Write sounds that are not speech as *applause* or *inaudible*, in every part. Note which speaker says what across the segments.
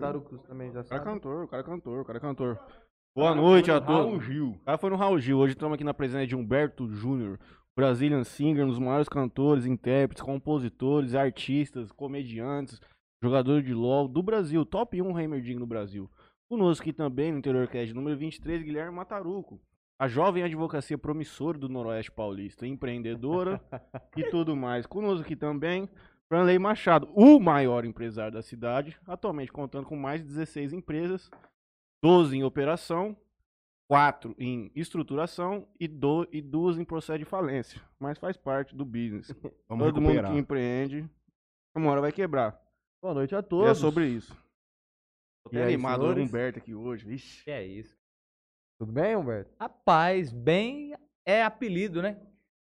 Speaker 1: Tarugos também, já
Speaker 2: O cara é
Speaker 1: sabe.
Speaker 2: cantor, o cara é cantor, o cara é cantor. Boa noite a
Speaker 3: Raul
Speaker 2: todos.
Speaker 3: Gil.
Speaker 2: O cara foi no Raul Gil. Hoje estamos aqui na presença de Humberto Júnior, Brazilian singer, um dos maiores cantores, intérpretes, compositores, artistas, comediantes, jogador de LOL do Brasil, top 1 Hamerding no Brasil. Conosco aqui também no Interior Cast número 23, Guilherme Mataruco. A jovem advocacia promissora do Noroeste Paulista, empreendedora
Speaker 3: *laughs*
Speaker 2: e tudo mais. Conosco aqui também, Franley Machado, o maior empresário da cidade, atualmente contando com mais de 16 empresas, 12 em operação, 4 em estruturação e, do, e duas em processo de falência. Mas faz parte do business.
Speaker 3: *laughs* Vamos
Speaker 2: Todo
Speaker 3: recuperar.
Speaker 2: mundo que empreende, uma hora vai quebrar.
Speaker 1: Boa noite a
Speaker 2: E
Speaker 1: todos.
Speaker 2: é sobre isso. Tô
Speaker 1: E
Speaker 2: até
Speaker 1: aí,
Speaker 2: animado, olha o
Speaker 1: senhores?
Speaker 2: Humberto aqui hoje. Ixi.
Speaker 4: Que é isso.
Speaker 1: Tudo bem, Humberto?
Speaker 4: Rapaz, bem é apelido, né?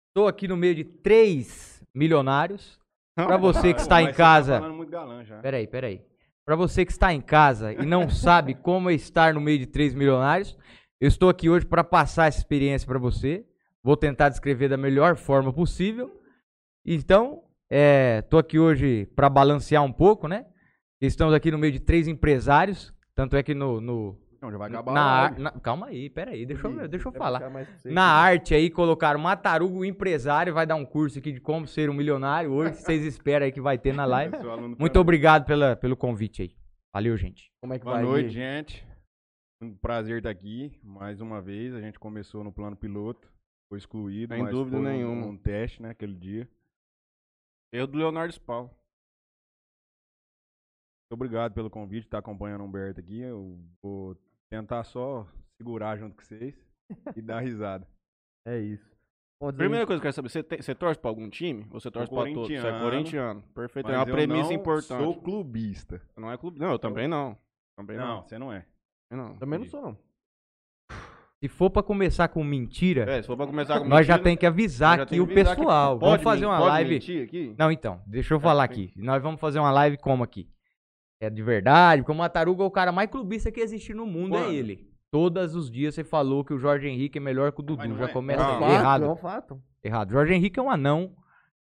Speaker 4: Estou aqui no meio de três milionários. Pra você que está em
Speaker 2: Mas você
Speaker 4: casa.
Speaker 2: Tá falando muito galã já.
Speaker 4: Peraí, peraí. Para você que está em casa e
Speaker 3: *laughs*
Speaker 4: não sabe como é estar no meio de três milionários, eu estou aqui hoje para passar essa experiência para você. Vou tentar descrever da melhor forma possível. Então, é, tô aqui hoje para balancear um pouco, né? Estamos aqui no meio de três empresários. Tanto é que no. no-
Speaker 3: Não, já vai
Speaker 4: na,
Speaker 3: acabar a live. é
Speaker 4: na- calma aí, peraí, deixa eu, deixa eu
Speaker 1: Vai
Speaker 4: falar.
Speaker 1: puxar mais pra você
Speaker 4: Na
Speaker 1: aqui.
Speaker 4: arte aí, colocaram Matarugo Empresário, vai dar um curso aqui de como ser um milionário
Speaker 3: *laughs*
Speaker 4: hoje. Vocês esperam aí que vai ter na live.
Speaker 2: Eu sou aluno
Speaker 4: Muito
Speaker 2: do Fernando.
Speaker 4: obrigado pela, pelo convite aí. Valeu, gente.
Speaker 1: Como é que
Speaker 3: tá- Boa
Speaker 1: vai?
Speaker 3: noite,
Speaker 1: Gui?
Speaker 3: gente. Um prazer estar aqui mais uma vez. A gente começou no plano piloto, foi excluído.
Speaker 2: Sem
Speaker 3: mas
Speaker 2: dúvida
Speaker 3: foi um-
Speaker 2: nenhuma.
Speaker 3: Um teste, né, aquele dia. Muito
Speaker 2: Eu do Leonardo Spal.
Speaker 3: obrigado pelo convite, tá acompanhando o Humberto aqui. Eu vou tentar só segurar junto com vocês e dar
Speaker 2: *laughs*
Speaker 3: risada.
Speaker 1: É isso. Bom, dizer-
Speaker 2: Primeira coisa que eu quero saber, você, te- você torce pra algum time? Ou você torce pra todos? Você é
Speaker 3: corintiano.
Speaker 2: corintiano. Perfeito. é
Speaker 3: Mas
Speaker 2: uma
Speaker 3: eu
Speaker 2: premissa
Speaker 3: não
Speaker 2: importante.
Speaker 3: Sou clubista.
Speaker 2: Não é clube. Não, eu também não. Também
Speaker 3: Não,
Speaker 2: não.
Speaker 3: você não é.
Speaker 2: Também não.
Speaker 1: Também não sou, não.
Speaker 4: Se for pra começar com mentira,
Speaker 2: É, se for pra começar com
Speaker 4: nós já
Speaker 2: mentira,
Speaker 4: tem que avisar
Speaker 2: nós já
Speaker 4: aqui
Speaker 2: tem
Speaker 4: o
Speaker 2: que avisar que
Speaker 4: pessoal. Vamos
Speaker 2: pode
Speaker 4: fazer
Speaker 2: men-
Speaker 4: uma
Speaker 2: pode É,
Speaker 4: live.
Speaker 2: mentir aqui?
Speaker 4: Não, então, deixa eu falar aqui. Nós vamos fazer uma live como aqui? É de verdade, porque o Mataruga é o cara mais clubista que existe no mundo,
Speaker 2: Quando?
Speaker 4: é ele. Todos os dias você falou que o Jorge Henrique é melhor que o
Speaker 3: Mas
Speaker 4: Dudu.
Speaker 3: não
Speaker 4: Já
Speaker 3: é.
Speaker 4: começa
Speaker 2: Não.
Speaker 1: fato,
Speaker 4: errado.
Speaker 1: É um fato.
Speaker 4: Errado. Jorge Henrique é um anão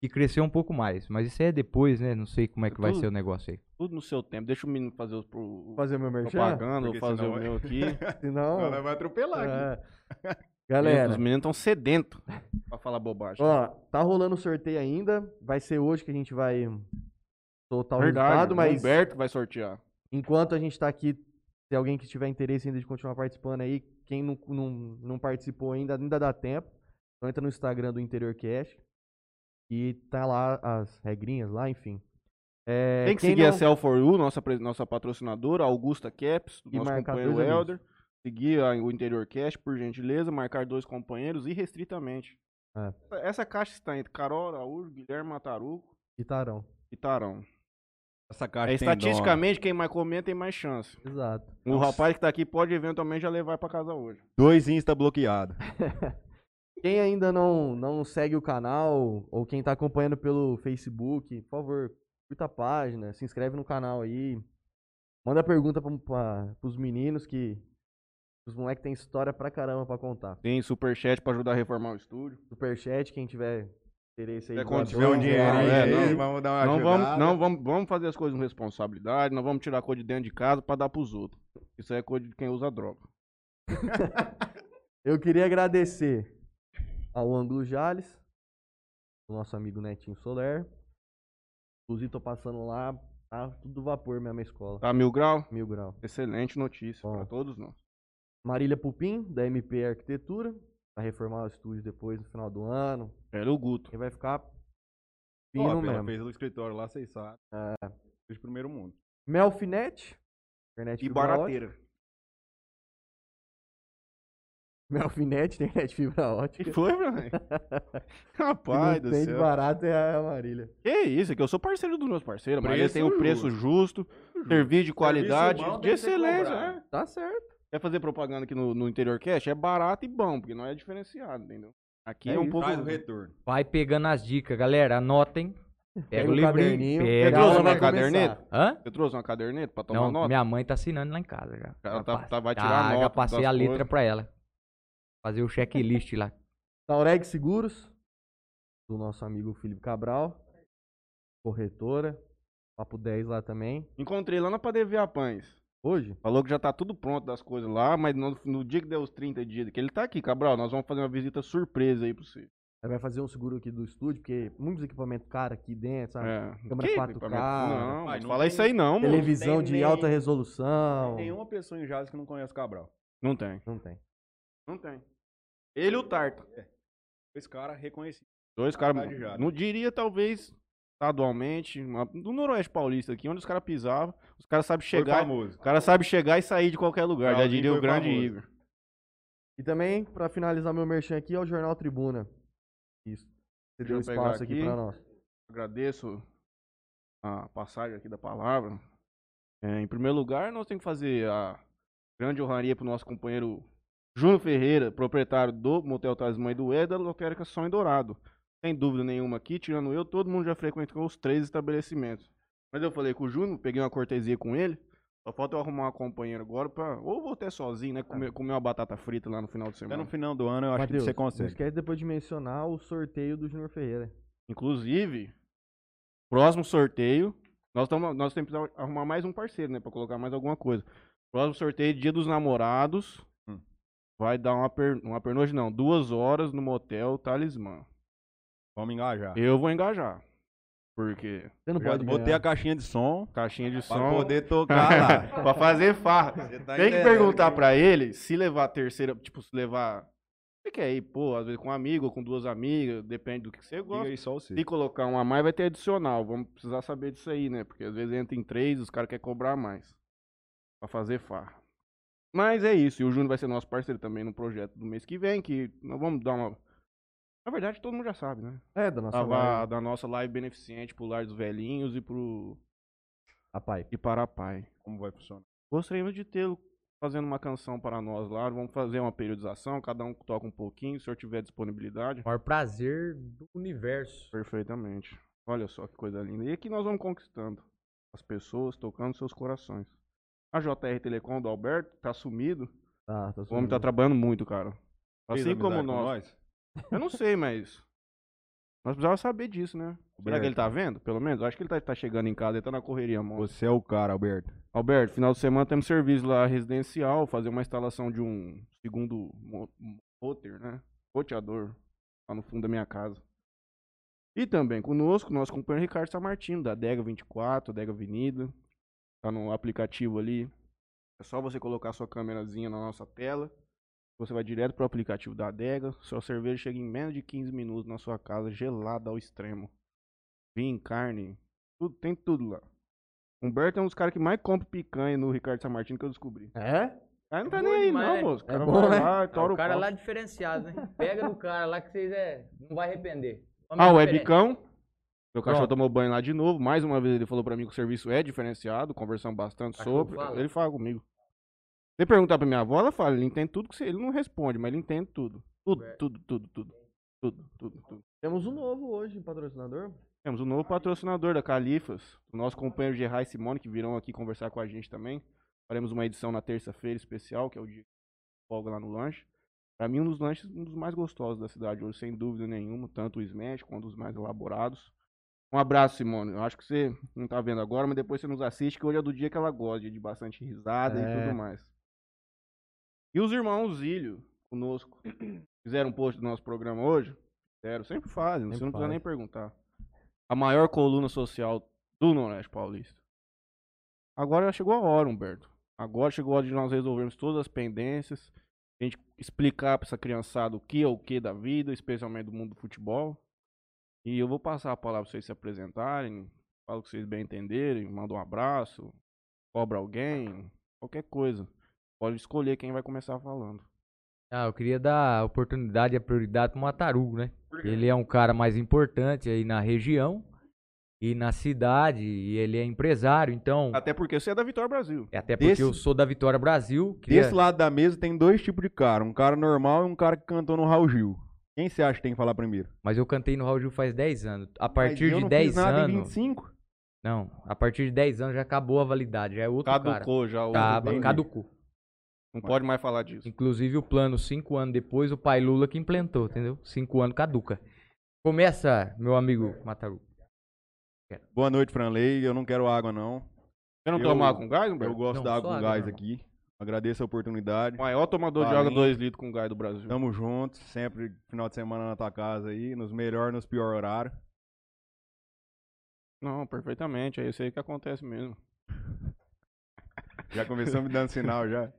Speaker 4: que cresceu um pouco mais. Mas isso aí é depois, né? Não sei como é que vai
Speaker 2: Tudo.
Speaker 4: ser o negócio aí.
Speaker 2: Tudo no seu tempo. Deixa o menino fazer os pro...
Speaker 1: Fazer o meu merchan?
Speaker 2: propaganda, vou
Speaker 3: Porque
Speaker 2: fazer
Speaker 3: senão
Speaker 2: o
Speaker 3: é-
Speaker 2: meu aqui.
Speaker 1: Senão...
Speaker 3: Ela vai atropelar aqui.
Speaker 1: é.
Speaker 2: Os
Speaker 1: *laughs* Galera,
Speaker 2: meninos estão sedentos pra falar bobagem.
Speaker 1: ó, tá rolando o sorteio ainda. Vai ser hoje que a gente vai soltar o
Speaker 2: Verdade,
Speaker 1: resultado,
Speaker 2: mas...
Speaker 1: mas...
Speaker 2: Humberto vai sortear.
Speaker 1: Enquanto a gente está aqui, se alguém que tiver interesse ainda de continuar participando aí, quem não, não, não participou ainda, ainda dá tempo. Então entra no Instagram do Interior Cast e tá lá as regrinhas lá, enfim. É,
Speaker 2: Tem que
Speaker 1: quem
Speaker 2: seguir a
Speaker 1: não-
Speaker 2: Cell for You, nossa, pres- nossa patrocinadora, Augusta Caps,
Speaker 1: E
Speaker 2: nosso
Speaker 1: marcar
Speaker 2: companheiro
Speaker 1: dois amigos.
Speaker 2: Helder. Seguir a- o Interior Cast, por gentileza, marcar dois companheiros irrestritamente.
Speaker 1: É.
Speaker 2: Essa- Essa caixa está entre Carol Araújo, Guilherme Mataruco
Speaker 1: e Tarão.
Speaker 2: e Tarão.
Speaker 3: Essa caixa
Speaker 2: É,
Speaker 3: tem dono.
Speaker 2: estatisticamente, quem mais comenta tem mais chance.
Speaker 1: Exato.
Speaker 2: O
Speaker 3: Nossa.
Speaker 2: rapaz que tá aqui pode eventualmente já levar pra casa hoje.
Speaker 3: Dois Insta bloqueado.
Speaker 1: Quem ainda não, não segue o canal, ou quem tá acompanhando pelo Facebook, por favor, curta a página, se inscreve no canal aí. Manda pergunta pra, pra, pros meninos que. Os moleques têm história pra caramba pra contar.
Speaker 2: Tem superchat pra ajudar a reformar o estúdio.
Speaker 1: Superchat, quem tiver interesse aí.
Speaker 2: É,
Speaker 1: doar
Speaker 2: quando
Speaker 1: dois
Speaker 2: tiver um
Speaker 1: reais,
Speaker 2: dinheirinho
Speaker 1: é,
Speaker 2: aí, vamos-
Speaker 3: né?
Speaker 1: não.
Speaker 3: vamos dar uma
Speaker 2: Não vamos,
Speaker 3: ajudada.
Speaker 2: não vamos, vamos fazer as coisas com responsabilidade, não vamos tirar a coisa de dentro de casa pra dar pros outros. Isso aí é coisa de quem usa droga.
Speaker 1: Eu queria agradecer ao Ângulo Jales, o nosso amigo Netinho Soler. Inclusive, tô passando lá, tá tudo vapor mesmo a escola.
Speaker 2: Tá, Mil Grau?
Speaker 1: Mil grau.
Speaker 2: Excelente notícia
Speaker 1: Bom.
Speaker 2: pra todos nós.
Speaker 1: Marília Pupim, da MP Arquitetura. Vai reformar o estúdio depois, no final do ano.
Speaker 2: Era o Guto.
Speaker 1: E vai ficar
Speaker 3: Ó,
Speaker 1: fino
Speaker 3: ela
Speaker 1: mesmo.
Speaker 3: fez o escritório lá, vocês sabem. É. De primeiro mundo.
Speaker 1: Melfinet. Internet
Speaker 2: E
Speaker 1: fibra ótica. *laughs*
Speaker 2: barateira.
Speaker 1: Melfinet, internet fibra ótica.
Speaker 2: Que foi, *laughs* Brian?
Speaker 1: Se não
Speaker 2: Rapaz do
Speaker 1: tem de
Speaker 2: céu.
Speaker 1: barato é a Marília.
Speaker 2: Que isso, é que eu sou parceiro dos meus parceiros. Mas ele
Speaker 3: Preço
Speaker 2: tem um preço justo, serviço de qualidade,
Speaker 3: bom
Speaker 2: de
Speaker 3: tem que ser
Speaker 2: excelência.
Speaker 3: cobrado.
Speaker 2: né?
Speaker 1: Tá certo.
Speaker 2: Quer fazer propaganda aqui no, no Interior Cash? É barato e bom, porque não é diferenciado, entendeu? Aqui é,
Speaker 1: É
Speaker 2: um
Speaker 1: isso.
Speaker 2: pouco...
Speaker 3: Traz o retorno.
Speaker 4: Vai pegando as dicas, galera. Anotem. Pega
Speaker 1: Pega
Speaker 4: o
Speaker 1: o
Speaker 4: livrinho.
Speaker 1: caderninho,
Speaker 2: Você
Speaker 1: pega
Speaker 4: Pega
Speaker 1: a
Speaker 4: o
Speaker 2: trouxe
Speaker 1: aula
Speaker 2: uma
Speaker 1: vai começar.
Speaker 2: caderneta?
Speaker 4: Hã?
Speaker 2: Você trouxe uma caderneta pra tomar
Speaker 4: Não,
Speaker 2: nota?
Speaker 4: minha mãe tá assinando lá em casa já.
Speaker 2: Ela tá-
Speaker 4: passa-
Speaker 2: tá- vai tirar a
Speaker 4: já,
Speaker 2: nota
Speaker 4: já passei
Speaker 2: das
Speaker 4: a letra
Speaker 2: coisas.
Speaker 4: pra ela. Fazer o checklist lá.
Speaker 1: Taureg Seguros, do nosso amigo Felipe Cabral, corretora. Papo 10 lá também.
Speaker 2: Encontrei lá na Padevia Pães.
Speaker 1: Hoje?
Speaker 2: Falou que já tá tudo pronto das coisas lá, mas no, no dia que der os 30 dias, que ele tá aqui, Cabral, nós vamos fazer uma visita surpresa aí pra você.
Speaker 1: Aí vai fazer um seguro aqui do estúdio, porque é muitos equipamentos caros aqui dentro, sabe?
Speaker 2: É.
Speaker 1: Tá. Câmera
Speaker 2: Que
Speaker 1: 4K,
Speaker 2: equipamento? Não,
Speaker 3: Pai,
Speaker 2: mas
Speaker 3: não
Speaker 2: fala
Speaker 3: tem-
Speaker 2: isso aí não, mano.
Speaker 1: Televisão
Speaker 3: tem
Speaker 1: de
Speaker 3: nem-
Speaker 1: alta resolução.
Speaker 3: Tem uma pessoa em Jales que não conhece Cabral.
Speaker 2: Não tem.
Speaker 1: Não tem.
Speaker 2: Não tem. Ele e o Tarta.
Speaker 3: Esse cara reconhecido.
Speaker 2: Dois
Speaker 3: Verdade, já.
Speaker 2: caras. Não diria, talvez, estadualmente, uma- do Noroeste Paulista aqui, onde os caras pisavam, os caras sabem
Speaker 3: Foi
Speaker 2: chegar.
Speaker 3: famoso.
Speaker 2: O cara sabe chegar e sair de qualquer lugar, já
Speaker 3: Claudinho
Speaker 2: diria o
Speaker 3: foi
Speaker 2: grande
Speaker 3: famoso.
Speaker 2: Igor.
Speaker 1: E também, pra finalizar meu merchan aqui, é o Jornal Tribuna. Isso. Você
Speaker 2: Deixa
Speaker 1: deu
Speaker 2: eu pegar
Speaker 1: espaço aqui
Speaker 2: aqui.
Speaker 1: pra nós.
Speaker 2: Agradeço a passagem aqui da palavra. É, em primeiro lugar, nós temos que fazer a grande honraria pro nosso companheiro Júnior Ferreira, proprietário do Motel Talismã e do E da Lotérica Só em Dourado. Sem dúvida nenhuma aqui, tirando eu, todo mundo já frequentou os três estabelecimentos. Mas eu falei com o Júnior, peguei uma cortesia com ele. Só falta eu arrumar uma companheira agora pra. Ou vou até sozinho, né? Comer, comer uma batata frita lá no final de
Speaker 3: Até
Speaker 2: semana.
Speaker 3: no final do ano eu acho
Speaker 1: Matheus,
Speaker 3: que você
Speaker 1: Não
Speaker 3: consegue.
Speaker 1: esquece depois de mencionar o sorteio do Júnior Ferreira.
Speaker 2: Inclusive, próximo sorteio, nós, tamo, nós temos que arrumar mais um parceiro, né? Pra colocar mais alguma coisa. Próximo sorteio, dia dos namorados.
Speaker 3: Hum.
Speaker 2: Vai dar uma, per, uma pernoite, não. Duas horas no motel Talismã.
Speaker 3: Vamos engajar.
Speaker 2: Eu vou engajar. Porque
Speaker 1: Você não
Speaker 3: Já
Speaker 1: pode
Speaker 3: botei
Speaker 1: ganhar.
Speaker 3: a caixinha de som
Speaker 2: caixinha de
Speaker 3: pra
Speaker 2: *laughs* som.
Speaker 3: poder tocar lá.
Speaker 2: pra fazer farra.
Speaker 3: Você tá
Speaker 2: Tem que
Speaker 3: entendendo?
Speaker 2: perguntar pra ele se levar a terceira, tipo, se levar. Você quer ir, pô, às vezes com um amigo ou com duas amigas, depende do que você gosta.
Speaker 3: Diga aí só o seu.
Speaker 2: Se colocar um a mais, vai ter adicional. Vamos precisar saber disso aí, né? Porque às vezes entra em três, os caras querem cobrar mais. Pra fazer farra. Mas é isso. E o Júnior vai ser nosso parceiro também no projeto do mês que vem, que nós vamos dar uma. Na verdade, todo mundo já sabe, né?
Speaker 1: É, da nossa
Speaker 2: Da-
Speaker 1: live.
Speaker 2: da nossa live beneficente pro Lar dos Velhinhos e pro.
Speaker 1: A pai.
Speaker 2: e para a Pai.
Speaker 3: Como vai funcionar?
Speaker 2: Gostaríamos de tê-lo fazendo uma canção para nós lá. Vamos fazer uma periodização, cada um toca um pouquinho, se o senhor tiver disponibilidade.
Speaker 4: O maior prazer do universo.
Speaker 2: Perfeitamente. Olha só que coisa linda. E aqui nós vamos conquistando as pessoas, tocando seus corações. A JR Telecom do Alberto tá sumido.
Speaker 1: Tá,
Speaker 2: O
Speaker 1: tá
Speaker 2: homem tá
Speaker 1: sumindo.
Speaker 2: trabalhando muito, cara.
Speaker 3: Fez
Speaker 2: Assim como
Speaker 3: amizade com
Speaker 2: nós. Eu não sei, mas. Nós precisávamos saber disso, né? Será
Speaker 3: Alberto.
Speaker 2: que ele tá vendo? Pelo menos? Eu acho que ele tá, tá chegando em casa, ele tá na correria, mano.
Speaker 3: Você é o cara, Alberto.
Speaker 2: Alberto, final de semana temos serviço lá residencial, fazer uma instalação de um segundo mo- mo- roter, né? Roteador, lá no fundo da minha casa. E também conosco, nosso companheiro Ricardo Samartino, da Dega 24, Dega Avenida. Tá no aplicativo ali. É só você colocar sua câmerazinha na nossa tela. Você vai direto pro aplicativo da Adega. Sua cerveja chega em menos de 15 minutos na sua casa, gelada ao extremo. Vinho, carne, tudo, tem tudo lá. Humberto é um dos caras que mais compra picanha no Ricardo Samartino que eu descobri.
Speaker 1: É?
Speaker 2: Aí não
Speaker 4: É
Speaker 2: tá
Speaker 4: bom
Speaker 2: nem aí,
Speaker 4: demais,
Speaker 2: não,
Speaker 4: né?
Speaker 2: moço. O
Speaker 1: É
Speaker 2: cara
Speaker 1: bom,
Speaker 2: vai
Speaker 1: né?
Speaker 2: lá,
Speaker 4: Ah,
Speaker 2: tora
Speaker 4: o
Speaker 2: o
Speaker 4: cara
Speaker 2: pau.
Speaker 4: lá é diferenciado, hein? Pega do cara lá que vocês é. Não vai arrepender. Homem é
Speaker 2: Ah, o
Speaker 4: diferente.
Speaker 2: Edicão. Meu cachorro
Speaker 4: Pronto.
Speaker 2: tomou banho lá de novo. Mais uma vez ele falou pra mim que o serviço é diferenciado. Conversamos bastante
Speaker 4: Cachorro
Speaker 2: sobre.
Speaker 4: fala?
Speaker 2: Ele fala comigo. Se perguntar pra minha avó, ela fala. Ele entende tudo que você... Ele não responde, mas ele entende tudo. Tudo,
Speaker 4: É.
Speaker 2: tudo, tudo, tudo. Tudo, tudo, tudo.
Speaker 1: Temos um novo hoje, patrocinador.
Speaker 2: Temos um novo patrocinador da Califas, o nosso companheiro Gerard e Simone, que virão aqui conversar com a gente também. Faremos uma edição na terça-feira especial, que é o dia que folga lá no lanche. Para mim, um dos lanches um dos mais gostosos da cidade hoje, sem dúvida nenhuma, tanto o Smash quanto os mais elaborados. Um abraço, Simone. Eu acho que você não tá vendo agora, mas depois você nos assiste, que hoje é do dia que ela gosta, dia de bastante risada e
Speaker 1: É.
Speaker 2: tudo mais. E os irmãos Zílio, conosco, fizeram um post do nosso programa hoje? Fizeram, sempre fazem, você
Speaker 1: Sempre
Speaker 2: não precisa
Speaker 1: faz.
Speaker 2: nem perguntar a maior coluna social do Noroeste Paulista. Agora já chegou a hora, Humberto. Agora chegou a hora de nós resolvermos todas as pendências, a gente explicar pra essa criançada o que é o que da vida, especialmente do mundo do futebol. E eu vou passar a palavra pra vocês se apresentarem, falo o que vocês bem entenderem, manda um abraço, cobra alguém, qualquer coisa. Pode escolher quem vai começar falando.
Speaker 4: Ah, eu queria dar a oportunidade e a prioridade pro Matarugo, né? Ele é um cara mais importante aí na região e na cidade, e ele é empresário, então.
Speaker 2: Até porque você é da Vitória Brasil.
Speaker 4: é Até porque
Speaker 3: desse-
Speaker 4: eu sou da Vitória Brasil. Queria...
Speaker 3: Desse lado da mesa tem dois tipos de cara. Um cara normal e um cara que cantou no Raul Gil. Quem você acha que tem que falar primeiro?
Speaker 4: Mas eu cantei no Raul Gil faz 10 anos. A
Speaker 3: Mas
Speaker 4: partir
Speaker 3: eu
Speaker 4: de
Speaker 3: não
Speaker 4: 10
Speaker 3: fiz nada
Speaker 4: anos.
Speaker 3: em 25?
Speaker 4: Não, a partir de 10 anos já acabou a validade, já é outro cara.
Speaker 2: Caducou já o. né?
Speaker 4: Tá,
Speaker 3: entendi.
Speaker 4: caducou.
Speaker 2: Não pode mais falar disso.
Speaker 4: Inclusive o plano, 5 anos depois, o pai Lula que implantou, entendeu? 5 anos caduca. Começa, meu amigo Mataru.
Speaker 3: Boa noite, Franley. Eu não quero água, não.
Speaker 2: Você não
Speaker 3: Eu-
Speaker 2: toma água com gás,
Speaker 3: Eu
Speaker 2: Humberto?
Speaker 3: gosto
Speaker 4: Não,
Speaker 3: da
Speaker 4: só
Speaker 3: água com
Speaker 4: água
Speaker 3: gás
Speaker 4: normal.
Speaker 3: aqui. Agradeço a oportunidade.
Speaker 2: Maior tomador de
Speaker 3: Valente.
Speaker 2: água 2 litros com gás do Brasil.
Speaker 3: Tamo junto. Sempre final de semana na tua casa aí. Nos melhor, nos pior horário.
Speaker 2: Não, perfeitamente. É isso aí que acontece mesmo.
Speaker 3: Já começamos dando
Speaker 4: *laughs*
Speaker 3: sinal já.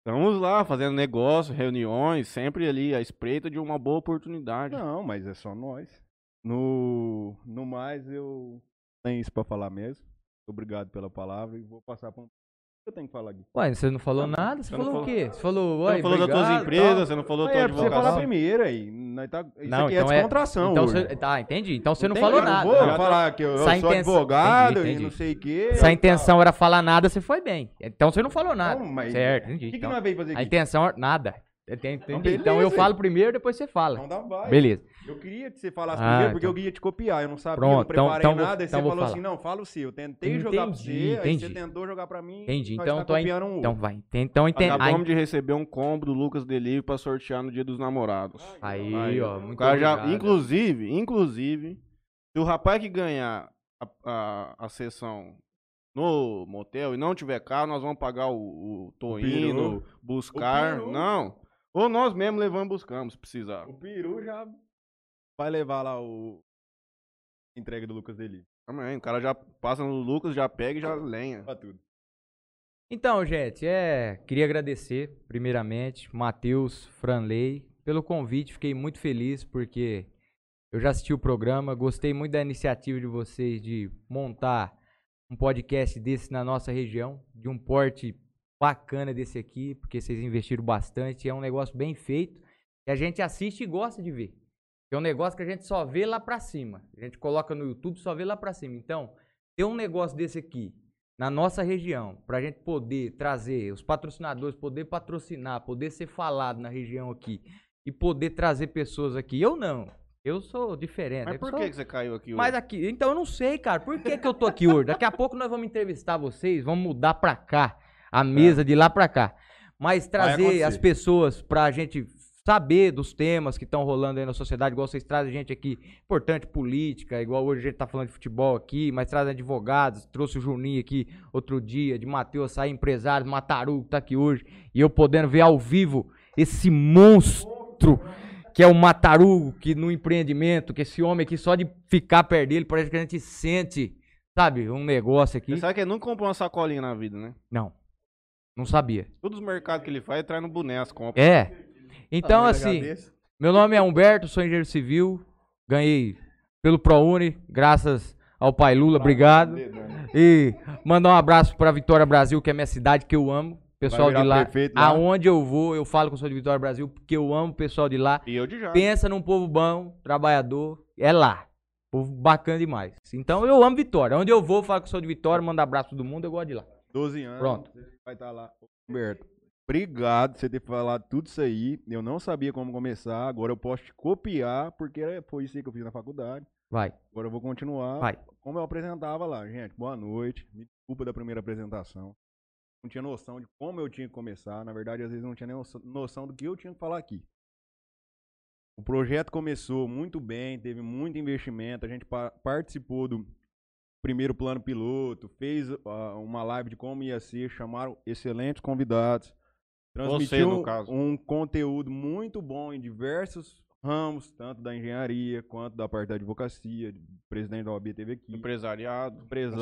Speaker 2: Estamos lá, fazendo negócio, reuniões, sempre ali à espreita de uma boa oportunidade.
Speaker 3: Não, mas é só nós. No, no mais, eu tenho isso pra falar mesmo. Obrigado pela palavra e vou passar pra um. O que eu tenho que falar aqui?
Speaker 4: Ué, você não falou
Speaker 2: Não,
Speaker 4: nada? Você,
Speaker 2: você não
Speaker 4: falou o
Speaker 2: falou-
Speaker 4: quê? Você falou,
Speaker 2: Você
Speaker 4: oi,
Speaker 2: não falou das
Speaker 4: obrigado,
Speaker 2: tuas empresas,
Speaker 4: tal.
Speaker 2: você não falou da
Speaker 3: É,
Speaker 2: tua
Speaker 3: pra você falar
Speaker 2: advocação.
Speaker 3: primeiro aí. Nós tá, isso
Speaker 4: Não, então
Speaker 3: aqui é
Speaker 4: é-
Speaker 3: descontração.
Speaker 4: Então
Speaker 3: hoje.
Speaker 4: você, tá, entendi. Então você não
Speaker 3: Tem-
Speaker 4: falou
Speaker 3: eu
Speaker 4: nada.
Speaker 3: Não vou
Speaker 2: Já tá-
Speaker 3: falar que eu, eu
Speaker 4: Se a
Speaker 3: sou
Speaker 4: intenção-
Speaker 3: advogado
Speaker 4: Entendi,
Speaker 3: e não
Speaker 4: entendi.
Speaker 3: sei o quê.
Speaker 4: Se a intenção era falar nada, você foi bem. Então você não falou nada.
Speaker 3: Não, mas-
Speaker 4: Certo,
Speaker 3: O
Speaker 4: entendi.
Speaker 3: que, que
Speaker 4: Então,
Speaker 3: nós veio fazer
Speaker 4: a
Speaker 3: aqui?
Speaker 4: intenção era nada. Entendi, entendi.
Speaker 3: beleza,
Speaker 4: então eu
Speaker 3: hein?
Speaker 4: falo primeiro, depois você fala.
Speaker 3: Então dá vai.
Speaker 4: Beleza.
Speaker 3: Eu queria que você falasse
Speaker 4: Ah,
Speaker 3: primeiro, porque
Speaker 4: então.
Speaker 3: eu queria te copiar. Eu não sabia,
Speaker 4: Pronto,
Speaker 3: não preparei
Speaker 4: então- então vou-
Speaker 3: nada. e
Speaker 4: então
Speaker 3: você
Speaker 4: vou
Speaker 3: falou
Speaker 4: falar.
Speaker 3: assim, não, fala o seu. Eu tentei jogar pra você,
Speaker 4: Entendi,
Speaker 3: aí você
Speaker 4: entendi.
Speaker 3: tentou jogar pra mim.
Speaker 4: Entendi.
Speaker 3: nós
Speaker 4: Então
Speaker 3: tá
Speaker 4: tô aí.
Speaker 3: copiando um
Speaker 4: Então
Speaker 3: outro.
Speaker 4: vai. Então entendi.
Speaker 2: Acabamos de receber um combo do Lucas Delivery pra sortear no dia dos namorados.
Speaker 4: Aí, ó.
Speaker 3: Um
Speaker 4: Muito
Speaker 2: O cara já-
Speaker 3: é.
Speaker 4: obrigado.
Speaker 2: inclusive, inclusive, se o rapaz que ganhar a, a- a sessão no motel e não tiver carro, nós vamos pagar o, o Toino,
Speaker 3: peru.
Speaker 2: buscar.
Speaker 3: O peru.
Speaker 2: não. Ou nós mesmo levamos e buscamos, se precisar.
Speaker 3: O Peru já vai levar lá o entrega do Lucas Delivery.
Speaker 2: Também. O cara já passa no Lucas, já pega e já lenha.
Speaker 3: Pra tudo.
Speaker 4: Então, gente, é, queria agradecer, primeiramente, Matheus, Franley, pelo convite. Fiquei muito feliz porque eu já assisti o programa, gostei muito da iniciativa de vocês de montar um podcast desse na nossa região, de um porte bacana desse aqui, porque vocês investiram bastante. É um negócio bem feito que a gente assiste e gosta de ver. É um negócio que a gente só vê lá pra cima. A gente coloca no YouTube, só vê lá pra cima. Então, ter um negócio desse aqui na nossa região, para a gente poder trazer os patrocinadores, poder patrocinar, poder ser falado na região aqui e poder trazer pessoas aqui. Eu não. Eu sou
Speaker 3: é
Speaker 4: diferente.
Speaker 2: Mas
Speaker 4: eu
Speaker 2: por
Speaker 4: sou-
Speaker 2: que, que você caiu aqui
Speaker 4: mas
Speaker 2: hoje?
Speaker 4: aqui, então eu não sei, cara. Por que, que eu tô aqui hoje? Daqui a pouco nós vamos entrevistar vocês, vamos mudar pra cá, a mesa de lá pra cá. Mas trazer
Speaker 3: acontecer.
Speaker 4: as pessoas pra gente saber dos temas que estão rolando aí na sociedade, igual vocês trazem gente aqui, importante política, igual hoje a gente tá falando de futebol aqui, mas trazem advogados, trouxe o Juninho aqui outro dia, de Matheus sair empresário, Mataru que tá aqui hoje, e eu podendo ver ao vivo esse monstro que é o Matarugo, que no empreendimento, que esse homem aqui, só de ficar perto dele, parece que a gente sente, sabe, um negócio aqui.
Speaker 2: Você sabe que ele nunca comprou uma sacolinha na vida, né?
Speaker 4: Não, não sabia.
Speaker 2: Todos os mercados que ele faz, ele traz no boné as compras.
Speaker 4: É, então
Speaker 1: Ah, eu
Speaker 4: assim,
Speaker 1: agradeço.
Speaker 4: meu nome é Humberto, sou engenheiro civil, ganhei pelo ProUni, graças ao pai Lula, obrigado.
Speaker 3: né?
Speaker 4: E mandar um abraço pra Vitória Brasil, que é minha cidade que eu amo. Pessoal
Speaker 3: virar
Speaker 4: de lá,
Speaker 3: prefeito lá.
Speaker 4: aonde eu vou, eu falo com o sou de Vitória Brasil, porque eu amo o pessoal de lá.
Speaker 2: E eu de já.
Speaker 4: Pensa num povo bom, trabalhador, é lá. Povo bacana demais. Então eu amo Vitória. Onde eu vou, falo que sou de Vitória, mando abraço pra todo mundo, eu gosto de lá.
Speaker 3: 12 anos.
Speaker 4: Pronto.
Speaker 3: você Vai estar lá. Humberto, obrigado por você ter falado tudo isso aí. Eu não sabia como começar. Agora eu posso te copiar, porque foi isso aí que eu fiz na faculdade.
Speaker 4: Vai.
Speaker 3: Agora eu vou continuar.
Speaker 4: Vai.
Speaker 3: Como eu apresentava lá, gente. Boa noite. Me desculpa da primeira apresentação. Não tinha noção de como eu tinha que começar. Na verdade, às vezes não tinha nem noção- noção do que eu tinha que falar aqui. O projeto começou muito bem, teve muito investimento. A gente pa- participou do primeiro plano piloto, fez ah, uma live de como ia ser, chamaram excelentes convidados. Transmitiu
Speaker 2: no caso.
Speaker 3: um conteúdo muito bom em diversos ramos, tanto da engenharia quanto da parte da advocacia. O presidente da OAB teve aqui
Speaker 2: Empresariado.
Speaker 3: empresários,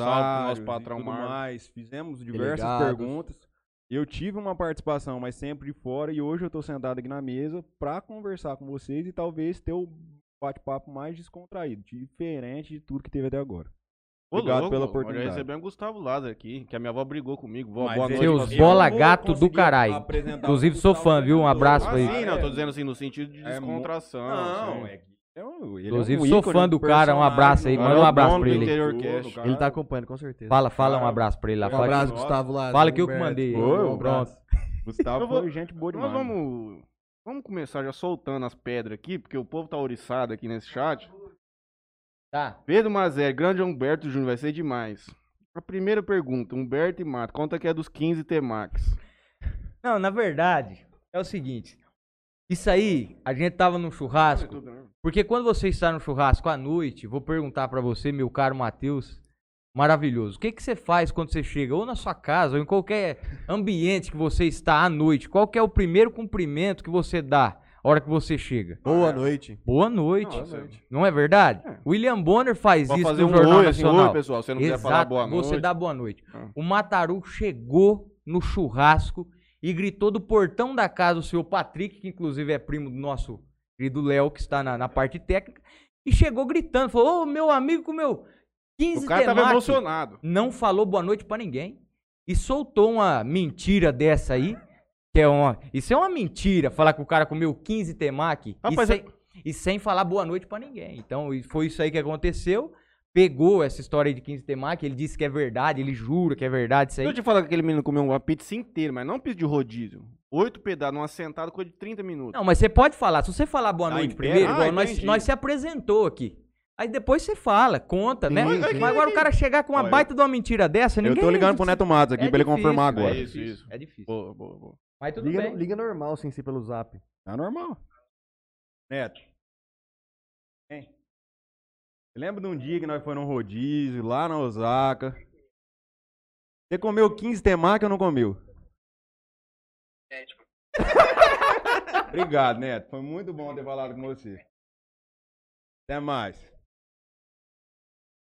Speaker 2: nosso patrão
Speaker 3: e tudo
Speaker 2: Marcos.
Speaker 3: mais. Fizemos diversas
Speaker 4: Delegados.
Speaker 3: perguntas. Eu tive uma participação, mas sempre de fora, e hoje eu tô sentado aqui na mesa para conversar com vocês e talvez ter o bate-papo mais descontraído, diferente de tudo que teve até agora.
Speaker 2: Ô,
Speaker 3: Obrigado
Speaker 2: louco,
Speaker 3: pela
Speaker 2: nós já
Speaker 3: oportunidade.
Speaker 2: recebemos o Gustavo Lázaro aqui, que a minha avó brigou comigo. Vó,
Speaker 3: Mas é
Speaker 2: boa
Speaker 3: ele-
Speaker 2: noite.
Speaker 4: Seus
Speaker 2: pra você.
Speaker 3: Eu
Speaker 4: bola
Speaker 3: vou
Speaker 4: gato do
Speaker 3: conseguir
Speaker 4: caralho.
Speaker 3: apresentar o
Speaker 4: Inclusive sou
Speaker 3: Gustavo
Speaker 4: fã, viu? Um
Speaker 3: Fernandes.
Speaker 4: abraço
Speaker 2: Ah,
Speaker 4: aí.
Speaker 2: sim, não,
Speaker 3: é.
Speaker 2: tô dizendo assim, no sentido de
Speaker 3: É, mo-
Speaker 2: descontração. assim.
Speaker 3: Não, é que. é um- ele é
Speaker 4: Inclusive,
Speaker 3: um
Speaker 4: sou
Speaker 3: ícone
Speaker 4: fã do cara, um
Speaker 3: personagem,
Speaker 4: abraço aí,
Speaker 3: um
Speaker 2: Agora
Speaker 4: manda
Speaker 2: é
Speaker 4: um
Speaker 2: o
Speaker 4: abraço
Speaker 2: dono
Speaker 4: pra
Speaker 2: do
Speaker 4: ele.
Speaker 2: Interior
Speaker 3: Todo,
Speaker 2: Cast.
Speaker 3: cara.
Speaker 1: Ele tá acompanhando, com certeza.
Speaker 4: Fala, fala um
Speaker 3: Cara,
Speaker 4: abraço pra ele lá.
Speaker 1: Um
Speaker 4: Fala,
Speaker 1: abraço,
Speaker 3: que-
Speaker 1: Gustavo Lázaro.
Speaker 4: fala que eu que
Speaker 1: Humberto.
Speaker 4: mandei.
Speaker 3: Foi,
Speaker 1: Um
Speaker 3: um
Speaker 1: abraço.
Speaker 3: Gustavo
Speaker 2: Eu vou-
Speaker 3: foi gente boa demais.
Speaker 2: Nós vamos, vamos começar já soltando as pedras aqui, porque o povo tá oriçado aqui nesse chat.
Speaker 4: Tá.
Speaker 2: Pedro Mazé, grande Humberto Júnior, vai ser demais. A primeira pergunta, Humberto e Mato, conta que é dos 15 T-Max.
Speaker 4: Não, na verdade, é o seguinte. Isso aí, a gente tava num churrasco.
Speaker 2: YouTube, né?
Speaker 4: Porque quando você está no churrasco à noite, vou perguntar pra você, meu caro Matheus, maravilhoso. O que, que você faz quando você chega ou na sua casa ou em qualquer ambiente que você está à noite? Qual que é o primeiro cumprimento que você dá a hora que você chega?
Speaker 1: Boa noite.
Speaker 4: Boa noite.
Speaker 2: Boa noite.
Speaker 4: Não é verdade?
Speaker 2: É.
Speaker 4: William Bonner faz
Speaker 2: Pode
Speaker 4: isso
Speaker 2: fazer
Speaker 4: no
Speaker 2: um
Speaker 4: Jornal
Speaker 2: oi, assim,
Speaker 4: Nacional.
Speaker 2: oi, pessoal. Você não
Speaker 4: Exato.
Speaker 2: quiser falar boa noite.
Speaker 4: Você dá boa noite.
Speaker 2: Ah.
Speaker 4: O Mataru chegou no churrasco e gritou do portão da casa do senhor Patrick, que inclusive é primo do nosso querido Léo, que está na, na parte técnica, e chegou gritando, falou, ô meu amigo com meu 15
Speaker 2: O cara tava
Speaker 4: temaki."
Speaker 2: emocionado.
Speaker 4: Não falou boa noite pra ninguém e soltou uma mentira dessa aí, que é uma... Isso é uma mentira, falar que o cara comeu 15 temaki e,
Speaker 2: Rapaz, é
Speaker 4: sem, e sem falar boa noite pra ninguém. Então, e foi isso aí que aconteceu. Pegou essa história aí de 15 temaki, ele disse que é verdade, ele jura que é verdade isso aí.
Speaker 2: Eu te falar que aquele menino comeu uma pizza inteira, mas não pizza de rodízio. Oito pedaços, numa sentada, coisa de 30 minutos.
Speaker 4: Não, mas você pode falar. Se você falar boa
Speaker 3: Tá
Speaker 2: Ah,
Speaker 4: noite
Speaker 2: em pé?
Speaker 4: primeiro,
Speaker 2: Ah,
Speaker 4: igual nós,
Speaker 2: entendi.
Speaker 4: nós se apresentou aqui. Aí depois você fala, conta, né?
Speaker 3: Sim,
Speaker 4: Mas
Speaker 3: sim.
Speaker 4: agora o cara chegar com uma
Speaker 3: Ó, eu-
Speaker 4: baita de uma mentira dessa,
Speaker 3: Eu
Speaker 4: ninguém...
Speaker 3: tô ligando pro Neto Matos aqui
Speaker 4: É
Speaker 3: pra ele
Speaker 4: difícil,
Speaker 3: confirmar
Speaker 4: é
Speaker 3: agora.
Speaker 2: É
Speaker 4: difícil,
Speaker 2: isso, isso.
Speaker 4: É difícil.
Speaker 2: Boa, boa, boa.
Speaker 4: Mas tudo
Speaker 1: Liga,
Speaker 4: bem.
Speaker 1: liga normal, sem ser pelo zap.
Speaker 3: Tá normal. Neto. Hein? Você lembra de um dia que nós foi num rodízio lá na Osaka? Você comeu 15 temaki ou não comeu? *laughs* Obrigado, Neto. Foi muito bom ter falado com você. Até mais.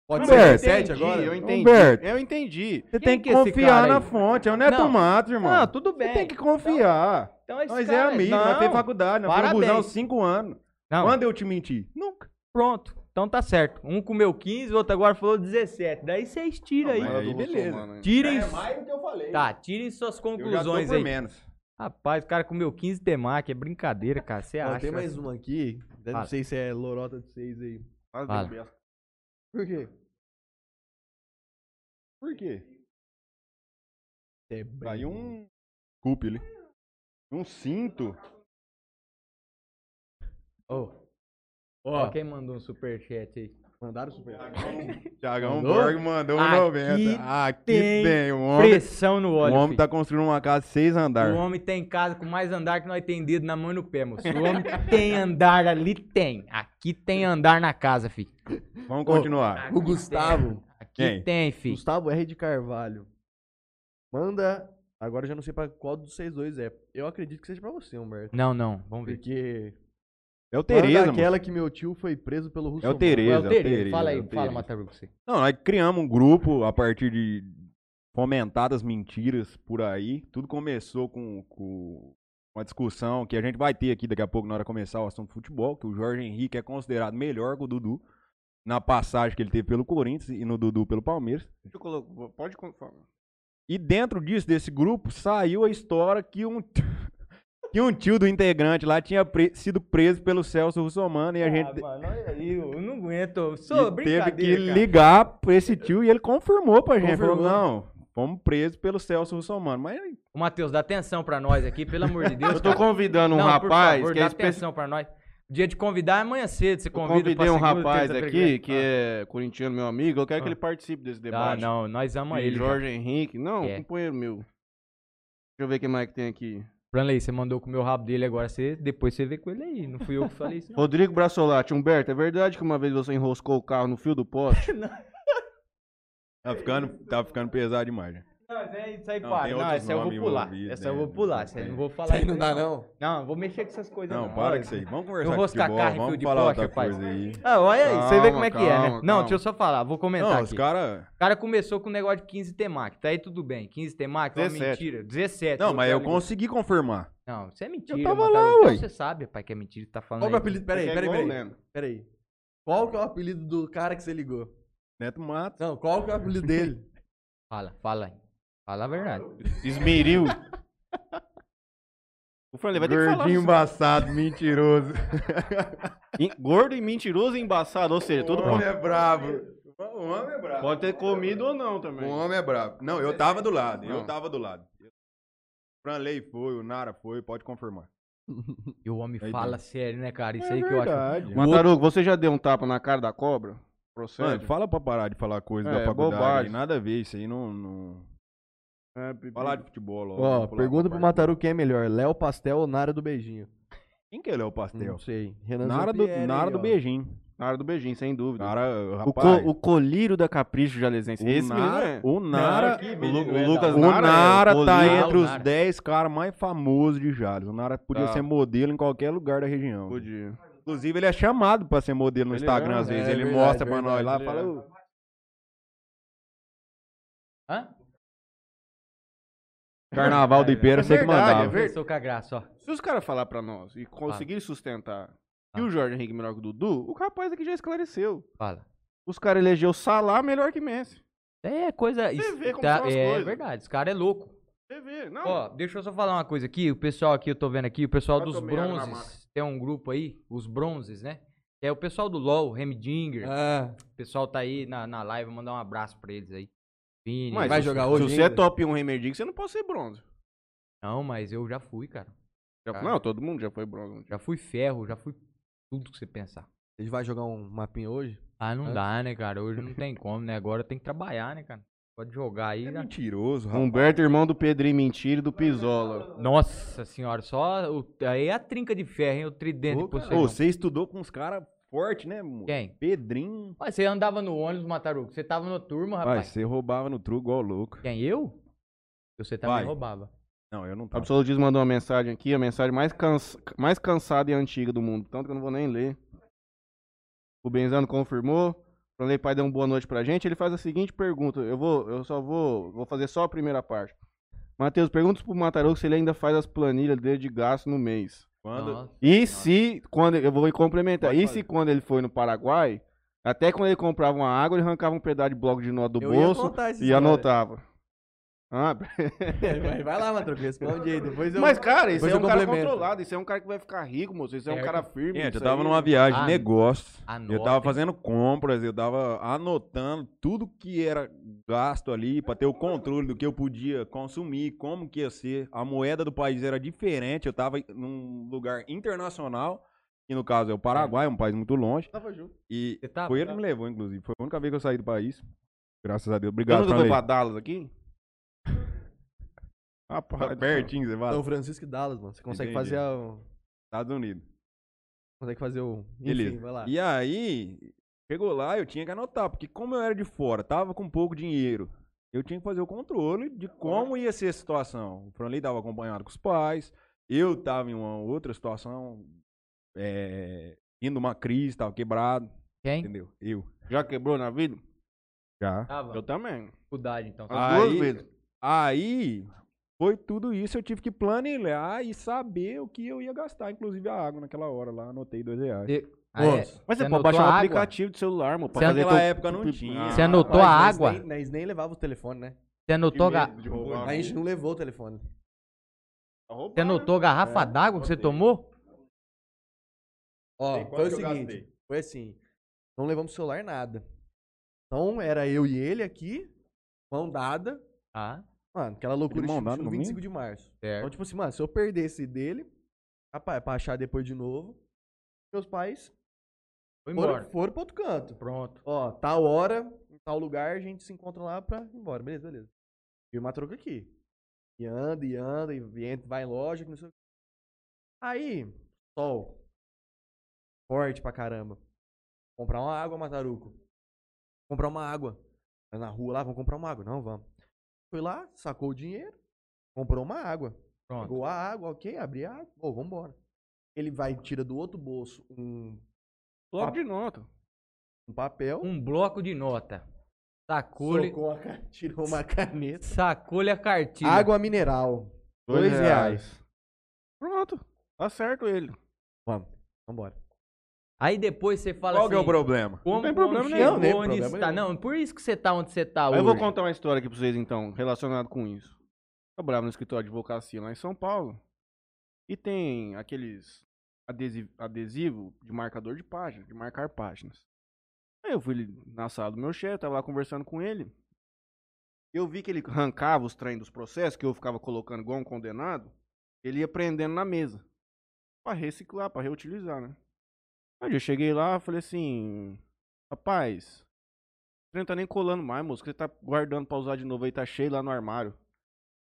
Speaker 1: Pode
Speaker 3: Humberto,
Speaker 1: ser 17
Speaker 2: Entendi,
Speaker 1: agora?
Speaker 2: Eu entendi.
Speaker 3: Humberto.
Speaker 2: Eu entendi.
Speaker 4: Quem
Speaker 3: Você tem
Speaker 4: que
Speaker 3: que,
Speaker 4: é esse cara
Speaker 3: confiar na
Speaker 4: aí?
Speaker 3: fonte. É o Neto
Speaker 4: Não.
Speaker 3: Matos, irmão.
Speaker 4: Não, tudo bem.
Speaker 3: Ah, Você tem que confiar.
Speaker 4: Então, esse
Speaker 3: nós
Speaker 4: cara-
Speaker 3: é amigo,
Speaker 4: não,
Speaker 3: nós fez faculdade, nós fomos
Speaker 4: Parabéns.
Speaker 3: busão 5 anos.
Speaker 4: Não,
Speaker 3: Quando eu te menti? Nunca.
Speaker 4: pronto. Então tá certo. Um comeu 15, o outro agora falou 17. Daí vocês tiram aí.
Speaker 3: Não, mas- aí, beleza.
Speaker 4: Tirem...
Speaker 3: do é que eu falei.
Speaker 4: Tá, tirem suas
Speaker 3: Eu já tô
Speaker 4: conclusões
Speaker 3: por
Speaker 4: aí.
Speaker 3: menos.
Speaker 4: Rapaz, o cara comeu 15 temaki, é brincadeira, cara. Você
Speaker 1: Ó,
Speaker 4: acha?
Speaker 1: tem mais um, uma aqui. Eu
Speaker 4: Fala.
Speaker 1: Não sei se é lorota de vocês aí.
Speaker 4: Fala.
Speaker 1: Por quê?
Speaker 3: Por quê?
Speaker 1: É
Speaker 3: Caiu um cupe ali. Um cinto.
Speaker 4: Ô. Ó, quem mandou um superchat aí?
Speaker 1: Mandaram super.
Speaker 3: Thiagão
Speaker 4: Mandou?
Speaker 3: Borg mandou um
Speaker 4: Aqui
Speaker 3: 90. Aqui
Speaker 4: tem
Speaker 3: tem. O Um homem,
Speaker 4: Pressão no
Speaker 3: o
Speaker 4: óleo.
Speaker 3: homem
Speaker 4: filho.
Speaker 3: tá construindo uma casa de seis
Speaker 4: O
Speaker 3: andares.
Speaker 4: homem tem casa com mais andar que nós tem dedo na mão e no pé, moço. O homem tem andar ali, tem. Aqui tem andar na casa, fi.
Speaker 3: Vamos continuar.
Speaker 1: O Gustavo.
Speaker 4: Aqui
Speaker 3: Quem?
Speaker 4: tem, fi.
Speaker 1: Gustavo R. de Carvalho. Manda. Agora eu já não sei pra qual dos vocês dois é. Eu acredito que seja pra você, Humberto.
Speaker 4: Não, não, vamos ver.
Speaker 1: Porque.
Speaker 3: É o
Speaker 1: Tereza.
Speaker 3: Tereza, mano.
Speaker 1: Aquela que meu tio foi preso pelo russo.
Speaker 3: É o
Speaker 4: Ué,
Speaker 3: Tereza.
Speaker 4: o Tereza,
Speaker 3: Tereza,
Speaker 4: fala aí,
Speaker 3: é o
Speaker 4: fala,
Speaker 3: Tereza.
Speaker 4: Mataru, você.
Speaker 3: Não, nós criamos um grupo a partir de fomentadas mentiras por aí. Tudo começou com, com uma discussão que a gente vai ter aqui daqui a pouco na hora de começar o assunto futebol, que o Jorge Henrique é considerado melhor que o Dudu na passagem que ele teve pelo Corinthians e no Dudu pelo Palmeiras.
Speaker 2: Deixa eu colocar. Pode falar.
Speaker 3: E dentro disso, desse grupo, saiu a história que um, *laughs* que um tio do integrante lá tinha pre- sido preso pelo Celso Russomano e a gente
Speaker 4: mano, olha aí, eu não aguento. eu
Speaker 3: e teve que ligar pra esse tio e ele confirmou pra gente. Falou,
Speaker 1: Confirmou.
Speaker 3: não, fomos presos pelo Celso Russomano. Mas
Speaker 4: O Matheus, dá atenção pra nós aqui, pelo amor de Deus.
Speaker 2: *laughs* Eu tô
Speaker 4: cara.
Speaker 2: convidando um
Speaker 4: Não, por
Speaker 2: rapaz
Speaker 4: favor,
Speaker 2: que é
Speaker 4: dá
Speaker 2: especialista.
Speaker 4: atenção pra nós. Dia de convidar é amanhã cedo, você
Speaker 2: Eu
Speaker 4: convida pra
Speaker 2: convidei um
Speaker 4: segunda,
Speaker 2: rapaz
Speaker 4: terça,
Speaker 2: aqui,
Speaker 4: terça.
Speaker 2: que é corintiano, meu amigo. Eu quero
Speaker 4: Ah.
Speaker 2: que ele participe desse
Speaker 4: Ah,
Speaker 2: debate.
Speaker 4: não, nós amamos
Speaker 2: De
Speaker 4: ele. cara.
Speaker 2: Jorge Henrique. Não,
Speaker 4: É.
Speaker 2: companheiro meu. Deixa eu ver quem mais que tem aqui.
Speaker 4: Franley, você mandou comer o rabo dele agora, você, depois você vê com ele aí. Não fui eu que falei isso. não.
Speaker 2: Rodrigo Braçolati. Humberto, é verdade que uma vez você enroscou o carro no fio do poste?
Speaker 4: *laughs*
Speaker 3: tá ficando, tá ficando pesado demais. né?
Speaker 4: *laughs* Não, essa aí- essa aí
Speaker 3: Não,
Speaker 4: para.
Speaker 3: tem
Speaker 4: Não,
Speaker 3: outros
Speaker 4: essa eu vou
Speaker 3: nomes
Speaker 4: pular.
Speaker 3: envolvidos,
Speaker 4: Essa eu
Speaker 3: né?
Speaker 4: vou pular.
Speaker 3: Não
Speaker 4: Essa eu
Speaker 3: tem.
Speaker 4: não vou falar.
Speaker 1: Não
Speaker 4: isso
Speaker 1: dá,
Speaker 4: aí,
Speaker 1: não.
Speaker 4: Não, eu vou mexer com essas coisas.
Speaker 3: Não,
Speaker 4: Não,
Speaker 3: para
Speaker 4: Olha.
Speaker 3: com isso aí. Vamos conversar
Speaker 4: Eu vou escacar
Speaker 3: futebol,
Speaker 4: refil
Speaker 3: vamos
Speaker 4: de
Speaker 3: falar
Speaker 4: brocha,
Speaker 3: outra
Speaker 4: pai.
Speaker 3: coisa aí.
Speaker 4: Ah, olha aí, você vê
Speaker 2: Calma,
Speaker 4: como é que é, né?
Speaker 2: calma,
Speaker 4: Não,
Speaker 2: calma.
Speaker 4: deixa eu só falar, vou comentar
Speaker 3: Não, os
Speaker 4: aqui.
Speaker 3: caras...
Speaker 4: O cara começou com um negócio de 15 temaki, tá aí tudo bem. 15 temaki, é uma
Speaker 2: 17.
Speaker 4: mentira. 17.
Speaker 3: Não, mas eu
Speaker 4: consigo.
Speaker 3: consegui confirmar.
Speaker 4: Não, isso é mentira.
Speaker 3: tava
Speaker 4: Mataru.
Speaker 3: lá,
Speaker 4: Então
Speaker 3: ué.
Speaker 4: Você sabe, pai, que é mentira, tá falando
Speaker 1: Qual que é o
Speaker 4: aí.
Speaker 1: apelido? Peraí,
Speaker 2: É
Speaker 1: peraí,
Speaker 2: igual o
Speaker 1: peraí.
Speaker 2: Leno.
Speaker 1: Peraí. Qual que é o apelido do cara que você ligou?
Speaker 3: Neto Matos.
Speaker 1: Não, qual que é o apelido dele?
Speaker 4: Fala, fala aí. Fala a verdade.
Speaker 2: Esmeril. o Franley vai ter que falar.
Speaker 3: Gordinho
Speaker 2: isso.
Speaker 3: embaçado, mentiroso.
Speaker 4: *laughs*
Speaker 2: Em- Gordo e mentiroso e embaçado. Ou seja, todo
Speaker 3: o homem
Speaker 2: mundo
Speaker 3: é bravo. O homem é bravo.
Speaker 2: pode ter comido ou não
Speaker 3: O
Speaker 2: também.
Speaker 3: homem é brabo. Não, eu tava do lado. Eu
Speaker 2: é Não.
Speaker 3: tava do lado. Franley foi, o Nara foi, pode confirmar.
Speaker 4: E o homem
Speaker 3: Aí É
Speaker 4: fala sério, né, cara? Isso aí que eu acho.
Speaker 3: verdade.
Speaker 2: Mataruco, você já deu um tapa na cara da cobra?
Speaker 3: Mano,
Speaker 2: Procede.
Speaker 3: fala pra parar de falar coisa
Speaker 2: É,
Speaker 3: da faculdade.
Speaker 2: bobagem.
Speaker 3: Nada a ver, isso aí não. não...
Speaker 2: É, pipi.
Speaker 3: Falar de futebol logo.
Speaker 1: Ó,
Speaker 3: vamos pular
Speaker 1: pergunta
Speaker 3: pra parte.
Speaker 1: pro Mataru quem é melhor, Léo Pastel ou Nara do Beijinho?
Speaker 3: Quem que ele é o pastel?
Speaker 1: Não sei. Renan
Speaker 3: Na hora do,
Speaker 1: Zampieri
Speaker 3: na hora
Speaker 1: aí,
Speaker 3: do
Speaker 1: ó.
Speaker 3: beijinho.
Speaker 2: Na hora do beijinho, sem dúvida.
Speaker 3: Cara,
Speaker 2: o,
Speaker 3: rapaz,
Speaker 2: co- o colírio da Capricho Jalesense. Esse
Speaker 3: o Nara,
Speaker 2: menino é.
Speaker 3: o Nara,
Speaker 2: O,
Speaker 3: o,
Speaker 2: Lu-
Speaker 3: Lu-
Speaker 2: o Lucas
Speaker 3: o
Speaker 2: é Nara,
Speaker 3: Nara
Speaker 2: é,
Speaker 3: tá
Speaker 2: colírio-
Speaker 3: entre os
Speaker 4: Nara.
Speaker 3: 10 caras mais famosos de Jales. O Nara podia
Speaker 2: Tá.
Speaker 3: ser modelo em qualquer lugar da região.
Speaker 2: Podia.
Speaker 3: Inclusive, ele é chamado pra ser modelo no
Speaker 2: Ele
Speaker 3: Instagram
Speaker 2: é,
Speaker 3: às vezes.
Speaker 1: é
Speaker 3: ele
Speaker 1: verdade,
Speaker 3: mostra pra nós
Speaker 1: verdade,
Speaker 3: lá
Speaker 2: ele
Speaker 3: fala.
Speaker 2: é.
Speaker 3: "Ô,
Speaker 4: Hã?
Speaker 3: Carnaval do Ipera,
Speaker 2: É
Speaker 3: sei que
Speaker 2: verdade,
Speaker 3: mandava.
Speaker 2: é ver-
Speaker 4: Sou com a graça, ó.
Speaker 2: Se os caras falar pra nós e conseguirem sustentar que o Jorge Henrique é melhor que o Dudu, o rapaz aqui já esclareceu.
Speaker 4: Fala.
Speaker 2: Os caras elegeu o Salá melhor que Messi.
Speaker 4: É coisa.
Speaker 2: Você vê como
Speaker 4: tá-
Speaker 2: são as
Speaker 4: é
Speaker 2: coisas.
Speaker 4: verdade, esse cara é louco.
Speaker 2: Você vê, não.
Speaker 4: Ó, deixa eu só falar uma coisa aqui. O pessoal aqui, eu tô vendo aqui, o pessoal
Speaker 2: Pode
Speaker 4: dos
Speaker 2: tomar água na
Speaker 4: bronzes. Tem um grupo aí, os bronzes, né? É o pessoal do LOL, Hemdinger.
Speaker 1: Ah,
Speaker 4: O pessoal tá aí na, na live, mandar um abraço pra eles aí. Vini,
Speaker 2: Mas
Speaker 1: vai
Speaker 2: se-
Speaker 1: jogar
Speaker 2: se
Speaker 1: hoje
Speaker 2: você é
Speaker 1: ainda?
Speaker 2: top 1 Remerdinho, você não pode ser bronze.
Speaker 4: Não, mas eu já fui, cara.
Speaker 2: Já-
Speaker 4: Ah.
Speaker 2: Não, todo mundo já foi bronze. um dia.
Speaker 4: Já fui ferro, já fui tudo que você pensar.
Speaker 1: ele vai jogar um mapinha hoje?
Speaker 4: Ah, não
Speaker 1: Antes.
Speaker 4: dá, né, cara? Hoje não tem como, né? Agora tem que trabalhar, né, cara? Pode jogar aí. né?
Speaker 3: É
Speaker 4: já-
Speaker 3: mentiroso, rapaz.
Speaker 2: Humberto, irmão do Pedrinho Mentira e do Pisola.
Speaker 4: Nossa senhora, só. o- Aí é a trinca de ferro, hein? O tridente
Speaker 1: Ô,
Speaker 4: de você.
Speaker 3: Ô, você estudou com uns caras fortes, né, moço?
Speaker 4: Quem?
Speaker 3: Pedrinho.
Speaker 4: Ué, você andava no ônibus, Mataruco. Você tava na turma,
Speaker 3: Rapaz,
Speaker 4: rapaz.
Speaker 3: você roubava no truco igual louco.
Speaker 4: Quem? Eu? Você também
Speaker 3: Vai.
Speaker 4: roubava.
Speaker 3: Não, eu não tava.
Speaker 2: Absolutismo mandou uma mensagem aqui, a mensagem mais, cansa- mais cansada e antiga do mundo. Tanto que eu não vou nem ler. O Benzano confirmou. Falei, pai, deu uma boa noite pra gente. Ele faz a seguinte pergunta. Eu vou, eu só vou, vou fazer só a primeira parte. Matheus, pergunta pro Mataruco se ele ainda faz as planilhas dele de gasto no mês.
Speaker 3: Quando...
Speaker 4: Nossa.
Speaker 2: E se, quando, eu vou complementar,
Speaker 3: Pode
Speaker 2: e
Speaker 3: fazer.
Speaker 2: se quando ele foi no Paraguai, até quando ele comprava uma água, ele arrancava um pedaço de bloco de nota do bolso
Speaker 1: contar essa
Speaker 2: e
Speaker 1: história.
Speaker 2: anotava. Ah,
Speaker 1: Vai- vai lá, Matroco, responde aí. Depois eu.
Speaker 2: mas, cara, isso
Speaker 1: depois
Speaker 2: é
Speaker 1: eu
Speaker 2: um cara
Speaker 1: complemento.
Speaker 2: controlado, isso é um cara que vai ficar rico, moço, isso é um
Speaker 4: Certo.
Speaker 2: cara firme.
Speaker 3: Gente, eu
Speaker 2: isso
Speaker 3: tava
Speaker 2: aí-
Speaker 3: numa viagem
Speaker 4: Ah,
Speaker 3: de negócio.
Speaker 4: Anota,
Speaker 3: Eu tava
Speaker 4: hein?
Speaker 3: fazendo compras, eu tava anotando tudo que era gasto ali pra ter o controle do que eu podia consumir, como que ia ser. A moeda do país era diferente, eu tava num lugar internacional, que no caso é o Paraguai, um país muito longe.
Speaker 2: Tava junto.
Speaker 3: E
Speaker 4: Você tá?
Speaker 3: foi ele que me levou, inclusive. Foi a única vez que eu saí do país. Graças a Deus.
Speaker 2: Você
Speaker 3: Obrigado,
Speaker 2: nunca foi
Speaker 3: Franley.
Speaker 2: pra Dallas aqui?
Speaker 3: Tá
Speaker 2: Rapaz,
Speaker 3: pertinho, você vai.
Speaker 1: São Francisco e Dallas, mano. Você consegue
Speaker 3: Entendi.
Speaker 1: fazer o.
Speaker 3: Estados Unidos.
Speaker 1: Consegue fazer o. Enfim,
Speaker 3: Beleza.
Speaker 1: vai lá.
Speaker 3: E aí, chegou lá, eu tinha que anotar, porque como eu era de fora, tava com pouco dinheiro, eu tinha que fazer o controle de como ia ser a situação. O Franley tava acompanhado com os pais, eu tava em uma outra situação, é, indo uma crise, tava quebrado,
Speaker 4: Quem?
Speaker 3: entendeu? Eu.
Speaker 2: Já quebrou na vida?
Speaker 3: Já.
Speaker 4: Tava.
Speaker 2: Eu também.
Speaker 4: Faculdade, então.
Speaker 2: As
Speaker 3: Aí-
Speaker 2: duas vezes.
Speaker 3: Aí, foi tudo isso, eu tive que planejar e saber o que eu ia gastar, inclusive a água naquela hora lá, anotei dois reais.
Speaker 4: Você- Ah,
Speaker 1: Ô,
Speaker 4: é.
Speaker 2: Mas você,
Speaker 4: Você
Speaker 2: pode
Speaker 4: anotou
Speaker 2: baixar um
Speaker 4: a água?
Speaker 2: aplicativo de celular, mano. pra
Speaker 4: Você-
Speaker 2: fazer
Speaker 3: Naquela
Speaker 2: teu-
Speaker 3: época não
Speaker 2: tu-
Speaker 3: tinha.
Speaker 4: Você
Speaker 2: Ah,
Speaker 4: anotou a
Speaker 1: Rapaz, nós
Speaker 4: água?
Speaker 1: nem- Nós nem levava o telefone, né?
Speaker 4: Você anotou, ga-
Speaker 2: medo de roubar.
Speaker 1: A gente não levou o telefone.
Speaker 3: Tá
Speaker 4: você anotou a garrafa
Speaker 3: É,
Speaker 4: d'água que você
Speaker 3: anotei.
Speaker 4: tomou?
Speaker 1: Ó,
Speaker 3: Sei quanto
Speaker 1: foi o
Speaker 3: que eu
Speaker 1: seguinte,
Speaker 3: gastei.
Speaker 1: foi assim, não levamos celular nada. Então era eu e ele aqui, mão dada,
Speaker 4: Ah,
Speaker 1: mano, aquela loucura
Speaker 3: De mão
Speaker 1: tipo,
Speaker 3: dada
Speaker 1: tipo,
Speaker 3: no
Speaker 1: 25 de março. Então
Speaker 4: certo.
Speaker 1: tipo assim, mano, se eu perdesse dele, rapaz, pra achar depois de novo, meus pais
Speaker 4: Foi
Speaker 1: foram,
Speaker 4: embora.
Speaker 1: foram pra outro canto.
Speaker 4: Pronto.
Speaker 1: Ó, tal hora, em tal lugar, a gente se encontra lá pra ir embora, beleza, beleza. E uma troca aqui. E anda, e anda, e entra, vai em loja, que não sei o quê. Aí, sol. Forte pra caramba. Comprar uma água, Mataruco. Comprar uma água. Tá Na rua lá, vamos comprar uma água. Não, vamos. Foi lá, sacou o dinheiro, comprou uma água.
Speaker 4: Pronto.
Speaker 1: Pegou a água, ok, abri a água. Pô, vambora. Ele vai, tira do outro bolso um,
Speaker 2: Bloco de nota.
Speaker 1: um papel.
Speaker 4: Um bloco de nota. Sacou-lhe
Speaker 1: Socou a ca- tirou uma caneta.
Speaker 4: sacou-lhe a cartilha.
Speaker 1: Água mineral. Dois
Speaker 2: Pronto. Tá certo ele.
Speaker 1: Vamos, vambora.
Speaker 4: Aí depois você fala
Speaker 3: Qual
Speaker 4: assim...
Speaker 3: que é o problema?
Speaker 4: Como,
Speaker 2: Não tem
Speaker 4: como
Speaker 2: problema
Speaker 4: chegou
Speaker 1: nenhum, né?
Speaker 4: onde
Speaker 1: Problema
Speaker 4: está?
Speaker 1: nenhum.
Speaker 4: Não, por isso que você tá onde você tá
Speaker 2: Aí
Speaker 4: hoje.
Speaker 2: eu vou contar uma história aqui pra vocês, então, relacionada com isso. Eu bravo no escritório de advocacia lá em São Paulo. E tem aqueles adesivo, adesivo de marcador de página, de marcar páginas. Aí eu fui ali na sala do meu chefe, tava lá conversando com ele. Eu vi que ele arrancava os trem dos processos, que eu ficava colocando igual um condenado. Ele ia prendendo na mesa. Pra reciclar, pra reutilizar, né? Aí eu cheguei lá, falei assim... Rapaz, você não tá nem colando mais, moço. que Você tá guardando pra usar de novo aí, tá cheio lá no armário.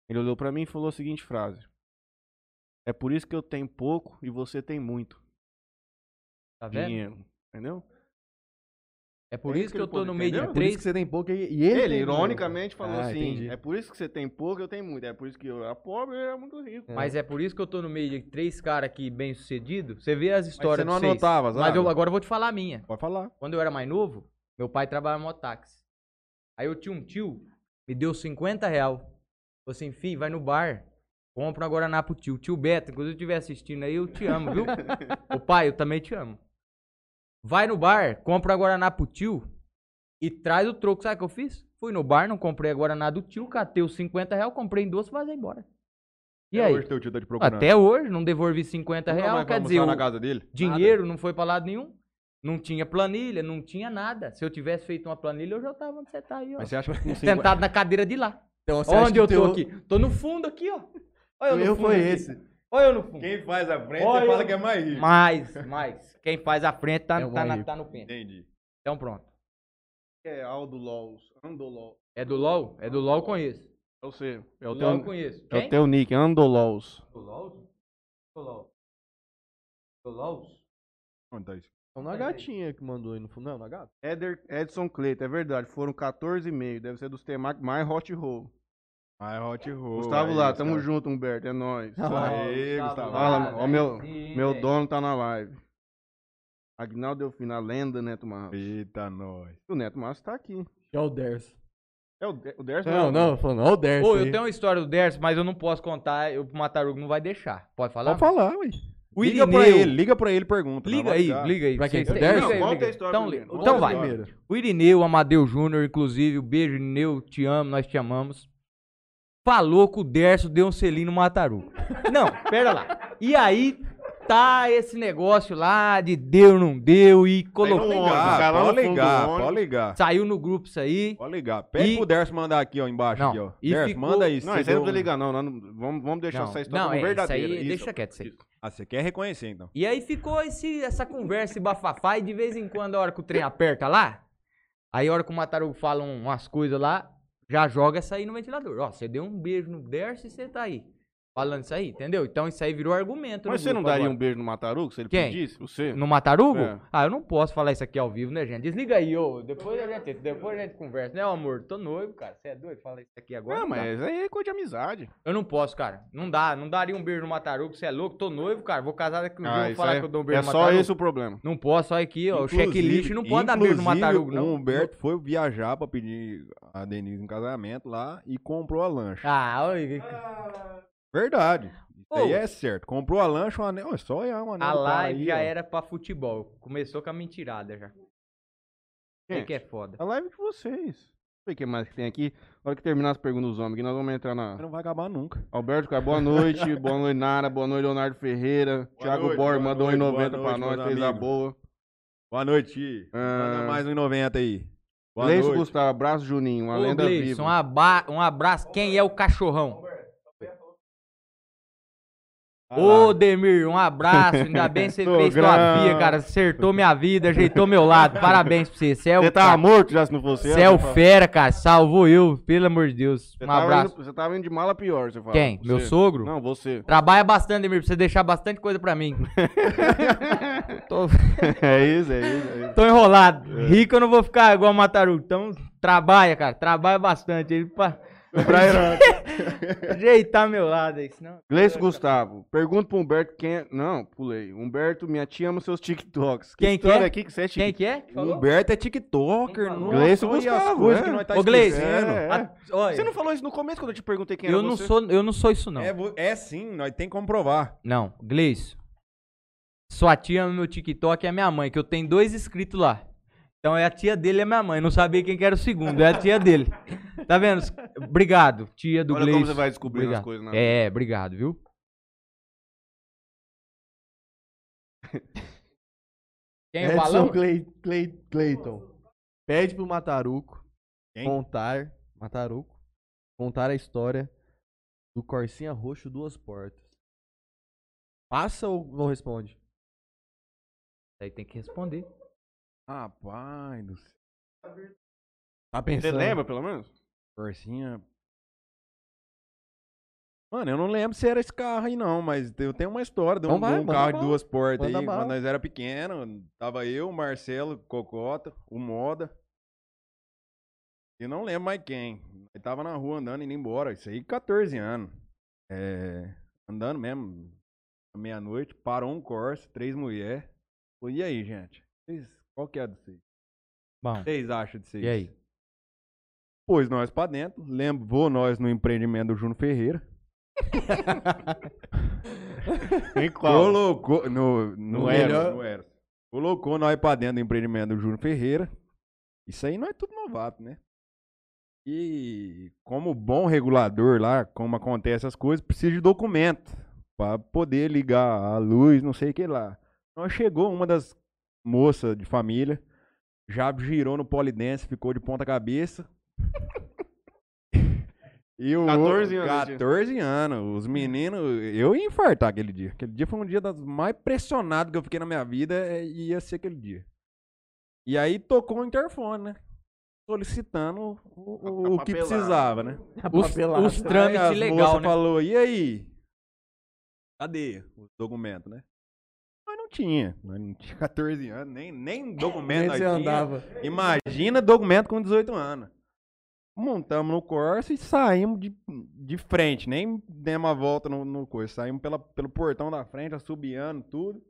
Speaker 2: Ele olhou pra mim e falou a seguinte frase. É por isso que eu tenho pouco e você tem muito
Speaker 4: Tá vendo?
Speaker 2: dinheiro. Entendeu?
Speaker 4: É por
Speaker 2: É
Speaker 4: isso
Speaker 2: isso
Speaker 4: que
Speaker 2: que
Speaker 4: eu
Speaker 2: ele
Speaker 4: tô
Speaker 2: pode-
Speaker 4: no meio
Speaker 2: entendeu?
Speaker 4: de
Speaker 2: Por
Speaker 1: Por isso
Speaker 4: três.
Speaker 1: que você tem pouco e e ele.
Speaker 2: Ele,
Speaker 1: tem muito.
Speaker 2: ironicamente, falou
Speaker 1: Ah,
Speaker 2: assim:
Speaker 1: entendi.
Speaker 2: é por isso que você tem pouco, eu tenho muito. É por isso que eu era pobre e eu era muito rico.
Speaker 4: Mas é por isso que eu tô no meio de três caras aqui bem sucedido. Você vê as
Speaker 3: Mas você
Speaker 4: histórias
Speaker 3: não
Speaker 4: de vocês.
Speaker 3: anotava, Zago?
Speaker 4: Mas eu, agora eu vou te falar a minha.
Speaker 3: Pode falar.
Speaker 4: Quando eu era mais novo, meu pai trabalhava no mototáxi. Aí eu tinha um tio, me deu 50 real. Falei assim, filho, vai no bar, compra uma Guaraná pro tio. Tio Beto, inclusive se estiver assistindo aí, eu te amo,
Speaker 3: *laughs*
Speaker 4: viu? Ô pai, eu também te amo. Vai no bar, compra uma Guaraná pro tio e traz o troco. Sabe o que eu fiz? Fui no bar, não comprei a Guaraná do tio, catei os 50 real, comprei em doce e vazei embora. E
Speaker 3: Até
Speaker 4: aí?
Speaker 3: Hoje teu tio tá te procurando.
Speaker 4: Até hoje, não devolvi 50
Speaker 3: Nunca mais
Speaker 4: real,
Speaker 3: foi
Speaker 4: quer
Speaker 3: almoçar
Speaker 4: dizer,
Speaker 3: na
Speaker 4: o
Speaker 3: casa dele?
Speaker 4: dinheiro não foi pra lado nenhum. Não tinha planilha, não tinha nada. Se eu tivesse feito uma planilha, eu já tava onde você tá aí, ó.
Speaker 3: Mas você acha
Speaker 2: *laughs*
Speaker 3: que com 50...
Speaker 4: Sentado na cadeira de lá.
Speaker 1: Então, você acha
Speaker 4: Onde
Speaker 1: que
Speaker 4: eu tô
Speaker 1: teu-
Speaker 4: aqui? Tô no fundo aqui, ó. Olha eu
Speaker 1: O
Speaker 4: no
Speaker 1: erro
Speaker 4: fundo
Speaker 1: foi
Speaker 4: aqui.
Speaker 1: esse.
Speaker 4: Olha eu no fundo.
Speaker 3: Quem faz a frente
Speaker 4: Olha.
Speaker 3: você fala que é mais rico.
Speaker 4: Mais, mais. Quem faz a frente tá,
Speaker 1: É o
Speaker 4: tá, na-
Speaker 1: Maíra.
Speaker 4: tá no pente.
Speaker 3: Entendi.
Speaker 4: Então pronto.
Speaker 2: É Aldo Lols, Andolols.
Speaker 4: É do LOL? É do LOL eu conheço.
Speaker 2: É o seu. É
Speaker 4: Do
Speaker 2: o
Speaker 4: LOL eu
Speaker 2: teu,
Speaker 4: conheço.
Speaker 2: é
Speaker 4: Quem?
Speaker 2: o teu nick, Andolols.
Speaker 4: Do LOL? Do LOL. Do LOL?
Speaker 3: Onde tá isso?
Speaker 1: Então, na gatinha que mandou aí no fundo. Não, na gata.
Speaker 2: Éder, Edson Cleito, é verdade. Foram 14,5. Deve ser dos temas mais hot roll.
Speaker 3: Ah, é hot roll.
Speaker 2: Gustavo
Speaker 3: aí,
Speaker 2: lá,
Speaker 3: esse
Speaker 2: tamo
Speaker 3: cara.
Speaker 2: junto, Humberto. É nóis.
Speaker 1: Ah, lá.
Speaker 3: Aê, Gustavo.
Speaker 2: Fala, ó, meu,
Speaker 4: Sim,
Speaker 2: meu
Speaker 4: velho.
Speaker 2: dono tá na live. Agnaldo Delfino, a lenda Neto Marros.
Speaker 3: Eita, nós.
Speaker 2: O Neto Marros tá aqui.
Speaker 1: É o Ders.
Speaker 2: É o, De- o Derson?
Speaker 1: Não, não, falando, ó o Ders.
Speaker 4: Ô, eu tenho uma história do Derso, mas eu não posso contar, eu, o Matarugo não vai deixar. Pode falar?
Speaker 3: Pode falar, ué.
Speaker 4: O
Speaker 3: liga pra
Speaker 4: Irineu-
Speaker 3: ele, liga pra ele e pergunta.
Speaker 4: Liga
Speaker 3: Nós
Speaker 4: aí,
Speaker 3: vamos ligar.
Speaker 4: liga aí.
Speaker 1: Pra quem
Speaker 4: Sim,
Speaker 1: que
Speaker 4: liga
Speaker 1: der?
Speaker 4: aí,
Speaker 1: Não,
Speaker 4: liga aí.
Speaker 2: conta a história
Speaker 4: Então,
Speaker 2: primeiro,
Speaker 4: li-
Speaker 2: conta
Speaker 4: então
Speaker 2: a
Speaker 4: vai.
Speaker 2: história.
Speaker 1: Primeiro.
Speaker 4: O Irineu, Amadeu Júnior, inclusive, o beijo, Irineu, te amo, nós te amamos. Falou que o Derso deu um selinho no Matarugo. Não, pera lá. E aí tá esse negócio lá de deu, não deu e
Speaker 3: Pode
Speaker 4: colocou.
Speaker 2: Aí não-
Speaker 3: ligar,
Speaker 2: Cara, lá no
Speaker 3: Ah, pode
Speaker 2: fundo do
Speaker 3: ligar,
Speaker 2: ônibus.
Speaker 3: pode ligar.
Speaker 4: Saiu no grupo isso aí.
Speaker 3: Pode ligar. Pede
Speaker 4: E-
Speaker 3: pro Derso mandar aqui, ó, embaixo.
Speaker 4: Não,
Speaker 3: Aqui, ó.
Speaker 4: e
Speaker 3: Derso,
Speaker 4: ficou-
Speaker 3: manda aí.
Speaker 2: né? Não,
Speaker 3: se
Speaker 2: isso aí não
Speaker 3: deu
Speaker 2: pode
Speaker 3: um-
Speaker 2: ligar, não. nós não- vamos, vamos deixar
Speaker 4: Não,
Speaker 2: essa história
Speaker 4: não,
Speaker 2: como
Speaker 4: é,
Speaker 2: verdadeira.
Speaker 4: Isso aí,
Speaker 2: isso.
Speaker 4: deixa quieto isso aí.
Speaker 3: Ah, você quer reconhecer, então.
Speaker 4: E aí ficou esse, essa conversa e bafafá, e de vez em quando, a hora que o trem aperta lá, aí a hora que o Matarugo fala um- umas coisas lá, já joga essa aí no ventilador. Ó, você deu um beijo no Derce e você tá aí. Falando isso aí, entendeu? Então isso aí virou argumento.
Speaker 2: Mas
Speaker 4: no
Speaker 2: você não
Speaker 4: grupo
Speaker 2: daria
Speaker 4: agora.
Speaker 2: um beijo no Matarugo se ele
Speaker 4: Quem?
Speaker 2: pedisse? Você?
Speaker 4: No Matarugo?
Speaker 2: É.
Speaker 4: Ah, eu não posso falar isso aqui ao vivo, né, gente? Desliga aí, ô. Depois a gente, depois a gente conversa, né, amor? Tô noivo, cara. Você é doido? Fala isso aqui agora.
Speaker 2: Não,
Speaker 4: dá.
Speaker 2: mas aí é coisa de amizade.
Speaker 4: Eu não posso, cara. Não dá. Não daria um beijo no Matarugo. Você é louco? Tô noivo, cara. Vou casar daqui a
Speaker 2: Ah,
Speaker 4: pouco.
Speaker 2: isso
Speaker 4: falar
Speaker 2: aí-
Speaker 4: que eu dou um beijo
Speaker 2: é
Speaker 4: no
Speaker 2: só
Speaker 4: Matarugo.
Speaker 2: esse o problema.
Speaker 4: Não posso, olha aqui, ó. o
Speaker 3: Inclusive-
Speaker 4: checklist não pode dar beijo no
Speaker 3: inclusive,
Speaker 4: matarugo, não.
Speaker 3: O Humberto foi viajar pra pedir a Denise em casamento lá e comprou a lancha.
Speaker 4: Ah, olha.
Speaker 3: Verdade. Isso
Speaker 4: Ô.
Speaker 3: aí é certo. Comprou a lancha, um anel. É só olhar um anel.
Speaker 4: A
Speaker 3: do cara
Speaker 4: live
Speaker 3: aí,
Speaker 4: já é-
Speaker 3: ó.
Speaker 4: era pra futebol. Começou com a mentirada já. O
Speaker 2: Gente.
Speaker 4: que é foda?
Speaker 2: A live de vocês. Não sei o que mais que tem aqui. Na hora que terminar as perguntas dos homens, que nós vamos entrar na.
Speaker 3: Não vai acabar nunca.
Speaker 2: Alberto, cara, boa
Speaker 1: *laughs*
Speaker 2: noite. boa noite, Nara. Boa noite, Leonardo Ferreira. Thiago
Speaker 3: noite,
Speaker 2: Borges
Speaker 3: boa
Speaker 2: mandou
Speaker 3: noite,
Speaker 2: 1,90
Speaker 3: boa
Speaker 2: pra nós,
Speaker 3: noite, meus
Speaker 2: fez a
Speaker 3: amigos.
Speaker 2: boa.
Speaker 3: Boa noite. Manda
Speaker 2: Ah.
Speaker 3: mais um 90 aí. Boa
Speaker 2: Gleison
Speaker 3: noite.
Speaker 2: Gustavo, abraço, Juninho. Uma
Speaker 4: Ô,
Speaker 2: lenda
Speaker 4: Gleison, um,
Speaker 2: viva.
Speaker 4: aba- um abraço. Quem é o cachorrão?
Speaker 3: Ah,
Speaker 4: Ô,
Speaker 3: lá.
Speaker 4: Demir, um abraço. Ainda bem que você fez tua
Speaker 2: Sogrão.
Speaker 4: via, cara. Acertou minha vida, ajeitou meu lado. Parabéns pra você. Você é o,
Speaker 2: Você tá tava
Speaker 4: cara-
Speaker 2: morto já se não fosse eu, né?
Speaker 4: você é o
Speaker 2: você fala.
Speaker 4: fera, cara. Salvou eu, pelo amor de Deus.
Speaker 2: Você
Speaker 4: Um
Speaker 2: tava
Speaker 4: abraço.
Speaker 2: Indo, você tava indo de mala pior, você fala.
Speaker 4: Quem?
Speaker 2: Você.
Speaker 4: Meu sogro?
Speaker 2: Não, *laughs* você.
Speaker 4: Trabalha bastante, Demir, pra você deixar bastante coisa pra mim. Tô...
Speaker 2: é isso, é isso. É isso.
Speaker 4: Tô enrolado. Rico eu não vou ficar igual Matarugo. Então, trabalha, cara. Trabalha bastante aí pra ajeitar meu lado aí, senão.
Speaker 2: Gleison Gustavo, pergunta pro Humberto quem é... Não, pulei. Humberto, minha tia ama seus TikToks.
Speaker 4: Quem que
Speaker 2: história
Speaker 4: é?
Speaker 2: aqui que você é
Speaker 4: Quem
Speaker 2: TikTok?
Speaker 4: que é? que falou?
Speaker 3: Humberto é TikToker,
Speaker 4: Quem
Speaker 3: não.
Speaker 4: falou?
Speaker 2: Gleison
Speaker 3: olha as
Speaker 2: Gustavo,
Speaker 3: coisas
Speaker 2: é?
Speaker 3: que nós tá
Speaker 4: Ô, Gleison,
Speaker 3: esquecendo.
Speaker 2: é.
Speaker 4: A- olha,
Speaker 2: Você não falou isso no começo quando eu te perguntei quem
Speaker 4: eu
Speaker 2: era
Speaker 4: não
Speaker 2: você?
Speaker 4: sou, eu não sou isso não.
Speaker 3: É, vo- é sim, nós tem que comprovar.
Speaker 4: Não, Gleison. Sua tia no meu TikTok é minha mãe, que eu tenho dois inscritos lá. Então é a tia dele é minha mãe. Não sabia quem que era o segundo, é a tia dele. Tá vendo? Obrigado, tia do
Speaker 2: Olha
Speaker 4: Gleison.
Speaker 2: como você vai descobrindo
Speaker 4: Obrigado.
Speaker 2: as coisas. né?
Speaker 4: É, obrigado,
Speaker 3: *laughs*
Speaker 4: viu? Quem é o balão?
Speaker 1: Edson Clay, Clay, Clayton. Pede pro Mataruco
Speaker 3: Quem?
Speaker 1: contar. Mataruco. Contar a história do Corsinha Roxo Duas Portas. Passa ou não responde?
Speaker 4: Aí tem que responder.
Speaker 3: Rapaz do céu.
Speaker 1: Tá
Speaker 2: Você
Speaker 1: pensando?
Speaker 2: lembra, pelo menos?
Speaker 3: Corsinha. Mano, eu não lembro se era esse carro aí, não, mas eu tenho uma história de um,
Speaker 1: Então vai,
Speaker 3: de um
Speaker 1: manda
Speaker 3: carro de
Speaker 1: bala.
Speaker 3: duas portas
Speaker 1: Manda
Speaker 3: aí.
Speaker 1: bala.
Speaker 3: Quando nós era pequeno, tava eu, o Marcelo, o Cocota, o Moda. E não lembro mais quem. Aí tava na rua andando, indo embora. Isso aí, 14 anos. É, andando mesmo, à meia-noite, parou um Corsa, três mulheres. Falei, e aí, gente? Vocês- qual que é a de vocês?
Speaker 4: Bom,
Speaker 3: Vocês acham de vocês?
Speaker 4: e aí?
Speaker 3: Pôs nós pra dentro, levou nós no empreendimento do Juno Ferreira.
Speaker 2: Em qual?
Speaker 3: Colocou. No, no,
Speaker 2: No
Speaker 3: melhor-
Speaker 2: Eros.
Speaker 3: no Eros. Colocou nós pra dentro do empreendimento do Júnior Ferreira. Isso aí não é tudo novato, né? E como bom regulador lá, como acontece as coisas, precisa de documento pra poder ligar a luz, não sei o que lá. Nós Então, chegou uma das moças de família, já girou no polidense, ficou de ponta cabeça. E o
Speaker 2: 14
Speaker 3: 14
Speaker 2: anos,
Speaker 3: anos.
Speaker 2: tio.
Speaker 3: 14 anos. Os meninos. Eu ia infartar aquele dia. Aquele dia foi um dia das mais pressionados que eu fiquei na minha vida. é, E ia ser aquele dia. E aí tocou o interfone, né? Solicitando o, o- o que
Speaker 2: papelada.
Speaker 3: precisava, né?
Speaker 1: Tá
Speaker 4: Os,
Speaker 1: Papelada.
Speaker 4: os trâmites
Speaker 3: Aí as
Speaker 4: legal,
Speaker 3: moça
Speaker 4: né?
Speaker 3: falou, e aí? Cadê o documento, né? Mas não tinha. Nós não tinha *laughs* 14 anos,
Speaker 4: *laughs*
Speaker 3: nem, nem documento nós
Speaker 1: Você
Speaker 3: tinha.
Speaker 1: andava.
Speaker 3: Imagina documento com 18 anos. Montamos no Corsa e saímos de, de frente. Nem demos a volta no, no Corsa. Saímos pela, pelo portão da frente, assobiando tudo.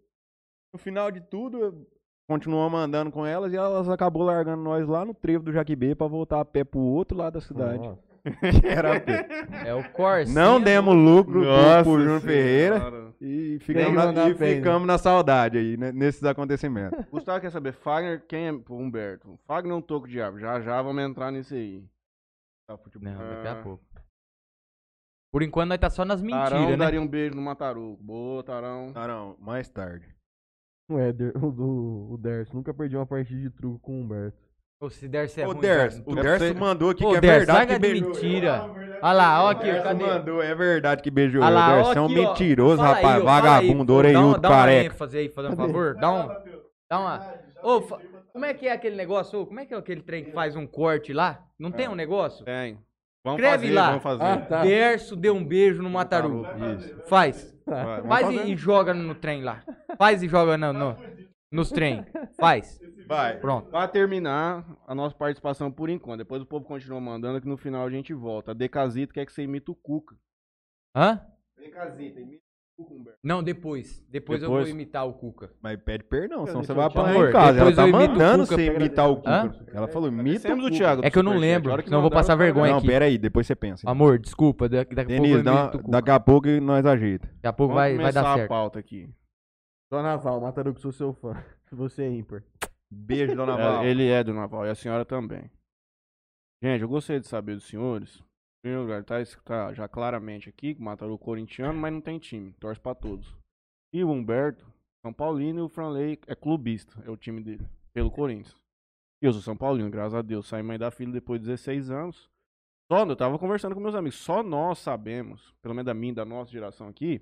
Speaker 3: No final de tudo, eu- continuamos andando com elas e elas acabou largando nós lá no trevo do Jaquibê pra voltar a pé pro outro lado da cidade.
Speaker 1: Nossa.
Speaker 3: *laughs* Era a pé.
Speaker 4: É o Corsa.
Speaker 3: Não demos lucro pro,
Speaker 2: Nossa
Speaker 3: pro
Speaker 2: Senhora.
Speaker 3: Júnior Ferreira. E ficamos,
Speaker 1: que
Speaker 3: na,
Speaker 1: mandar
Speaker 3: e
Speaker 1: bem, né?
Speaker 3: ficamos na saudade aí, né, nesses acontecimentos. *laughs*
Speaker 2: Gustavo quer saber, Fagner, quem é o Humberto? Fagner é um toco de árvore. Já já vamos entrar nisso aí.
Speaker 4: Não, daqui
Speaker 2: Ah.
Speaker 4: a pouco. Por enquanto nós tá só nas
Speaker 2: Tarão
Speaker 4: mentiras, né?
Speaker 2: daria um beijo no Mataruco. Boa, Tarão.
Speaker 3: Tarão, mais tarde.
Speaker 1: O Éder, o, do, o Derso, nunca perdi uma partida de truco com o Humberto.
Speaker 4: Ô, Se der, é
Speaker 3: O
Speaker 4: ruim,
Speaker 3: Derso,
Speaker 4: cara.
Speaker 3: o Derso mandou aqui
Speaker 4: Ô,
Speaker 3: que é
Speaker 4: Derso,
Speaker 3: verdade
Speaker 4: larga
Speaker 3: que
Speaker 4: de
Speaker 3: beijou.
Speaker 4: mentira. Olha lá, ó
Speaker 3: O
Speaker 4: aqui,
Speaker 3: Derso
Speaker 4: cadê?
Speaker 3: mandou, é verdade que beijou.
Speaker 4: Olha lá,
Speaker 3: o
Speaker 4: ó
Speaker 3: Derso é um
Speaker 4: aqui, ó.
Speaker 3: mentiroso,
Speaker 4: Fala
Speaker 3: rapaz.
Speaker 4: aí, ó, fala aí,
Speaker 3: vagabundo,
Speaker 4: pô.
Speaker 3: orelhudo,
Speaker 4: Dá uma, dá uma
Speaker 3: careca.
Speaker 4: ênfase aí, fazendo um favor. Dá uma, dá uma... Ô, fa- como é que é aquele negócio? Ô, como é que é aquele trem que faz um corte lá? Não tem um negócio?
Speaker 2: Tem. Vamos
Speaker 4: Escreve
Speaker 2: fazer,
Speaker 4: lá.
Speaker 2: vamos fazer.
Speaker 1: Ah, tá.
Speaker 4: Derso deu um beijo no Mataru.
Speaker 3: Tá Isso. Tá
Speaker 4: Faz.
Speaker 3: Vai, vamos
Speaker 4: Faz
Speaker 3: fazer.
Speaker 4: e, e joga no trem lá. Faz e joga no, no- nos trem. Faz.
Speaker 3: Vai.
Speaker 4: Pronto.
Speaker 2: Pra terminar a nossa participação por enquanto. Depois o povo continua mandando que no final a gente volta. A Decazito quer que você imita o Cuca.
Speaker 4: Hã?
Speaker 2: Decazito, imita o Cuca, Humberto.
Speaker 4: Não, depois. Depois, eu vou
Speaker 2: Depois?
Speaker 4: imitar o Cuca.
Speaker 3: Mas pede perdão, senão
Speaker 1: Deixa
Speaker 3: você
Speaker 1: eu
Speaker 3: vai
Speaker 1: te-
Speaker 3: apanhar
Speaker 4: Amor,
Speaker 3: em casa. Ela
Speaker 4: depois
Speaker 3: tá
Speaker 4: eu imito o
Speaker 3: mandando
Speaker 4: Cuca
Speaker 3: você
Speaker 1: pra
Speaker 3: imitar o
Speaker 1: agradecer.
Speaker 3: Cuca. Ela falou, imita o
Speaker 2: Temos o
Speaker 3: Cuca.
Speaker 2: Thiago. do
Speaker 4: É que eu não
Speaker 2: Superchat.
Speaker 4: lembro,
Speaker 2: A hora que
Speaker 4: senão eu vou
Speaker 2: mandaram,
Speaker 4: passar
Speaker 2: eu tava
Speaker 4: vergonha.
Speaker 2: gravando.
Speaker 3: Não,
Speaker 4: aqui.
Speaker 3: pera aí, depois você pensa.
Speaker 4: Amor, desculpa. da- Daqui,
Speaker 2: um
Speaker 4: a pouco eu
Speaker 3: Denise, dá-
Speaker 4: imito o Cuca.
Speaker 3: daqui a pouco nós ajeita.
Speaker 4: Daqui a pouco
Speaker 2: Vamos
Speaker 4: vai, vai dar
Speaker 2: começar a
Speaker 4: certo.
Speaker 2: pauta aqui.
Speaker 1: Dona Val, Mataruco, sou seu fã.
Speaker 4: *laughs*
Speaker 1: Você é ímpar.
Speaker 3: Beijo,
Speaker 2: *laughs*
Speaker 3: dona
Speaker 2: É,
Speaker 3: Val.
Speaker 2: ele é do Naval e a senhora também. Gente, eu gostaria de saber dos senhores. Em primeiro lugar, tá, es- tá já claramente aqui que o Mataru é corintiano, mas não tem time, torce pra todos. E o Humberto, São Paulino, e o Franley é clubista, é o time dele, pelo Corinthians. E eu sou São Paulino, graças a Deus, saí mãe da filha depois de 16 anos. Só, eu tava conversando com meus amigos, só nós sabemos, pelo menos da minha, da nossa geração aqui,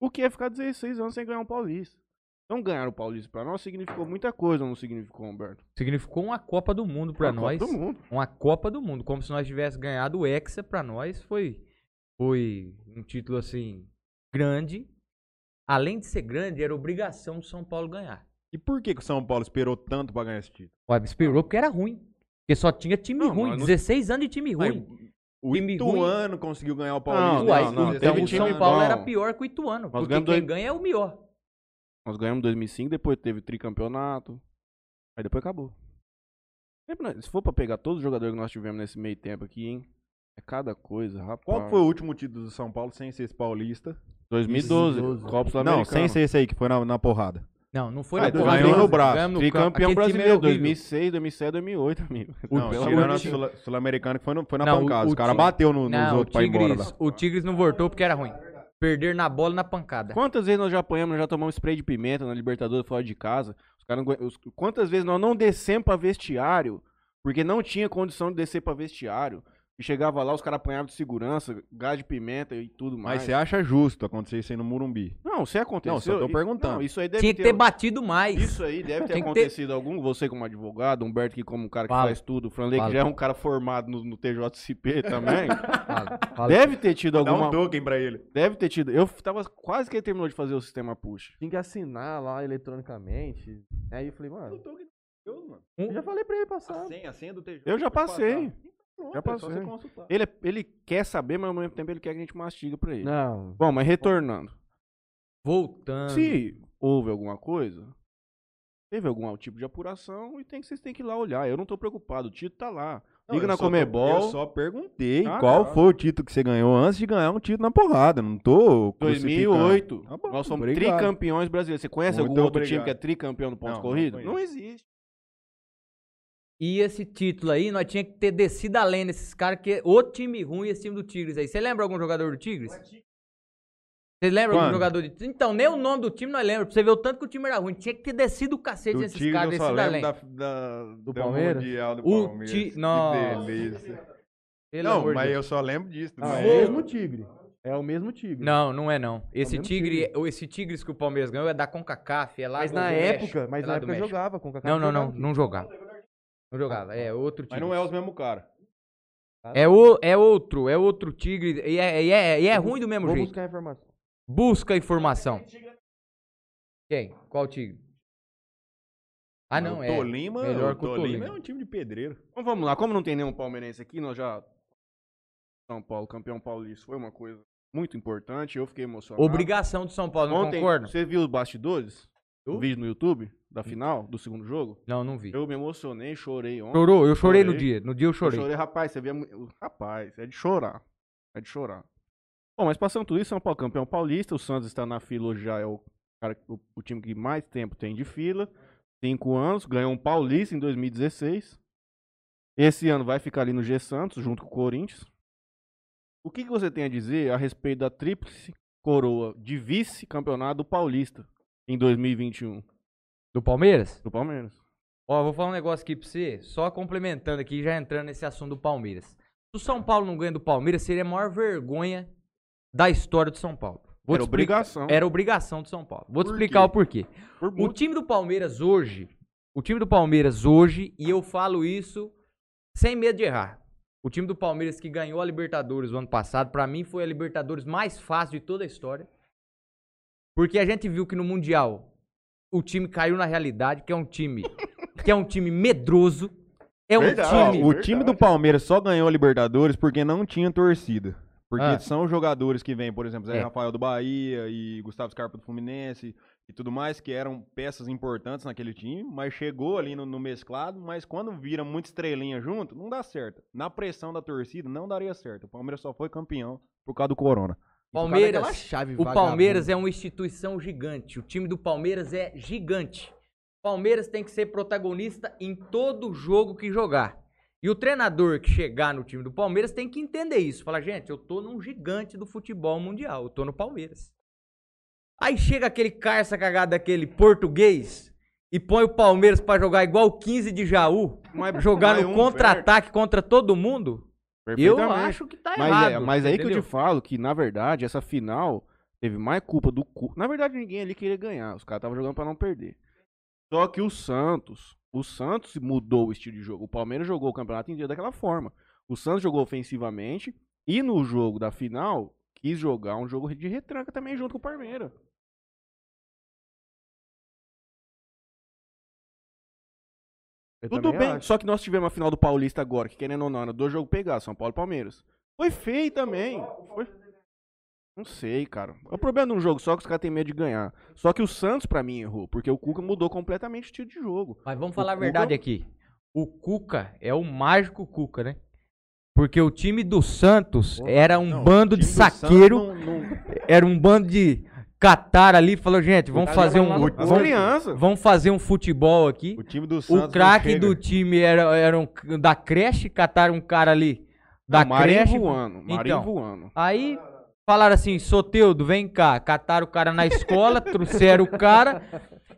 Speaker 2: o que é ficar 16 anos sem ganhar um paulista. Então ganhar o paulista pra nós significou muita coisa, não significou, Humberto?
Speaker 4: Significou uma Copa do Mundo pra
Speaker 2: Uma Copa
Speaker 4: nós.
Speaker 2: do Mundo.
Speaker 4: Uma Copa do Mundo. Como se nós tivéssemos ganhado o Hexa pra nós. Foi, foi um título assim grande. Além de ser grande, era obrigação do São Paulo ganhar.
Speaker 3: E por que, que o São Paulo esperou tanto pra ganhar esse título?
Speaker 4: O Web esperou porque era ruim. Porque só tinha time
Speaker 2: Não,
Speaker 4: ruim.
Speaker 2: mas não-
Speaker 4: 16 anos de time
Speaker 3: Mas
Speaker 4: ruim.
Speaker 3: O
Speaker 4: Time ruim.
Speaker 3: Ituano conseguiu ganhar o
Speaker 2: Não,
Speaker 3: Paulista.
Speaker 4: Uai,
Speaker 2: não, não,
Speaker 4: então
Speaker 2: teve
Speaker 4: o
Speaker 2: time
Speaker 4: São Paulo
Speaker 2: bom.
Speaker 4: era pior que o Ituano.
Speaker 2: Nós
Speaker 4: Porque quem
Speaker 2: ganhamos dois-
Speaker 4: ganha é o pior.
Speaker 2: Nós ganhamos em 2005, depois teve tricampeonato. Aí depois acabou. Sempre nós- Se for pra pegar todos os jogadores que nós tivemos nesse meio tempo aqui, hein? É cada coisa, rapaz.
Speaker 3: Qual que foi o último título do São Paulo sem ser esse paulista?
Speaker 2: 2012,
Speaker 1: 2012.
Speaker 2: Copa Sul-Americana.
Speaker 3: Não, sem ser esse aí que foi na, na porrada.
Speaker 4: Não, não foi
Speaker 3: Ah,
Speaker 4: na
Speaker 3: então
Speaker 4: Copa
Speaker 3: ganhou
Speaker 4: do
Speaker 3: no
Speaker 4: Mundo,
Speaker 3: braço.
Speaker 4: ganhamos no campo.
Speaker 2: Tricampeão
Speaker 4: Aquele time era
Speaker 2: brasileiro,
Speaker 4: horrível.
Speaker 2: 2006, 2007, 2008,
Speaker 4: *laughs*
Speaker 2: amigo.
Speaker 4: O-
Speaker 3: não,
Speaker 4: pelo
Speaker 3: tirando
Speaker 4: amor
Speaker 3: a
Speaker 4: de
Speaker 3: Sul- Sul-Americana que foi, no- foi na
Speaker 4: Não,
Speaker 3: pancada.
Speaker 4: o-
Speaker 3: Os caras
Speaker 4: o-
Speaker 3: bateu no- nos
Speaker 4: Não, o
Speaker 3: outros pra ir embora lá.
Speaker 4: Tigres, o Tigres não voltou porque era ruim. Perder na bola e na pancada.
Speaker 2: Quantas vezes nós já apanhamos, já tomamos spray de pimenta na Libertadores fora de casa? Os cara não agu- os- quantas vezes nós não descemos pra vestiário? Porque não tinha condição de descer pra vestiário. E chegava lá, os caras apanhavam de segurança, gás de pimenta e tudo mais.
Speaker 3: Mas você acha justo acontecer isso aí no Murumbi?
Speaker 2: Não, se aconteceu.
Speaker 3: Não, só tô
Speaker 2: e-
Speaker 3: perguntando.
Speaker 2: não, isso aí deve
Speaker 4: Tinha que ter batido mais.
Speaker 2: Isso aí
Speaker 4: *laughs*
Speaker 2: deve ter
Speaker 4: Tem que ter-
Speaker 2: acontecido algum, você como advogado, Humberto que como um cara que
Speaker 4: Fala.
Speaker 2: faz tudo, o Franley que
Speaker 4: Fala.
Speaker 2: já é um cara formado no, no
Speaker 4: *laughs*
Speaker 2: TJCP também.
Speaker 4: Fala, fala.
Speaker 2: deve ter tido
Speaker 3: Dá um
Speaker 2: alguma,
Speaker 3: token pra ele.
Speaker 2: deve ter tido. Eu tava quase que ele terminou de fazer o sistema push.
Speaker 1: Tinha que assinar lá eletronicamente. Aí eu falei,
Speaker 3: um
Speaker 1: mano,
Speaker 3: Deus, mano.
Speaker 4: Um
Speaker 1: eu já falei pra ele passar.
Speaker 4: Assim?
Speaker 3: senha, a senha do TJ.
Speaker 2: Eu já passei. Já passei.
Speaker 3: é consultar.
Speaker 2: Ele, é- ele quer saber, mas ao mesmo tempo ele quer que a gente mastiga pra ele.
Speaker 1: Não,
Speaker 2: Bom, mas retornando.
Speaker 4: Voltando.
Speaker 2: Se houve alguma coisa, teve algum tipo de apuração e tem que vocês têm que ir lá olhar. Eu não tô preocupado, o Tito tá lá.
Speaker 3: Não,
Speaker 2: Liga
Speaker 3: eu
Speaker 2: na
Speaker 3: só- Eu
Speaker 2: Comebol.
Speaker 3: só perguntei
Speaker 2: Ah,
Speaker 3: qual
Speaker 2: tá.
Speaker 3: foi o título que você ganhou antes de ganhar um título na porrada. Não tô. crucificando.
Speaker 2: 2008.
Speaker 3: Tá bom,
Speaker 2: Nós somos
Speaker 3: obrigado.
Speaker 2: tricampeões brasileiros. Você conhece
Speaker 3: Muito
Speaker 2: algum outro
Speaker 3: obrigado.
Speaker 2: time que é tricampeão no ponto
Speaker 3: Não, não
Speaker 2: corrido? Não,
Speaker 3: conheço.
Speaker 2: existe.
Speaker 4: E esse título aí, nós tinha que ter descido além desses caras, que é o time ruim esse time do Tigres aí. Você lembra algum jogador do Tigres? Você lembra algum
Speaker 3: Quando?
Speaker 4: jogador de Então, nem o nome do time nós lembra. Pra você ver o tanto que o time era ruim. Tinha que ter descido o cacete
Speaker 3: Do
Speaker 4: desses
Speaker 3: Tigres
Speaker 4: caras,
Speaker 3: eu só
Speaker 4: descido além.
Speaker 3: lembro da, da, do
Speaker 1: Palmeiras?
Speaker 3: Mundial do
Speaker 4: O
Speaker 3: Palmeiras.
Speaker 4: Ti-
Speaker 3: Que
Speaker 4: Nossa.
Speaker 3: delícia.
Speaker 4: Pelo
Speaker 3: Não,
Speaker 4: amor de
Speaker 3: mas
Speaker 4: Deus.
Speaker 3: eu só lembro disso.
Speaker 1: não,
Speaker 3: mas
Speaker 1: é o mesmo tigre. É o mesmo tigre.
Speaker 4: Ah, Não, não é não. Esse
Speaker 1: mesmo
Speaker 4: tigre, ou esse Tigres que o Palmeiras ganhou é da CONCACAF, é lá
Speaker 1: Mas
Speaker 4: do
Speaker 1: na
Speaker 4: do
Speaker 1: época,
Speaker 4: México,
Speaker 1: mas
Speaker 4: é
Speaker 1: na
Speaker 4: lá do
Speaker 1: época
Speaker 4: México.
Speaker 1: jogava com o Kaká.
Speaker 4: Não, não, não, não jogava. Não jogava, é outro
Speaker 3: Mas
Speaker 4: Tigres.
Speaker 3: não é os mesmos caras.
Speaker 4: É, o, é outro, é outro Tigre, e é, e é, e é ruim do mesmo
Speaker 1: Vou
Speaker 4: jeito.
Speaker 1: buscar a informação.
Speaker 4: Busca informação. Quem? Qual tigre? Ah, não,
Speaker 3: o
Speaker 4: é.
Speaker 3: Tolima,
Speaker 4: melhor
Speaker 3: o
Speaker 4: que o
Speaker 3: Tolima
Speaker 4: Tolima.
Speaker 3: é um time de pedreiro.
Speaker 2: Então vamos lá. Como não tem nenhum palmeirense aqui, nós já. São Paulo, campeão paulista, foi uma coisa muito importante. Eu fiquei emocionado.
Speaker 4: Obrigação do São Paulo, não
Speaker 2: Ontem,
Speaker 4: concorda?
Speaker 2: você viu os bastidores?
Speaker 4: Eu?
Speaker 2: O vídeo no YouTube da final, do segundo jogo?
Speaker 4: Não, não vi.
Speaker 2: Eu me emocionei, chorei ontem.
Speaker 4: Chorou? Eu chorei no
Speaker 2: Chorei.
Speaker 4: dia. No dia eu
Speaker 2: Eu
Speaker 4: chorei.
Speaker 2: chorei, rapaz, você via. mu- Rapaz, é de chorar. É de chorar. Bom, mas passando tudo isso, São Paulo campeão paulista. O Santos está na fila hoje, já é o, cara, o, o time que mais tempo tem de fila. Cinco anos, ganhou um paulista em 2016. Esse ano vai ficar ali no G Santos, junto com o Corinthians. O que, que você tem a dizer a respeito da tríplice coroa de vice-campeonato paulista em 2021
Speaker 4: Do Palmeiras?
Speaker 2: do Palmeiras?
Speaker 4: Ó, vou falar um negócio aqui pra você, só complementando aqui, já entrando nesse assunto do Palmeiras. Se o São Paulo não ganha do Palmeiras, seria a maior vergonha da história do São Paulo. Vou
Speaker 2: Era
Speaker 4: te explicar- É,
Speaker 2: obrigação.
Speaker 4: Era obrigação do São Paulo. Vou te
Speaker 3: Por
Speaker 4: explicar
Speaker 3: quê?
Speaker 4: o porquê.
Speaker 2: Por
Speaker 4: O time do Palmeiras hoje, o time do Palmeiras hoje, e eu falo isso sem medo de errar. O time do Palmeiras que ganhou a Libertadores o ano passado, pra mim foi a Libertadores mais fácil de toda a história. Porque a gente viu que no Mundial o time caiu na realidade, que é um time que é um time medroso, é um
Speaker 2: Verdade.
Speaker 3: Ó,
Speaker 4: time
Speaker 3: Ah, o time do Palmeiras só ganhou a Libertadores porque não tinha torcida. Porque
Speaker 4: Ah.
Speaker 3: são jogadores que vêm, por exemplo, Zé
Speaker 4: É.
Speaker 3: Rafael do Bahia e Gustavo Scarpa do Fluminense e tudo mais, que eram peças importantes naquele time, mas chegou ali no, no mesclado, mas quando vira muita estrelinha junto, não dá certo. Na pressão da torcida, não daria certo. O Palmeiras só foi campeão por causa do Corona.
Speaker 4: Palmeiras,
Speaker 1: chave
Speaker 4: O Palmeiras é uma instituição gigante. O time do Palmeiras é gigante. O Palmeiras tem que ser protagonista em todo jogo que jogar. E o treinador que chegar no time do Palmeiras tem que entender isso. Falar, gente, eu tô num gigante do futebol mundial, eu tô no Palmeiras. Aí chega aquele carça cagado daquele português e põe o Palmeiras pra jogar igual o 15 de Jaú,
Speaker 2: Mas-
Speaker 4: jogar
Speaker 2: mas
Speaker 4: no
Speaker 2: um
Speaker 4: contra-ataque contra todo mundo.
Speaker 2: perde.
Speaker 4: Eu
Speaker 2: Perfeitamente.
Speaker 4: acho que tá
Speaker 2: Mas,
Speaker 4: errado.
Speaker 2: é, mas aí que eu
Speaker 4: entendeu?
Speaker 2: te falo que, na verdade, essa final teve mais culpa do cu. Na verdade, ninguém ali queria ganhar. Os caras estavam jogando pra não perder. Só que o Santos, o Santos mudou o estilo de jogo. O Palmeiras jogou o campeonato inteiro daquela forma. O Santos jogou ofensivamente e no jogo da final quis jogar um jogo de retranca também junto com o Palmeiras. Tudo bem, só que nós tivemos a final do Paulista agora, que querendo ou não, era dois jogos pegados, São Paulo e Palmeiras. Foi feio também. Foi- Não sei, cara. O problema de um jogo só é que os caras têm medo de ganhar. Só que o Santos, pra mim, errou, porque o Cuca mudou completamente o estilo de jogo.
Speaker 4: Mas vamos falar a
Speaker 2: Cuca-
Speaker 4: verdade aqui. O Cuca é o mágico Cuca, né? Porque o time do Santos era um
Speaker 3: Não,
Speaker 4: bando
Speaker 3: o
Speaker 4: de
Speaker 3: time do Santos
Speaker 4: saqueiro,
Speaker 3: não- não-
Speaker 4: era um bando de catar ali, falou, gente, vamos
Speaker 1: cara
Speaker 4: fazer
Speaker 1: jogava
Speaker 4: um
Speaker 1: lá
Speaker 2: As
Speaker 4: vamos,
Speaker 2: crianças.
Speaker 4: vamos fazer um futebol aqui.
Speaker 3: o time do Santos.
Speaker 4: O
Speaker 3: não
Speaker 4: craque
Speaker 3: chega.
Speaker 4: do time era, era um, da creche, cataram um cara ali da
Speaker 2: o Marinho
Speaker 4: creche.
Speaker 2: voando. Marinho
Speaker 4: Então.
Speaker 2: voando.
Speaker 4: Aí falaram assim, Soteudo, vem cá. Cataram o *laughs* cara na escola, trouxeram o cara.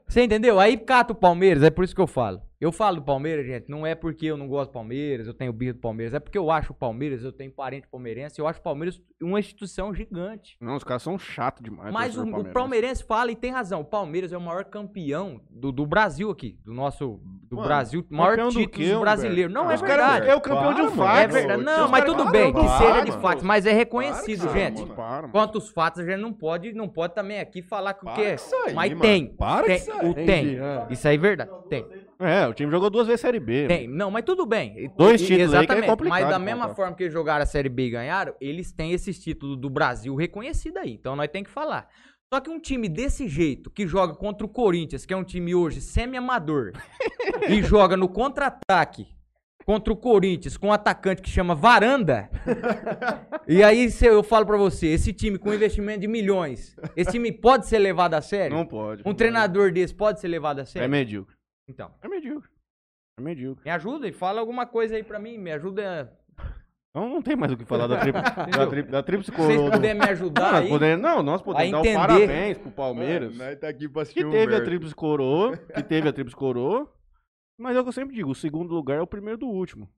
Speaker 4: Você entendeu? Aí cata o Palmeiras, é por isso que eu falo. Eu falo do Palmeiras, gente, não é porque eu não gosto do Palmeiras, eu tenho birra do Palmeiras, é porque eu acho o Palmeiras, eu tenho parente palmeirense, eu acho o Palmeiras uma instituição gigante.
Speaker 2: Não, os caras são chatos demais.
Speaker 4: Mas o,
Speaker 2: é torcedor
Speaker 4: o
Speaker 2: palmeirense.
Speaker 4: palmeirense fala e tem razão. O Palmeiras é o maior campeão do, do Brasil aqui, do nosso do
Speaker 2: Mano,
Speaker 4: Brasil, maior
Speaker 2: campeão do
Speaker 4: título
Speaker 2: quê,
Speaker 4: brasileiro.
Speaker 2: Humberto?
Speaker 4: Não,
Speaker 2: Ah,
Speaker 4: é
Speaker 2: os caras-
Speaker 4: verdade.
Speaker 2: É o campeão de um
Speaker 3: Para,
Speaker 2: fato.
Speaker 4: é verdade. Não,
Speaker 2: Os
Speaker 4: mas
Speaker 2: caras-
Speaker 4: tudo
Speaker 2: para,
Speaker 4: bem, que
Speaker 2: para,
Speaker 4: seja de
Speaker 2: mano.
Speaker 4: fatos, mas é
Speaker 3: Para,
Speaker 4: reconhecido,
Speaker 3: cara,
Speaker 4: gente.
Speaker 3: mano.
Speaker 2: Para, Ah, mano.
Speaker 4: Quanto os fatos, a gente não pode, não pode também aqui falar que o que
Speaker 3: Para
Speaker 4: é.
Speaker 3: com isso aí,
Speaker 4: Mas
Speaker 3: mano.
Speaker 4: tem.
Speaker 3: Para
Speaker 4: tem,
Speaker 3: com isso aí.
Speaker 4: o tem.
Speaker 1: Entendi, é.
Speaker 4: Isso aí é verdade. Tem.
Speaker 2: É, o time jogou duas vezes Série B.
Speaker 4: Tem, não, mas tudo bem.
Speaker 2: Dois
Speaker 4: E-
Speaker 2: títulos aí que é
Speaker 4: Exatamente.
Speaker 2: complicado
Speaker 4: mas da
Speaker 2: de
Speaker 4: mesma
Speaker 2: contar.
Speaker 4: forma que eles jogaram a Série B e ganharam, eles têm esses títulos do Brasil reconhecido aí. Então nós tem que falar. Só que um time desse jeito, que joga contra o Corinthians, que é um time hoje
Speaker 2: *laughs*
Speaker 4: semi-amador, e joga no contra-ataque contra o Corinthians com um atacante que chama Varanda. e aí se eu falo pra você, esse time com investimento de milhões, esse time pode ser levado a sério?
Speaker 2: Não pode.
Speaker 4: um treinador desse pode ser levado a
Speaker 2: É
Speaker 4: sério?
Speaker 2: medíocre.
Speaker 4: Então.
Speaker 2: É medíocre. É medíocre.
Speaker 4: Me ajuda e fala alguma coisa aí pra mim. Me ajuda.
Speaker 2: Então não tem mais o que falar da tri- da tri- da Tríplice
Speaker 4: Se vocês
Speaker 2: Coroa. do- Ah,
Speaker 4: puderem me
Speaker 2: Não, *laughs*
Speaker 4: ajudar
Speaker 2: nós
Speaker 4: aí.
Speaker 2: podemos- não, nós
Speaker 4: a
Speaker 2: podemos dar
Speaker 4: entender.
Speaker 2: um parabéns pro Palmeiras.
Speaker 3: Mano, nós tá aqui pra
Speaker 2: que
Speaker 3: assistir o
Speaker 2: teve a
Speaker 3: Humberto.
Speaker 2: Tríplice Coroa. Que teve a Tríplice Coroa. Mas é o que eu sempre digo: o segundo lugar é o primeiro do último.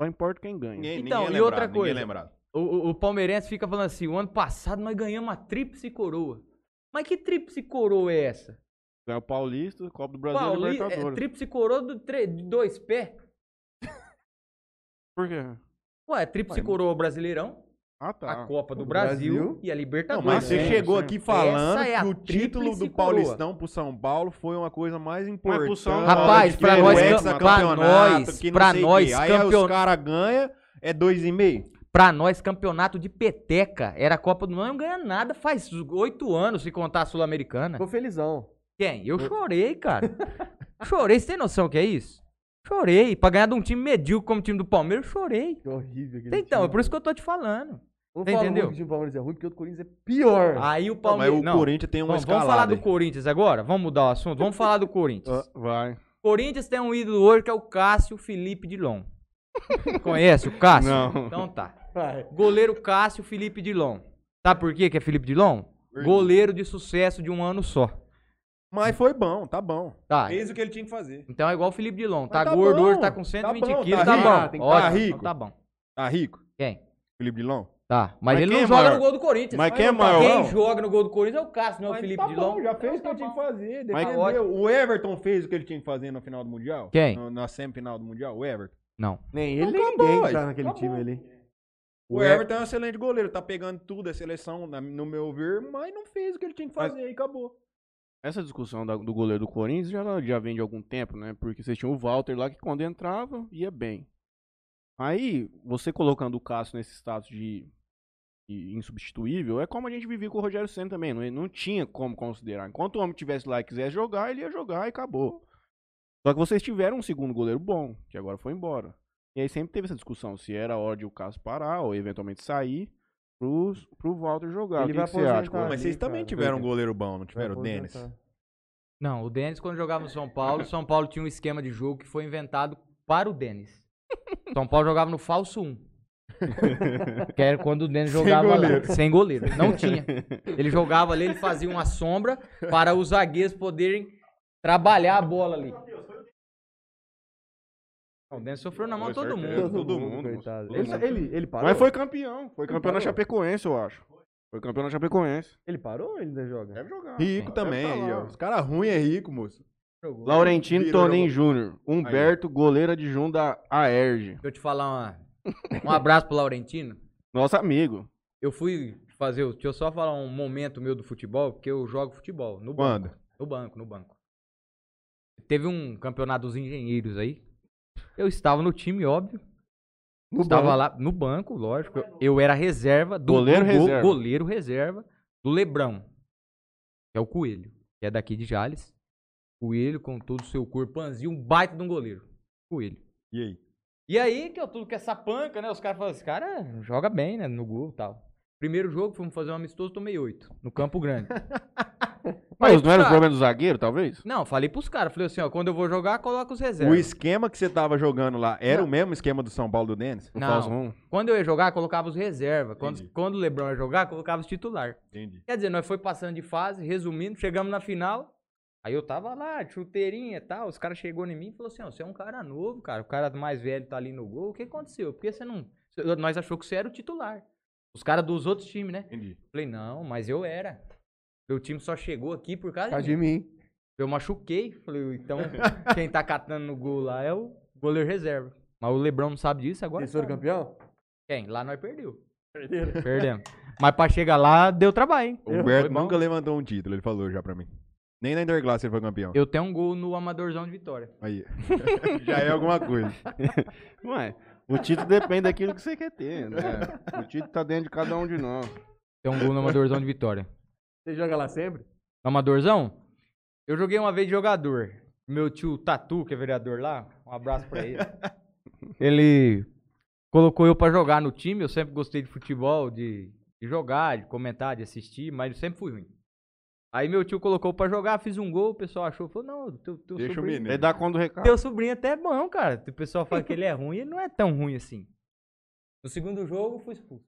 Speaker 2: Só importa quem ganha.
Speaker 3: Ninguém,
Speaker 4: Então,
Speaker 3: ninguém
Speaker 4: e
Speaker 3: é
Speaker 4: outra
Speaker 3: lembrado, ninguém é
Speaker 4: coisa.
Speaker 3: lembrado.
Speaker 4: O, o- o palmeirense fica falando assim: o ano passado nós ganhamos a tríplice coroa. Mas que tríplice coroa é essa?
Speaker 2: Ganha o Paulista, Copa do Brasil e
Speaker 4: Pauli, é,
Speaker 2: Libertadores.
Speaker 4: tríplice coroa do tre- de dois pés.
Speaker 2: Por quê?
Speaker 4: Ué, é tríplice
Speaker 2: Ué,
Speaker 4: coroa brasileirão,
Speaker 2: Ah, tá.
Speaker 4: a Copa do
Speaker 1: do
Speaker 4: Brasil,
Speaker 1: Brasil.
Speaker 4: e a
Speaker 3: Não,
Speaker 4: Libertadores. É.
Speaker 3: mas você
Speaker 2: sim,
Speaker 3: chegou
Speaker 2: sim.
Speaker 3: aqui falando
Speaker 4: Essa é a
Speaker 3: que o título
Speaker 4: tríplice
Speaker 3: do
Speaker 4: coroa.
Speaker 3: Paulistão pro São Paulo foi uma coisa mais importante.
Speaker 2: pro São Paulo,
Speaker 4: Rapaz,
Speaker 2: que
Speaker 4: pra
Speaker 2: é o
Speaker 4: nós, pra
Speaker 2: hexacampeonato,
Speaker 4: nós,
Speaker 3: que não
Speaker 4: pra
Speaker 3: sei o
Speaker 4: nós,
Speaker 3: quê. Aí, aí os
Speaker 4: campeon-
Speaker 3: caras ganham, é 2,5.
Speaker 4: Pra nós, campeonato de peteca. Era a Copa do Mundo, não ganha nada faz oito anos se contar a Sul-Americana.
Speaker 1: Ficou felizão.
Speaker 4: Quem? Eu chorei, cara. chorei, você tem noção o que é isso? Chorei. Pra ganhar de um time medíocre como o time do Palmeiras, eu chorei.
Speaker 1: Que horrível aquele
Speaker 4: Então, é
Speaker 1: time.
Speaker 4: por isso que eu tô te falando.
Speaker 1: Não
Speaker 4: você
Speaker 1: fala
Speaker 4: entendeu? Ah.
Speaker 1: muito que o time do Palmeiras é ruim, porque o do Corinthians é pior.
Speaker 4: Aí o
Speaker 3: Mas
Speaker 4: Palmeiras.
Speaker 3: o
Speaker 4: Não,
Speaker 3: Corinthians é tem uma
Speaker 4: vamos, vamos falar
Speaker 3: escalada.
Speaker 4: do
Speaker 3: aí.
Speaker 4: Corinthians agora? Vamos mudar o assunto? Vamos falar do Corinthians.
Speaker 2: Ah, Vai.
Speaker 4: Corinthians tem um ídolo hoje que é o Cássio Felipe Dilon. Conhece o Cássio?
Speaker 2: Não.
Speaker 4: Então tá.
Speaker 1: Vai.
Speaker 4: Goleiro Cássio Felipe Dilon. Sabe por quê que é Felipe Dilon? Goleiro de sucesso de um ano só.
Speaker 3: Mas foi bom, tá bom.
Speaker 4: Tá.
Speaker 3: Fez o que ele tinha que fazer.
Speaker 4: Então é igual o Felipe Dilon. Tá,
Speaker 3: Mas tá
Speaker 4: gordo hoje,
Speaker 3: bom,
Speaker 4: tá com
Speaker 3: tá
Speaker 4: 120
Speaker 3: bom, tá
Speaker 4: quilos, tá,
Speaker 3: rico,
Speaker 4: bom.
Speaker 3: tem que
Speaker 4: Ótimo,
Speaker 3: tá rico.
Speaker 4: então tá bom.
Speaker 3: Tá rico?
Speaker 4: Quem?
Speaker 3: Felipe Dilon?
Speaker 4: Tá. Mas,
Speaker 2: Mas
Speaker 4: ele
Speaker 2: quem
Speaker 4: não
Speaker 2: é
Speaker 4: joga
Speaker 2: maior?
Speaker 4: no gol do Corinthians. tá
Speaker 2: Mas quem é
Speaker 4: Quem
Speaker 2: maior?
Speaker 4: joga no gol do Corinthians é o Cássio, não é o Felipe
Speaker 3: tá
Speaker 4: Dilon.
Speaker 3: bom, já fez o que
Speaker 4: Então
Speaker 3: ele
Speaker 4: tá
Speaker 3: tinha que
Speaker 4: bom.
Speaker 3: fazer.
Speaker 2: Mas-
Speaker 3: Defendeu. O Everton fez o que ele tinha que fazer na final do Mundial?
Speaker 4: Quem?
Speaker 3: No- na semifinal do Mundial, o Everton.
Speaker 4: Não.
Speaker 1: Nem ele,
Speaker 3: Então
Speaker 1: nem
Speaker 3: acabou,
Speaker 1: ninguém
Speaker 3: ué.
Speaker 1: tá naquele
Speaker 3: Acabou.
Speaker 1: time ali.
Speaker 3: O,
Speaker 4: O Ever-
Speaker 3: Everton é um excelente goleiro, tá pegando tudo a seleção, na- no meu ver, mas não fez o que ele tinha que
Speaker 2: Mas-
Speaker 3: fazer e acabou.
Speaker 2: Essa discussão da- do goleiro do Corinthians já, já vem de algum tempo, né? Porque vocês tinham o Walter lá que quando entrava, ia bem. Aí, você colocando o Cássio nesse status de, de insubstituível, é como a gente vivia com o Rogério Senna também. Não, é, não tinha como considerar. Enquanto o homem tivesse lá e quisesse jogar, ele ia jogar e acabou. Só que vocês tiveram um segundo goleiro bom, que agora foi embora. E aí sempre teve essa discussão se era a hora de o Cássio parar ou eventualmente sair pro, pro Walter jogar.
Speaker 1: Ele
Speaker 2: o que,
Speaker 1: vai
Speaker 2: que você acha? é?
Speaker 1: aposentar.
Speaker 2: Coroa?
Speaker 3: mas vocês
Speaker 1: cara,
Speaker 3: também
Speaker 1: foi
Speaker 3: tiveram um
Speaker 1: bem.
Speaker 3: goleiro bom, não
Speaker 1: Vai
Speaker 3: tiveram? O Denis.
Speaker 1: aposentar.
Speaker 4: Não, o Denis, quando jogava no São Paulo, São Paulo tinha um esquema de jogo que foi inventado para o Denis. São Paulo jogava no falso 1.
Speaker 3: *laughs*
Speaker 4: que era quando o Denis
Speaker 3: Sem
Speaker 4: jogava
Speaker 3: goleiro.
Speaker 4: lá. Sem goleiro. Não tinha. Ele jogava ali, ele fazia uma sombra para os zagueiros poderem trabalhar a bola ali. Não, o Denis sofreu na mão de
Speaker 2: Foi
Speaker 4: todo
Speaker 2: certeza.
Speaker 4: mundo.
Speaker 1: Todo,
Speaker 2: Todo
Speaker 1: mundo,
Speaker 2: mundo,
Speaker 1: coitado.
Speaker 2: todo
Speaker 1: Ele,
Speaker 2: mundo.
Speaker 1: ele, ele parou?
Speaker 2: Mas foi campeão. Foi campeão na
Speaker 1: parou?
Speaker 2: Chapecoense, eu acho. Foi campeão na Chapecoense.
Speaker 1: Ele parou ou ele ainda joga?
Speaker 2: jogar.
Speaker 3: Rico também,
Speaker 2: Deve tá
Speaker 3: aí,
Speaker 2: lá.
Speaker 3: ó. Os caras ruins é rico, moço.
Speaker 2: Laurentino
Speaker 3: Virou,
Speaker 2: Tonin Júnior. Humberto, goleiro de Jun da Aerge.
Speaker 4: Deixa eu te falar uma- um abraço pro Laurentino.
Speaker 2: Nosso amigo.
Speaker 4: Eu fui fazer. o- Deixa eu só falar um momento meu do futebol, porque eu jogo futebol no banco.
Speaker 3: Quando?
Speaker 4: No banco, no banco. Teve um campeonato dos engenheiros aí. Eu estava no time, óbvio.
Speaker 1: No
Speaker 4: estava
Speaker 1: banco.
Speaker 4: lá no banco, lógico. Eu, eu era reserva do
Speaker 2: Goleiro
Speaker 4: do go-
Speaker 2: reserva.
Speaker 4: goleiro reserva do Lebrão. Que é o Coelho, que é daqui de Jales. Coelho com todo o seu corpo, anzinho, um baita de um goleiro. Coelho.
Speaker 3: E aí?
Speaker 4: E aí, que eu tudo com essa panca, né? Os caras falam, esse cara joga bem, né? No gol e tal. Primeiro jogo, fomos fazer um amistoso, tomei oito. No Campo
Speaker 3: *laughs*
Speaker 4: Grande.
Speaker 2: Mas não era o
Speaker 4: tá.
Speaker 2: problema do zagueiro, talvez?
Speaker 4: Não, falei pros caras. Falei assim, ó, quando eu vou jogar, coloca os
Speaker 1: É.
Speaker 3: O
Speaker 4: reservas.
Speaker 3: esquema que você tava jogando lá era o mesmo esquema do São Paulo do Denis?
Speaker 2: No
Speaker 4: Não.
Speaker 2: falso um.
Speaker 4: Quando eu ia jogar, colocava os reservas. Quando,
Speaker 3: Entendi.
Speaker 4: quando o Lebron ia jogar, colocava os titular.
Speaker 3: Entendi.
Speaker 4: Quer dizer, nós foi passando de fase, resumindo, chegamos na final. Aí eu tava lá, de chuteirinha e tal, os caras chegou em mim e falou assim, ó, você é um cara novo, cara, o cara mais velho tá ali no gol, o que aconteceu? Por que você não... Nós achou que você era o titular. Os caras dos outros times, né?
Speaker 3: Entendi.
Speaker 4: Falei, não, mas eu era. Meu time só chegou aqui por causa
Speaker 1: Tá
Speaker 4: de
Speaker 1: de
Speaker 4: mim.
Speaker 1: mim.
Speaker 4: Eu machuquei. Falei,
Speaker 1: *laughs*
Speaker 4: então quem tá catando no gol lá é o goleiro reserva. Mas o Lebrão não sabe disso agora?
Speaker 1: Eles foram
Speaker 4: sabe.
Speaker 1: campeão?
Speaker 4: Quem? Lá nós perdeu. *laughs*
Speaker 1: Perderam.
Speaker 4: Perdemos. Mas pra chegar lá, deu trabalho, hein?
Speaker 3: O
Speaker 1: Eu-
Speaker 3: Humberto
Speaker 4: foi bom.
Speaker 3: nunca levantou um título, ele falou já pra mim. Nem na Interclasse ele foi campeão.
Speaker 4: Eu tenho um gol no Amadorzão de Vitória.
Speaker 3: Aí. já é alguma coisa.
Speaker 2: *laughs* Ué, o título depende daquilo que você quer ter,
Speaker 3: É.
Speaker 2: né? O título tá dentro de cada um de nós.
Speaker 4: Tem um gol no Amadorzão de Vitória.
Speaker 1: Você joga lá sempre?
Speaker 4: No Amadorzão? Eu joguei uma vez de jogador. Meu tio Tatu, que é vereador lá, um abraço pra ele. ele colocou eu pra jogar no time. Eu sempre gostei de futebol, de, de jogar, de comentar, de assistir, mas eu sempre fui ruim. Aí meu tio colocou pra jogar, fiz um gol, o pessoal achou, falou, não, teu, teu
Speaker 3: Deixa o
Speaker 4: sobrinho
Speaker 2: Ele
Speaker 3: menino.
Speaker 2: dá É conta do recado.
Speaker 4: teu sobrinho até é bom, cara. O pessoal fala que ele é ruim, ele não é tão ruim assim. No segundo jogo, fui expulso.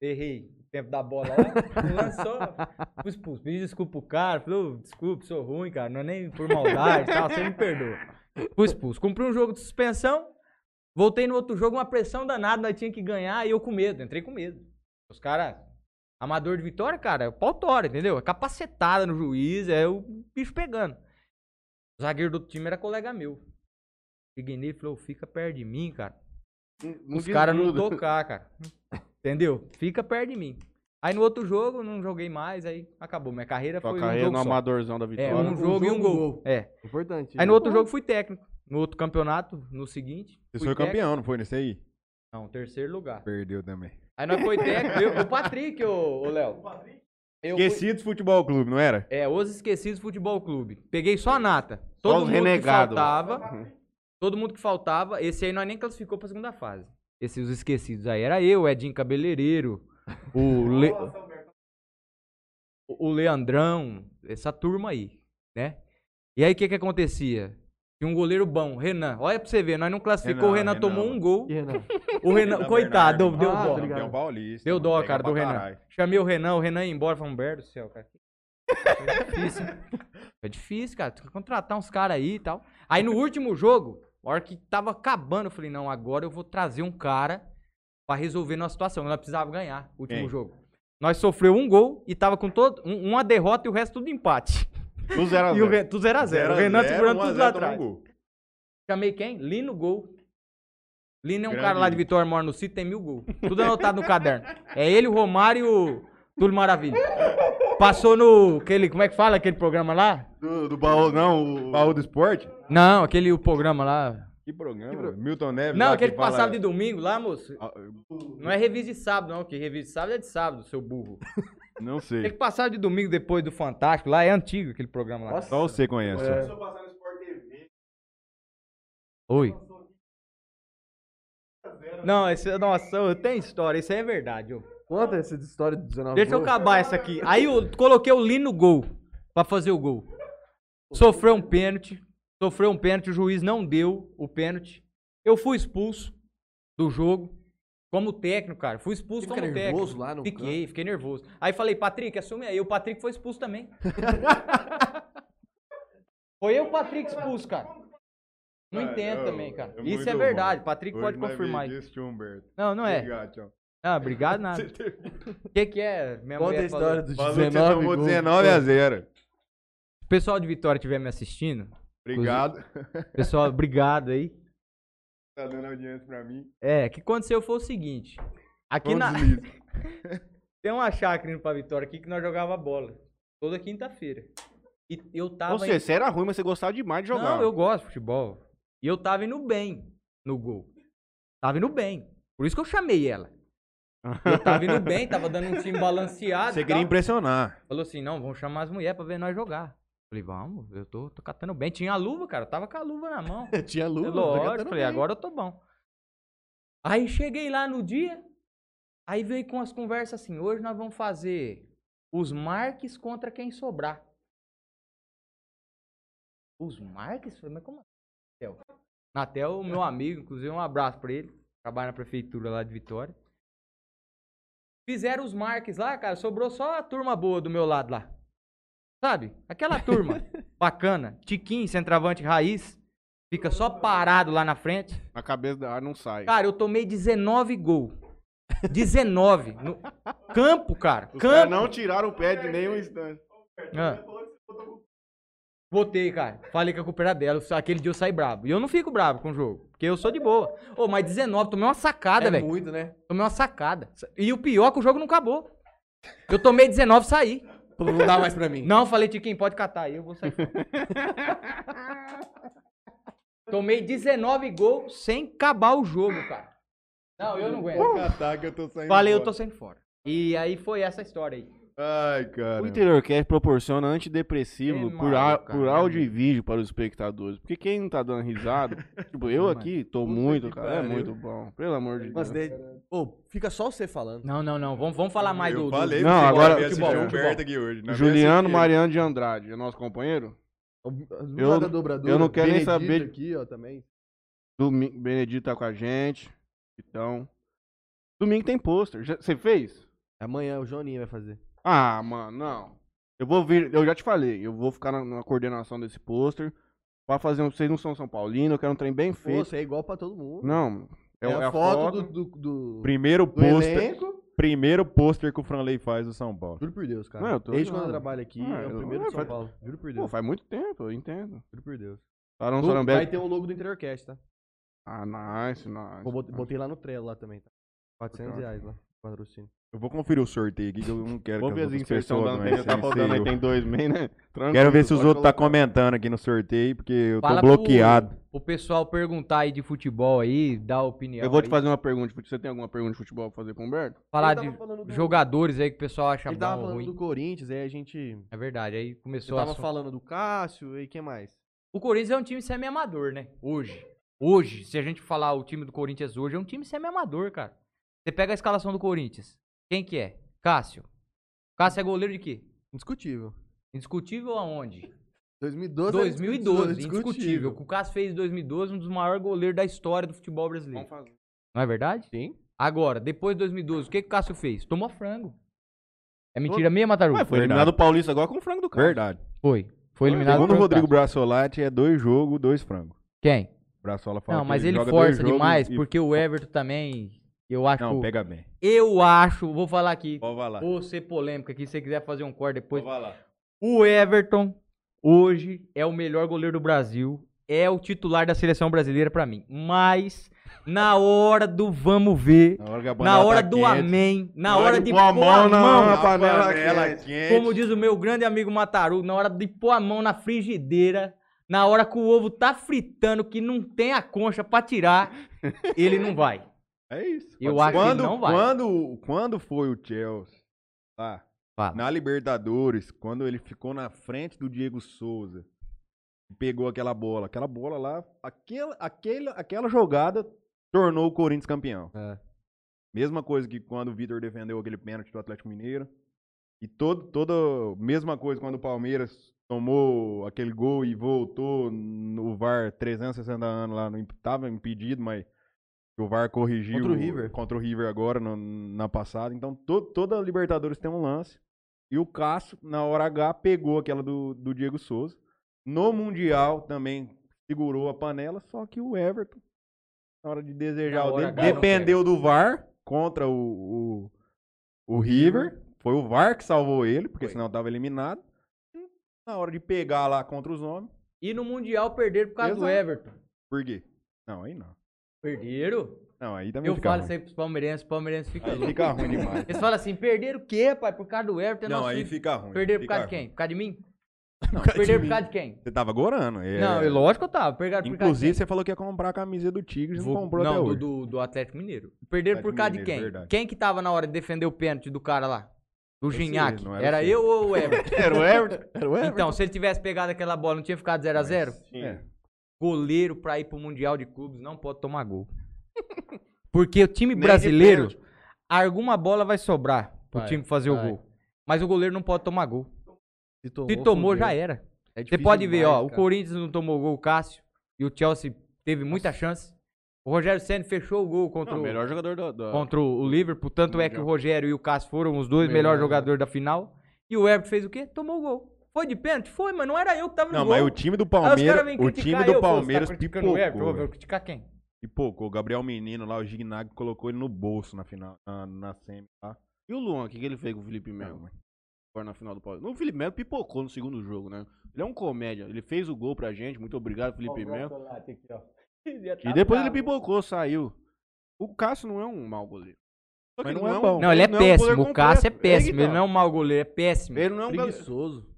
Speaker 4: Errei o tempo da bola *laughs* lá, um lance só, fui expulso. Pedi desculpa pro cara, falei, "Ô, desculpa, sou ruim, cara, não é nem por maldade e tal, você me perdoa. Fui expulso. Cumpri um jogo de suspensão, voltei no outro jogo, uma pressão danada, nós tinha que ganhar e eu com medo, entrei com medo. Os caras, amador de vitória, cara, é pau tora, entendeu? É capacetada no juiz, é o bicho pegando. O zagueiro do outro time era colega meu. Cheguei nele e falou, fica perto de mim, cara. Os caras não
Speaker 2: desgruda.
Speaker 4: tocar, cara. Entendeu? Fica perto de mim. Aí no outro jogo, não joguei mais, aí acabou. Minha carreira
Speaker 2: Sua
Speaker 4: foi
Speaker 2: carreira
Speaker 4: um
Speaker 2: no
Speaker 4: jogo só.
Speaker 2: amadorzão da
Speaker 4: É,
Speaker 2: vitória.
Speaker 4: um,
Speaker 1: Um
Speaker 4: jogo e um
Speaker 1: jogo,
Speaker 4: gol.
Speaker 1: um gol.
Speaker 4: É.
Speaker 1: Importante.
Speaker 4: Aí
Speaker 1: né?
Speaker 4: no outro jogo fui técnico. No outro campeonato, no seguinte.
Speaker 3: Você
Speaker 4: fui
Speaker 3: foi
Speaker 4: técnico.
Speaker 3: campeão, não foi nesse aí?
Speaker 4: Não, terceiro lugar.
Speaker 3: Perdeu também.
Speaker 4: Aí nós foi técnico. eu- o Patrick, ô ô, Léo. Eu fui-
Speaker 3: Esquecidos Futebol Clube, não era?
Speaker 4: É, Os Esquecidos Futebol Clube. Peguei só a nata. Todo
Speaker 2: os
Speaker 4: mundo
Speaker 2: renegados.
Speaker 4: que faltava. Todo mundo que faltava. Esse aí nós nem classificou pra segunda fase. Esses Os Esquecidos aí era eu, o Edinho Cabeleireiro, *laughs* o, Le... o Leandrão, essa turma aí, né? E aí o que que acontecia? Tinha um goleiro bom, Renan. Olha pra você ver, nós não classificou, o
Speaker 3: Renan,
Speaker 4: Renan,
Speaker 3: Renan,
Speaker 4: tomou um gol.
Speaker 1: E Renan?
Speaker 4: O Renan, coitado, deu,
Speaker 3: Bernardo,
Speaker 4: deu
Speaker 1: Ah,
Speaker 4: dó.
Speaker 1: tá ligado.
Speaker 3: Campeão paulista.
Speaker 4: Deu dó,
Speaker 3: pega
Speaker 4: cara, do
Speaker 3: pra
Speaker 4: Renan.
Speaker 3: caralho.
Speaker 4: Chamei o Renan, o Renan ia embora, falei, Humberto do céu, cara. É difícil. hein? *laughs* É difícil, cara. Tem que contratar uns caras aí e tal. Aí no último jogo, a hora que tava acabando, eu falei, não, agora eu vou trazer um cara pra resolver nossa situação. Nós precisava ganhar o último
Speaker 3: Quem?
Speaker 4: jogo. Nós sofreu um gol e tava com todo, um- uma derrota e o resto tudo empate.
Speaker 2: *laughs* Do zero
Speaker 4: *laughs*
Speaker 2: a
Speaker 4: E o
Speaker 2: zero.
Speaker 4: re, tudo 0x0.
Speaker 3: Ah, Zero
Speaker 4: Ah, O
Speaker 3: a
Speaker 4: Renan tá
Speaker 3: zero,
Speaker 4: segurando
Speaker 3: um a
Speaker 4: tudo lá
Speaker 3: zero, tomou
Speaker 4: atrás.
Speaker 3: um gol.
Speaker 4: Chamei quem? Lino Gol. Lino é um
Speaker 3: Grande
Speaker 4: cara lá de
Speaker 3: Lino.
Speaker 4: Vitória, mora no sítio, tem mil gol. Tudo anotado no caderno. É ele, o Romário e o Túlio Maravilha. Passou no. Aquele, como é que fala aquele programa lá?
Speaker 2: Do, do baú, não. O...
Speaker 3: Baú do esporte?
Speaker 4: Não, aquele o programa lá.
Speaker 3: Que programa. Milton Neves.
Speaker 4: Não,
Speaker 3: lá
Speaker 4: aquele que
Speaker 3: fala-
Speaker 4: passava de domingo lá, moço.
Speaker 3: Ah,
Speaker 4: Não é revista de sábado, não, que revista de sábado é de sábado, seu burro.
Speaker 3: Não
Speaker 4: Aquele
Speaker 3: sei.
Speaker 4: que passava de domingo depois do Fantástico lá, é antigo aquele programa lá.
Speaker 1: Nossa.
Speaker 3: Só você conhece.
Speaker 1: É.
Speaker 4: Oi. Não, esse, é, nossa, eu tenho história, isso aí é verdade, ô.
Speaker 1: Conta essa história do 19
Speaker 4: Deixa eu
Speaker 1: gols.
Speaker 4: acabar essa aqui. Aí eu coloquei o Lino no gol pra fazer o gol. Sofreu um pênalti. Sofreu um pênalti, o juiz não deu o pênalti. Eu fui expulso do jogo. Como técnico, cara. Fui expulso
Speaker 1: Fica
Speaker 4: como
Speaker 1: nervoso
Speaker 4: técnico.
Speaker 1: lá no
Speaker 4: Fiquei, fiquei nervoso. Aí falei, Patrick, assume aí. O Patrick foi expulso
Speaker 1: *laughs*
Speaker 4: também. foi eu e o Patrick expulso, cara. Não
Speaker 3: Cara,
Speaker 4: entendo
Speaker 3: eu-
Speaker 4: também, cara.
Speaker 3: Ah, é
Speaker 4: Isso é
Speaker 3: muito
Speaker 4: verdade.
Speaker 3: bom.
Speaker 4: Patrick
Speaker 3: Hoje
Speaker 4: pode
Speaker 3: nós
Speaker 4: confirmar
Speaker 3: vimos
Speaker 4: aí.
Speaker 3: isso, Humberto.
Speaker 4: Não, não é.
Speaker 3: Obrigado, tchau.
Speaker 4: Ah, obrigado
Speaker 3: *laughs*
Speaker 4: nada. O que que é? Minha
Speaker 1: Conta
Speaker 4: mulher
Speaker 1: a
Speaker 4: falou.
Speaker 1: história do
Speaker 3: Falou que você
Speaker 1: 19
Speaker 3: tomou
Speaker 1: gols.
Speaker 3: 19 a 0.
Speaker 4: o pessoal de Vitória estiver me assistindo,
Speaker 3: Obrigado.
Speaker 2: *laughs*
Speaker 4: pessoal, obrigado aí.
Speaker 3: Tá dando audiência pra mim.
Speaker 4: É, o que aconteceu foi o seguinte. Aqui
Speaker 3: Foi um
Speaker 4: na,
Speaker 3: deslize.
Speaker 4: *laughs* tem uma chácara indo pra Vitória aqui que nós jogava bola. Toda quinta-feira. E eu tava.
Speaker 2: Ou seja, você era ruim, mas você gostava demais de
Speaker 4: em...
Speaker 2: jogar.
Speaker 4: então? Não, eu gosto de futebol. E eu tava indo bem no gol. Tava indo bem. Por isso que eu chamei
Speaker 2: *laughs*
Speaker 4: ela. Eu tava indo bem, tava dando um time balanceado.
Speaker 3: Você
Speaker 4: e
Speaker 3: queria
Speaker 4: tal.
Speaker 2: *laughs*
Speaker 3: impressionar.
Speaker 4: Falou assim, não, vamos chamar as mulheres pra ver nós jogar. Falei, vamos, eu tô, tô catando bem. Tinha a luva, cara, eu tava com a luva na mão.
Speaker 1: Tinha
Speaker 4: É
Speaker 1: luva.
Speaker 4: Lógico, falei, agora eu tô bom. Aí cheguei lá no dia, aí veio com as conversas assim, hoje nós vamos fazer os marques contra quem sobrar. Os marques? Falei, Mas como assim? Natel? Natel, meu amigo, inclusive um abraço pra ele, trabalha na prefeitura lá de Vitória. Fizeram os marques lá, cara, sobrou só a turma boa do meu lado lá. Sabe? Aquela turma bacana. Tiquinho, centroavante raiz. Fica só parado lá na frente.
Speaker 2: A cabeça da área não sai.
Speaker 4: Cara, eu tomei 19 gols. 19. No campo, cara.
Speaker 2: Os caras
Speaker 4: campo.
Speaker 2: não tiraram o pé de nenhum instante.
Speaker 4: Ah. Botei, cara. Falei que a culpa era dela. Aquele dia eu saí bravo. E eu não fico bravo com o jogo. Porque eu sou de boa. Ô, mas 19, tomei uma sacada,
Speaker 1: é
Speaker 4: velho.
Speaker 1: muito, né?
Speaker 4: Tomei uma sacada. E o pior é que o jogo não acabou. Eu tomei 19 e saí.
Speaker 1: Não dá mais pra mim.
Speaker 4: Não, falei, Tiquinho, pode catar aí, eu vou sair.
Speaker 1: *laughs*
Speaker 4: fora. Tomei 19 gols sem acabar o jogo, cara. Não, eu não aguento.
Speaker 3: Ataque, Tá, eu tô saindo
Speaker 4: Falei, eu tô
Speaker 3: fora.
Speaker 4: saindo fora. E aí foi essa história aí.
Speaker 3: Ai, cara.
Speaker 2: O InteriorCast proporciona antidepressivo
Speaker 4: É
Speaker 2: por,
Speaker 4: maluco,
Speaker 2: á-
Speaker 4: cara,
Speaker 2: por
Speaker 4: é
Speaker 2: áudio e vídeo para os espectadores. Porque quem não tá dando risada, tipo, eu
Speaker 4: Mano,
Speaker 2: aqui tô
Speaker 1: puta
Speaker 2: muito,
Speaker 1: que
Speaker 2: cara. É
Speaker 1: pariu.
Speaker 2: muito bom. Pelo amor de Deus.
Speaker 1: *laughs* Mas daí- Ô, fica só você falando.
Speaker 4: Não, não, não. Vamos, vamos falar mais
Speaker 3: eu
Speaker 4: do. do-
Speaker 3: falei
Speaker 2: Não,
Speaker 3: pra você
Speaker 2: agora-
Speaker 3: que eu ia
Speaker 4: futebol,
Speaker 3: assistir o
Speaker 4: futebol.
Speaker 3: Humberto aqui hoje. né?
Speaker 1: é
Speaker 2: Juliano
Speaker 1: assim
Speaker 3: Vem assistir.
Speaker 2: Mariano de Andrade, é nosso companheiro?
Speaker 1: Eu,
Speaker 2: eu não quero nem saber-
Speaker 1: aqui, ó, também.
Speaker 2: Domi- Benedito tá com a gente. Então. Domingo tem pôster. Já- Você fez?
Speaker 1: Amanhã o Joninho vai fazer.
Speaker 2: Ah, mano, não. Eu vou vir. Eu já te falei, eu vou ficar na, na coordenação desse pôster. Pra fazer um. Vocês não são São Paulino, eu quero um trem bem
Speaker 1: Pô,
Speaker 2: feito.
Speaker 1: você é igual pra todo mundo.
Speaker 2: Não. É,
Speaker 1: É,
Speaker 2: é
Speaker 1: a foto, do, do, do-
Speaker 3: Primeiro
Speaker 1: do
Speaker 3: pôster,
Speaker 1: elenco.
Speaker 3: primeiro pôster que o Franley faz do São Paulo.
Speaker 1: Juro por Deus, cara.
Speaker 2: Não, eu tô
Speaker 1: Desde quando eu
Speaker 2: ligado.
Speaker 1: trabalho aqui,
Speaker 2: Ah,
Speaker 1: é
Speaker 2: eu-
Speaker 1: o primeiro de São
Speaker 2: faz-
Speaker 1: Paulo. Juro por
Speaker 2: Pô,
Speaker 1: Deus.
Speaker 2: faz muito tempo, eu entendo.
Speaker 1: Juro por Deus.
Speaker 2: Sarão
Speaker 1: Logo- Vai
Speaker 2: Sarambé.
Speaker 1: ter um logo do Interiorcast, tá?
Speaker 2: é Ah, nice, nice.
Speaker 1: Pô, botei,
Speaker 2: nice.
Speaker 1: botei lá no Trello lá também, tá? 400
Speaker 2: Obrigado.
Speaker 1: reais lá, patrocínio.
Speaker 3: Eu vou conferir o sorteio aqui, que eu não quero
Speaker 2: Vou
Speaker 3: que
Speaker 2: ver
Speaker 3: as
Speaker 2: as
Speaker 3: outras
Speaker 2: inserções
Speaker 3: pessoas
Speaker 2: da
Speaker 3: não
Speaker 2: anterior. Tá
Speaker 3: recebam
Speaker 2: faltando aí,
Speaker 3: e-mail.
Speaker 2: tem dois meses, né?
Speaker 3: Quero ver se
Speaker 2: Tranquilo,
Speaker 3: os outros tá
Speaker 2: pode colocar.
Speaker 3: comentando aqui no sorteio, porque eu tô
Speaker 4: Fala pro-
Speaker 3: bloqueado.
Speaker 4: O pessoal perguntar aí de futebol aí, dar opinião.
Speaker 2: Eu vou te
Speaker 4: aí.
Speaker 2: fazer uma pergunta. de futebol. Você tem alguma pergunta de futebol pra fazer pro Humberto?
Speaker 4: Falar
Speaker 1: Ele tava
Speaker 4: de
Speaker 1: falando do-
Speaker 4: jogadores aí que o pessoal acha
Speaker 1: Ele tava
Speaker 4: bom ou
Speaker 1: falando
Speaker 4: ruim.
Speaker 1: do Corinthians, aí a gente...
Speaker 4: É verdade. Aí
Speaker 1: Você
Speaker 4: começou a.
Speaker 1: tava falando do Cássio, e quem mais?
Speaker 4: O Corinthians é um time semi-amador, né? Hoje. Hoje, se a gente falar o time do Corinthians hoje, é um time semi-amador, cara. Você pega a escalação do Corinthians. Quem que é? Cássio. Cássio é goleiro de quê?
Speaker 1: Indiscutível.
Speaker 4: Indiscutível aonde?
Speaker 1: 2012 era
Speaker 4: 2012, indiscutível. O que o Cássio fez em 2012 um dos maiores goleiros da história do futebol brasileiro.
Speaker 2: fazer.
Speaker 4: Não é verdade?
Speaker 1: Sim.
Speaker 4: Agora, depois de 2012, o que, que o Cássio fez? Tomou frango. É mentira mesmo, Mataruga?
Speaker 2: Ué, foi
Speaker 3: Verdade.
Speaker 2: eliminado o Paulista agora com o frango do cara.
Speaker 3: Verdade.
Speaker 4: Foi. Foi eliminado
Speaker 3: Segundo o
Speaker 4: pelo
Speaker 3: Rodrigo
Speaker 4: Cássio.
Speaker 3: Brassolati, é dois jogos, dois frangos.
Speaker 4: Quem?
Speaker 3: Braçola fala
Speaker 4: Não,
Speaker 3: que
Speaker 4: mas ele
Speaker 3: joga dois
Speaker 4: força
Speaker 3: jogos
Speaker 4: demais,
Speaker 3: e-
Speaker 4: porque o Everton também, eu acho...
Speaker 3: Não, pega bem.
Speaker 4: Eu acho, vou falar aqui,
Speaker 3: Pode falar.
Speaker 4: vou ser polêmica aqui, se você quiser fazer um corte depois.
Speaker 3: falar.
Speaker 4: O Everton, hoje, é o melhor goleiro do Brasil, é o titular da seleção brasileira pra mim. Mas, na hora do vamos ver,
Speaker 3: Na hora, que a
Speaker 4: na
Speaker 3: panela
Speaker 4: hora
Speaker 3: tá
Speaker 4: do
Speaker 3: quente,
Speaker 4: amém, na
Speaker 2: Na hora
Speaker 4: hora
Speaker 2: de
Speaker 4: de
Speaker 2: pôr a mão na-
Speaker 3: a
Speaker 2: panela
Speaker 3: panela
Speaker 2: quente.
Speaker 3: quente.
Speaker 4: como diz o meu grande amigo Matarugo, na hora de pôr a mão na frigideira, na hora que o ovo tá fritando, que não tem a concha pra tirar, ele não vai.
Speaker 3: É isso.
Speaker 4: Eu
Speaker 3: Pode ser.
Speaker 4: acho que ele
Speaker 3: quando,
Speaker 4: não vai.
Speaker 3: Quando, quando foi o Chelsea lá,
Speaker 4: Fala.
Speaker 3: na Libertadores, quando ele ficou na frente do Diego Souza, pegou aquela bola, aquela bola lá, aquela, aquela, aquela jogada tornou o Corinthians campeão.
Speaker 1: É.
Speaker 3: Mesma coisa que quando o Vitor defendeu aquele pênalti do Atlético Mineiro. E todo, toda mesma coisa quando o Palmeiras tomou aquele gol e voltou no VAR 360 anos lá, não estava impedido, mas o VAR corrigiu
Speaker 1: Contra o River.
Speaker 3: contra o River agora no- na passada. Então to, toda Libertadores tem um lance. E o Cássio, na hora H, pegou aquela do, do Diego Souza. No Mundial também segurou a panela, só que o Everton, na hora de desejar
Speaker 4: Na
Speaker 3: o
Speaker 4: hora
Speaker 3: dele,
Speaker 4: H não
Speaker 3: dependeu do VAR contra o, o, o River. Foi o VAR que salvou ele, porque
Speaker 4: Foi.
Speaker 3: senão tava eliminado. E Na hora de pegar lá contra os homens,
Speaker 4: E no Mundial perderam por causa do
Speaker 3: Exato.
Speaker 4: Everton.
Speaker 3: por quê? Não, aí não.
Speaker 4: Perderam?
Speaker 3: Não, aí também
Speaker 4: Eu
Speaker 3: fica
Speaker 4: falo
Speaker 3: ruim.
Speaker 4: isso aí pros palmeirenses, os palmeirenses ficam
Speaker 3: Aí
Speaker 4: loucos.
Speaker 3: fica
Speaker 4: *laughs*
Speaker 3: ruim demais.
Speaker 4: Eles falam assim, perderam o quê, pai? Por causa do Everton, é
Speaker 3: Não,
Speaker 4: nosso
Speaker 3: aí
Speaker 4: time.
Speaker 3: fica ruim.
Speaker 4: Perderam por
Speaker 3: fica
Speaker 4: causa de
Speaker 3: ruim.
Speaker 4: quem? Por causa de mim?
Speaker 3: Não,
Speaker 4: Perderam por causa de quem?
Speaker 3: Você tava gorando. É...
Speaker 4: Não, é lógico que eu tava. Perderam por causa de
Speaker 3: Inclusive, você falou que ia comprar a camisa do Tigres e não
Speaker 4: Vou-
Speaker 3: comprou
Speaker 4: não,
Speaker 3: até
Speaker 4: do-
Speaker 3: hoje.
Speaker 4: do, do Atlético Mineiro. Perderam por
Speaker 3: Atlético
Speaker 4: causa de
Speaker 3: Mineiro,
Speaker 4: quem?
Speaker 3: verdade.
Speaker 4: Quem que tava na hora de defender o pênalti do cara lá? Do
Speaker 3: Esse
Speaker 4: Gignac.
Speaker 3: não
Speaker 4: Era,
Speaker 3: era esse.
Speaker 4: eu ou
Speaker 3: *laughs*
Speaker 4: o Everton?
Speaker 2: Era o Everton?
Speaker 1: É, Era o Everton.
Speaker 4: então, se ele tivesse pegado aquela bola, não tinha ficado 0x0?
Speaker 3: É.
Speaker 4: Goleiro pra ir pro Mundial de Clubes não pode tomar gol. *laughs* Porque o time
Speaker 2: Nem de
Speaker 4: brasileiro, alguma bola vai sobrar pro
Speaker 1: Vai,
Speaker 4: time fazer
Speaker 1: vai.
Speaker 4: o gol. Mas o goleiro não pode tomar gol.
Speaker 1: *laughs* Se tomou,
Speaker 4: Se tomou, já
Speaker 1: fudeu.
Speaker 4: era.
Speaker 1: É
Speaker 4: Você
Speaker 1: difícil
Speaker 4: pode ver, ó,
Speaker 1: demais,
Speaker 4: o
Speaker 1: cara.
Speaker 4: Corinthians não tomou gol, o Cássio, e o Chelsea teve muita chance. O Rogério Senna fechou o gol contra
Speaker 2: Não,
Speaker 4: o,
Speaker 2: o melhor jogador da. da-
Speaker 4: contra o Liverpool. Tanto é que o
Speaker 2: Mundial.
Speaker 4: Rogério e o Cássio foram os dois
Speaker 2: Melhor
Speaker 4: melhores jogadores da final. E o Everton fez o quê? Tomou o gol. Foi de pênalti? Foi, mas não era eu que tava no
Speaker 3: Não,
Speaker 4: gol.
Speaker 3: mas o time do
Speaker 4: Aí os caras
Speaker 3: Palmeiras,
Speaker 4: vêm
Speaker 3: o
Speaker 4: criticar eu,
Speaker 3: time do
Speaker 4: pô, você tá
Speaker 3: Palmeiras
Speaker 4: criticando o Everton, eu vou
Speaker 3: pipocou.
Speaker 4: criticar quem?
Speaker 3: Pipocou. O Gabriel Menino lá, o Gignac, colocou ele no bolso na final, na, na semi lá.
Speaker 2: E o Luan, o que, que ele fez com o Felipe
Speaker 3: Não,
Speaker 2: Melo?
Speaker 3: mas-
Speaker 2: agora na final do Palmeiras. O Felipe Melo pipocou no segundo jogo, né? Ele é um comédia. Ele fez o gol pra gente. Muito obrigado, Felipe Melo. E depois ele pipocou, saiu. O Cássio não é um mau goleiro. Só que
Speaker 3: Mas
Speaker 2: ele
Speaker 3: não é bom.
Speaker 4: Não, ele é
Speaker 2: um goleiro
Speaker 4: péssimo. O
Speaker 2: completo.
Speaker 4: Cássio é
Speaker 2: que
Speaker 4: péssimo.
Speaker 2: tá.
Speaker 4: Ele não é um mau goleiro, é péssimo.
Speaker 2: Ele não é um goleiro.
Speaker 1: Preguiçoso.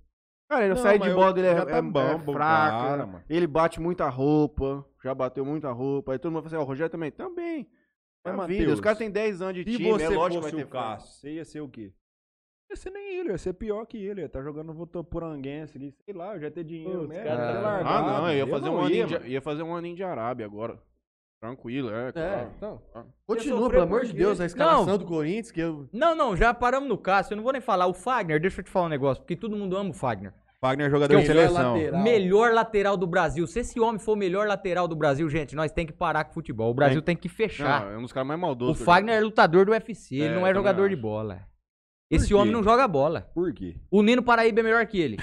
Speaker 2: Cara, ele
Speaker 3: Não,
Speaker 2: sai
Speaker 3: mas
Speaker 2: de bola,
Speaker 3: eu-
Speaker 2: ele é,
Speaker 3: já tá
Speaker 2: é-
Speaker 3: bom, né?
Speaker 2: é
Speaker 3: bom
Speaker 2: fraco.
Speaker 3: cara, mano.
Speaker 2: Ele bate muita roupa. Já bateu muita roupa. Aí todo mundo fala assim, ó, o Rogério também. Também.
Speaker 3: Mas,
Speaker 2: Maravilha.
Speaker 3: Matheus,
Speaker 2: Os caras têm 10 anos de
Speaker 3: Se
Speaker 2: time. é
Speaker 3: você
Speaker 2: lógico que
Speaker 3: fosse
Speaker 2: vai
Speaker 3: o
Speaker 2: ter fraco.
Speaker 3: Cássio, você ia ser o quê? Ia ser nem ele, ia ser pior que ele. Ia tá jogando votoporanguense ali, sei lá, eu já ia ter dinheiro
Speaker 4: Putz,
Speaker 3: mesmo.
Speaker 4: cara,
Speaker 3: ia ter
Speaker 1: tá-
Speaker 2: Ah,
Speaker 3: largado.
Speaker 2: não, eu ia fazer, um
Speaker 3: não
Speaker 2: ano
Speaker 3: ia,
Speaker 2: em,
Speaker 3: mano.
Speaker 2: Ja- ia fazer um ano em Arábia agora. Tranquilo, é,
Speaker 1: É,
Speaker 2: claro.
Speaker 1: então.
Speaker 2: Ah.
Speaker 1: Continua,
Speaker 4: sofreu
Speaker 1: pelo amor
Speaker 4: por
Speaker 1: de
Speaker 4: quê?
Speaker 1: Deus, a escalação
Speaker 4: Não.
Speaker 1: do Corinthians, que eu.
Speaker 4: Não, não, já paramos no Cássio. Eu não vou nem falar. O Fagner, deixa eu te falar um negócio, porque todo mundo ama o Fagner.
Speaker 3: Wagner é jogador de
Speaker 1: Melhor
Speaker 3: seleção.
Speaker 1: lateral.
Speaker 4: Melhor lateral do Brasil. Se esse homem for o melhor lateral do Brasil, gente, nós tem que parar com o futebol. O Brasil tem, que fechar.
Speaker 3: tá.
Speaker 2: Não, é um dos caras mais
Speaker 4: o
Speaker 2: maldosos. que eu já
Speaker 4: Fagner é lutador do UFC,
Speaker 2: É,
Speaker 4: ele não é
Speaker 2: eu também
Speaker 4: jogador de
Speaker 2: acho.
Speaker 4: bola. Esse
Speaker 3: quê?
Speaker 4: homem não joga bola.
Speaker 3: Por quê?
Speaker 4: O Nino Paraíba é melhor que *laughs* ele.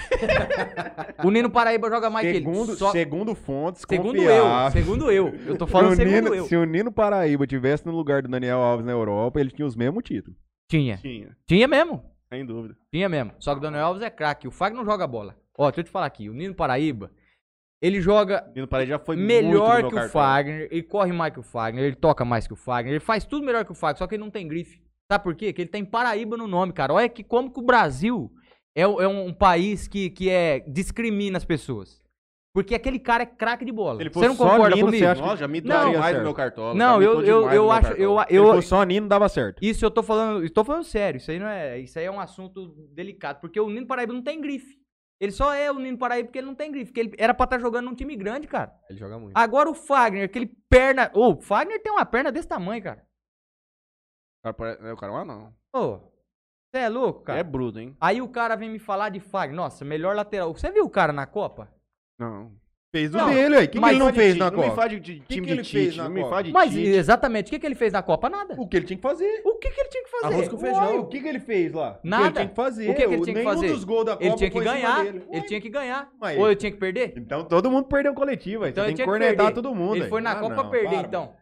Speaker 4: o Nino Paraíba joga mais que
Speaker 3: Segundo,
Speaker 4: ele. Só-
Speaker 3: segundo fontes
Speaker 4: segundo eu,
Speaker 3: confiáveis.
Speaker 4: segundo eu. Eu tô falando
Speaker 3: se, o
Speaker 4: segundo
Speaker 3: Nino,
Speaker 4: eu.
Speaker 3: se o Nino Paraíba tivesse no lugar do Daniel Alves na Europa, ele tinha os mesmos títulos.
Speaker 4: Tinha.
Speaker 2: Tinha,
Speaker 4: Tinha mesmo.
Speaker 2: sem dúvida.
Speaker 4: Tinha mesmo. Só que o Daniel Alves é craque. O Fagner não joga bola. Ó, deixa eu te falar aqui. O Nino Paraíba, ele joga
Speaker 2: Nino Paredes já foi muito
Speaker 4: melhor
Speaker 2: no
Speaker 4: que
Speaker 2: meu
Speaker 4: o
Speaker 2: cartão.
Speaker 4: Fagner. Ele corre mais que o Fagner. Ele toca mais que o Fagner. Ele faz tudo melhor que o Fagner. Só que ele não tem grife. Sabe por quê? Que ele tem Paraíba no nome, cara. Olha que como que o Brasil é, o- é um país que, que é, discrimina as pessoas. Porque aquele cara é craque de bola.
Speaker 3: Ele
Speaker 4: Você
Speaker 3: fosse
Speaker 4: não
Speaker 3: só
Speaker 4: concorda
Speaker 3: Nino,
Speaker 4: comigo?
Speaker 3: você acha que-
Speaker 2: Nossa, já me
Speaker 4: Não,
Speaker 2: daria mais
Speaker 3: certo.
Speaker 2: do meu cartão.
Speaker 4: Não, eu, eu, eu acho. Eu, eu,
Speaker 3: Se fosse só Nino, dava certo.
Speaker 4: isso eu tô falando, estou falando sério, isso aí não é, isso aí é um assunto delicado, porque o Nino Paraíba não tem grife. Ele só é o Nino Paraíba porque ele não tem grife, porque ele era pra estar jogando num time grande, cara.
Speaker 1: Ele joga muito.
Speaker 4: Agora o Fagner, aquele perna, ô, o Fagner tem uma perna desse tamanho, cara.
Speaker 2: Cara, pare- é, O cara lá não.
Speaker 4: Ô, você é louco, cara?
Speaker 2: É bruto, hein?
Speaker 4: Aí o cara vem me falar de Fagner, nossa, melhor lateral. Você viu o cara na Copa?
Speaker 2: Não.
Speaker 3: Fez o
Speaker 2: Não,
Speaker 3: dele aí. O que, que
Speaker 2: Mas
Speaker 3: ele não
Speaker 2: faz de
Speaker 3: fez
Speaker 2: ti-
Speaker 3: na
Speaker 2: Não me
Speaker 3: Copa?
Speaker 2: faz de- de
Speaker 4: tipo
Speaker 3: que
Speaker 2: time
Speaker 3: ele
Speaker 2: de
Speaker 3: fez
Speaker 2: Tite,
Speaker 3: na
Speaker 2: não me
Speaker 3: Copa?
Speaker 2: faz de
Speaker 4: Mas
Speaker 2: Tite.
Speaker 4: exatamente, o que, que ele fez na Copa? Nada.
Speaker 3: O que ele tinha que fazer.
Speaker 4: O que, que ele tinha que fazer?
Speaker 1: Arroz com feijão.
Speaker 4: Uai,
Speaker 3: O que, que ele fez lá?
Speaker 4: Nada.
Speaker 3: O que ele tinha que fazer?
Speaker 4: O que que ele tinha que
Speaker 3: Nenhum
Speaker 4: fazer?
Speaker 3: dos gols da Copa
Speaker 4: Ele tinha que
Speaker 3: foi em cima
Speaker 4: ganhar,
Speaker 3: dele. Ué,
Speaker 4: ele tinha que ganhar.
Speaker 3: Mas-
Speaker 4: Ou eu tinha que perder?
Speaker 3: Então todo mundo perdeu o coletivo, aí.
Speaker 4: Então
Speaker 3: Você
Speaker 4: ele
Speaker 3: tem que
Speaker 4: tinha que
Speaker 3: cornetar
Speaker 4: perder.
Speaker 3: todo mundo.
Speaker 4: Ele
Speaker 3: aí.
Speaker 4: foi na
Speaker 3: Ah,
Speaker 4: Copa
Speaker 3: não,
Speaker 4: perder,
Speaker 3: para,
Speaker 4: então.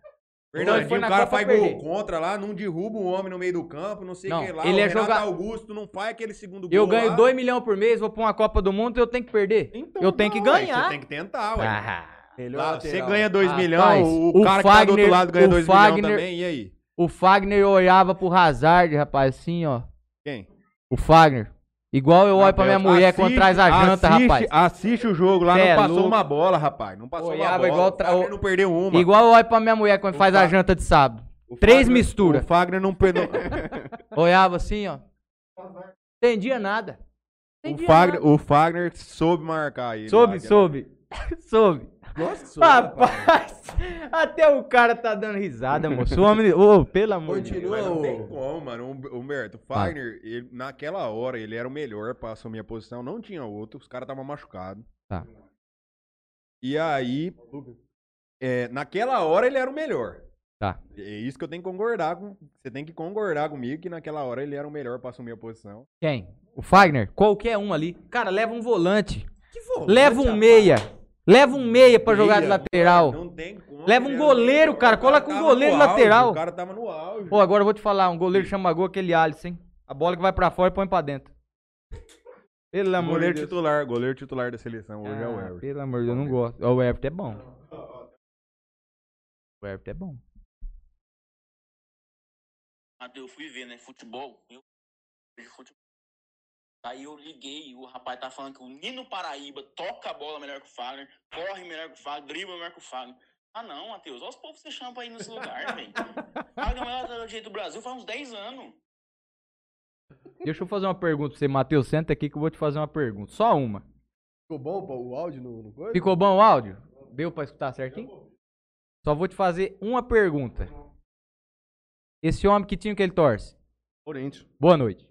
Speaker 3: Fernando,
Speaker 4: Não, ele foi
Speaker 3: e
Speaker 4: na
Speaker 3: o cara
Speaker 4: Copa
Speaker 3: faz
Speaker 4: perder.
Speaker 3: gol contra lá, não derruba um homem no meio do campo, não sei o
Speaker 4: Não,
Speaker 3: que lá.
Speaker 4: ele
Speaker 3: o
Speaker 4: é
Speaker 3: Renato
Speaker 4: joga-
Speaker 3: Augusto não faz aquele segundo gol
Speaker 4: Eu ganho
Speaker 3: lá.
Speaker 4: 2 milhões por mês, vou pra uma Copa do Mundo e eu tenho que perder.
Speaker 3: Então
Speaker 4: eu tenho que
Speaker 3: não, ué,
Speaker 4: ganhar.
Speaker 3: Você tem que tentar, ué.
Speaker 4: Ah,
Speaker 1: Melhor
Speaker 3: Lá,
Speaker 1: lateral.
Speaker 3: você ganha 2
Speaker 4: Rapaz,
Speaker 3: milhões, o,
Speaker 4: o
Speaker 3: cara que tá do
Speaker 4: Fagner-
Speaker 3: outro lado ganha
Speaker 4: o
Speaker 3: 2 milhões
Speaker 4: Fagner-
Speaker 3: também, e aí?
Speaker 4: o Fagner olhava pro Hazard, rapaz, assim, ó.
Speaker 3: Quem?
Speaker 4: O Fagner. Igual eu olho pra minha mulher quando traz a janta,
Speaker 3: assiste, ah,
Speaker 4: rapaz.
Speaker 3: Assiste o jogo lá,
Speaker 4: Cê
Speaker 3: não
Speaker 4: é
Speaker 3: passou
Speaker 4: louco.
Speaker 3: uma bola, rapaz. Não passou
Speaker 4: Olhava
Speaker 3: uma bola.
Speaker 4: igual
Speaker 3: o
Speaker 4: tra-
Speaker 3: Fagner não perdeu uma.
Speaker 4: Igual eu olho pra minha mulher quando
Speaker 3: O
Speaker 4: faz a
Speaker 3: Fagner-
Speaker 4: janta de sábado.
Speaker 3: O
Speaker 4: Três
Speaker 3: Fagner-
Speaker 4: misturas.
Speaker 3: O Fagner
Speaker 4: *laughs*
Speaker 3: não perdeu.
Speaker 4: Olhava assim, ó. Entendia nada.
Speaker 3: o,
Speaker 4: Entendia
Speaker 3: Fagner,
Speaker 4: nada.
Speaker 3: o Fagner soube marcar ele.
Speaker 4: Soube,
Speaker 3: lá, que- né? é
Speaker 4: soube. *laughs* soube. Ah,
Speaker 1: Gosto disso, rapaz.
Speaker 4: Rapaz, *laughs* até o cara tá dando risada, moço. O homem. Ô, pelo amor de Deus.
Speaker 1: Continua.
Speaker 3: Mas não tem
Speaker 1: Ô.
Speaker 3: como, mano. O Humberto, o Fagner, ele, naquela hora, ele era o melhor pra assumir a posição. Não tinha outro, os caras estavam machucados.
Speaker 4: Tá.
Speaker 3: E aí, é, naquela hora, ele era o melhor.
Speaker 4: Tá.
Speaker 3: É isso que eu tenho que concordar com. Você tem que concordar comigo que naquela hora ele era o melhor pra assumir a posição.
Speaker 4: Quem? O Fagner? Qualquer um ali. Cara, leva um volante.
Speaker 1: Que volante,
Speaker 4: leva um
Speaker 1: rapaz.
Speaker 4: meia. Leva um meia pra jogar de
Speaker 1: Meia,
Speaker 4: lateral.
Speaker 3: Não tem como.
Speaker 4: Leva um
Speaker 3: ele era o
Speaker 4: goleiro,
Speaker 3: melhor.
Speaker 4: cara,
Speaker 3: O
Speaker 4: coloca um
Speaker 3: tava
Speaker 4: goleiro
Speaker 3: no auge,
Speaker 4: lateral.
Speaker 3: O cara tava no auge.
Speaker 4: Pô, agora eu vou te falar. Um goleiro chama gol aquele Alisson, hein? A bola que vai pra fora e põe pra dentro. Pelo amor de
Speaker 3: goleiro
Speaker 4: Deus.
Speaker 3: titular, goleiro titular da seleção hoje é o
Speaker 4: Ah,
Speaker 3: Everton.
Speaker 4: Pelo amor de Deus, eu não gosto. Ó, O Everton é bom. O Everton é bom.
Speaker 5: Mas eu fui ver, né? Futebol. Eu... de futebol. Aí eu liguei e o rapaz tá falando que o Nino Paraíba toca a bola melhor que o Fagner, corre melhor que o Fagner, dribla melhor que o Fagner. Ah não, Matheus, olha os povos que você chama pra ir nesse lugar, velho. Fagner é o maior lateral direito do Brasil faz uns 10 anos.
Speaker 4: Deixa eu fazer uma pergunta pra você, Matheus. Senta aqui que eu vou te fazer uma pergunta. Só uma.
Speaker 1: Ficou bom pô, o áudio no, no coisa?
Speaker 4: Ficou bom o áudio? Deu pra escutar certinho? Só vou te fazer uma pergunta. Esse homem que tinha que ele torce?
Speaker 2: Corinthians.
Speaker 4: Boa noite.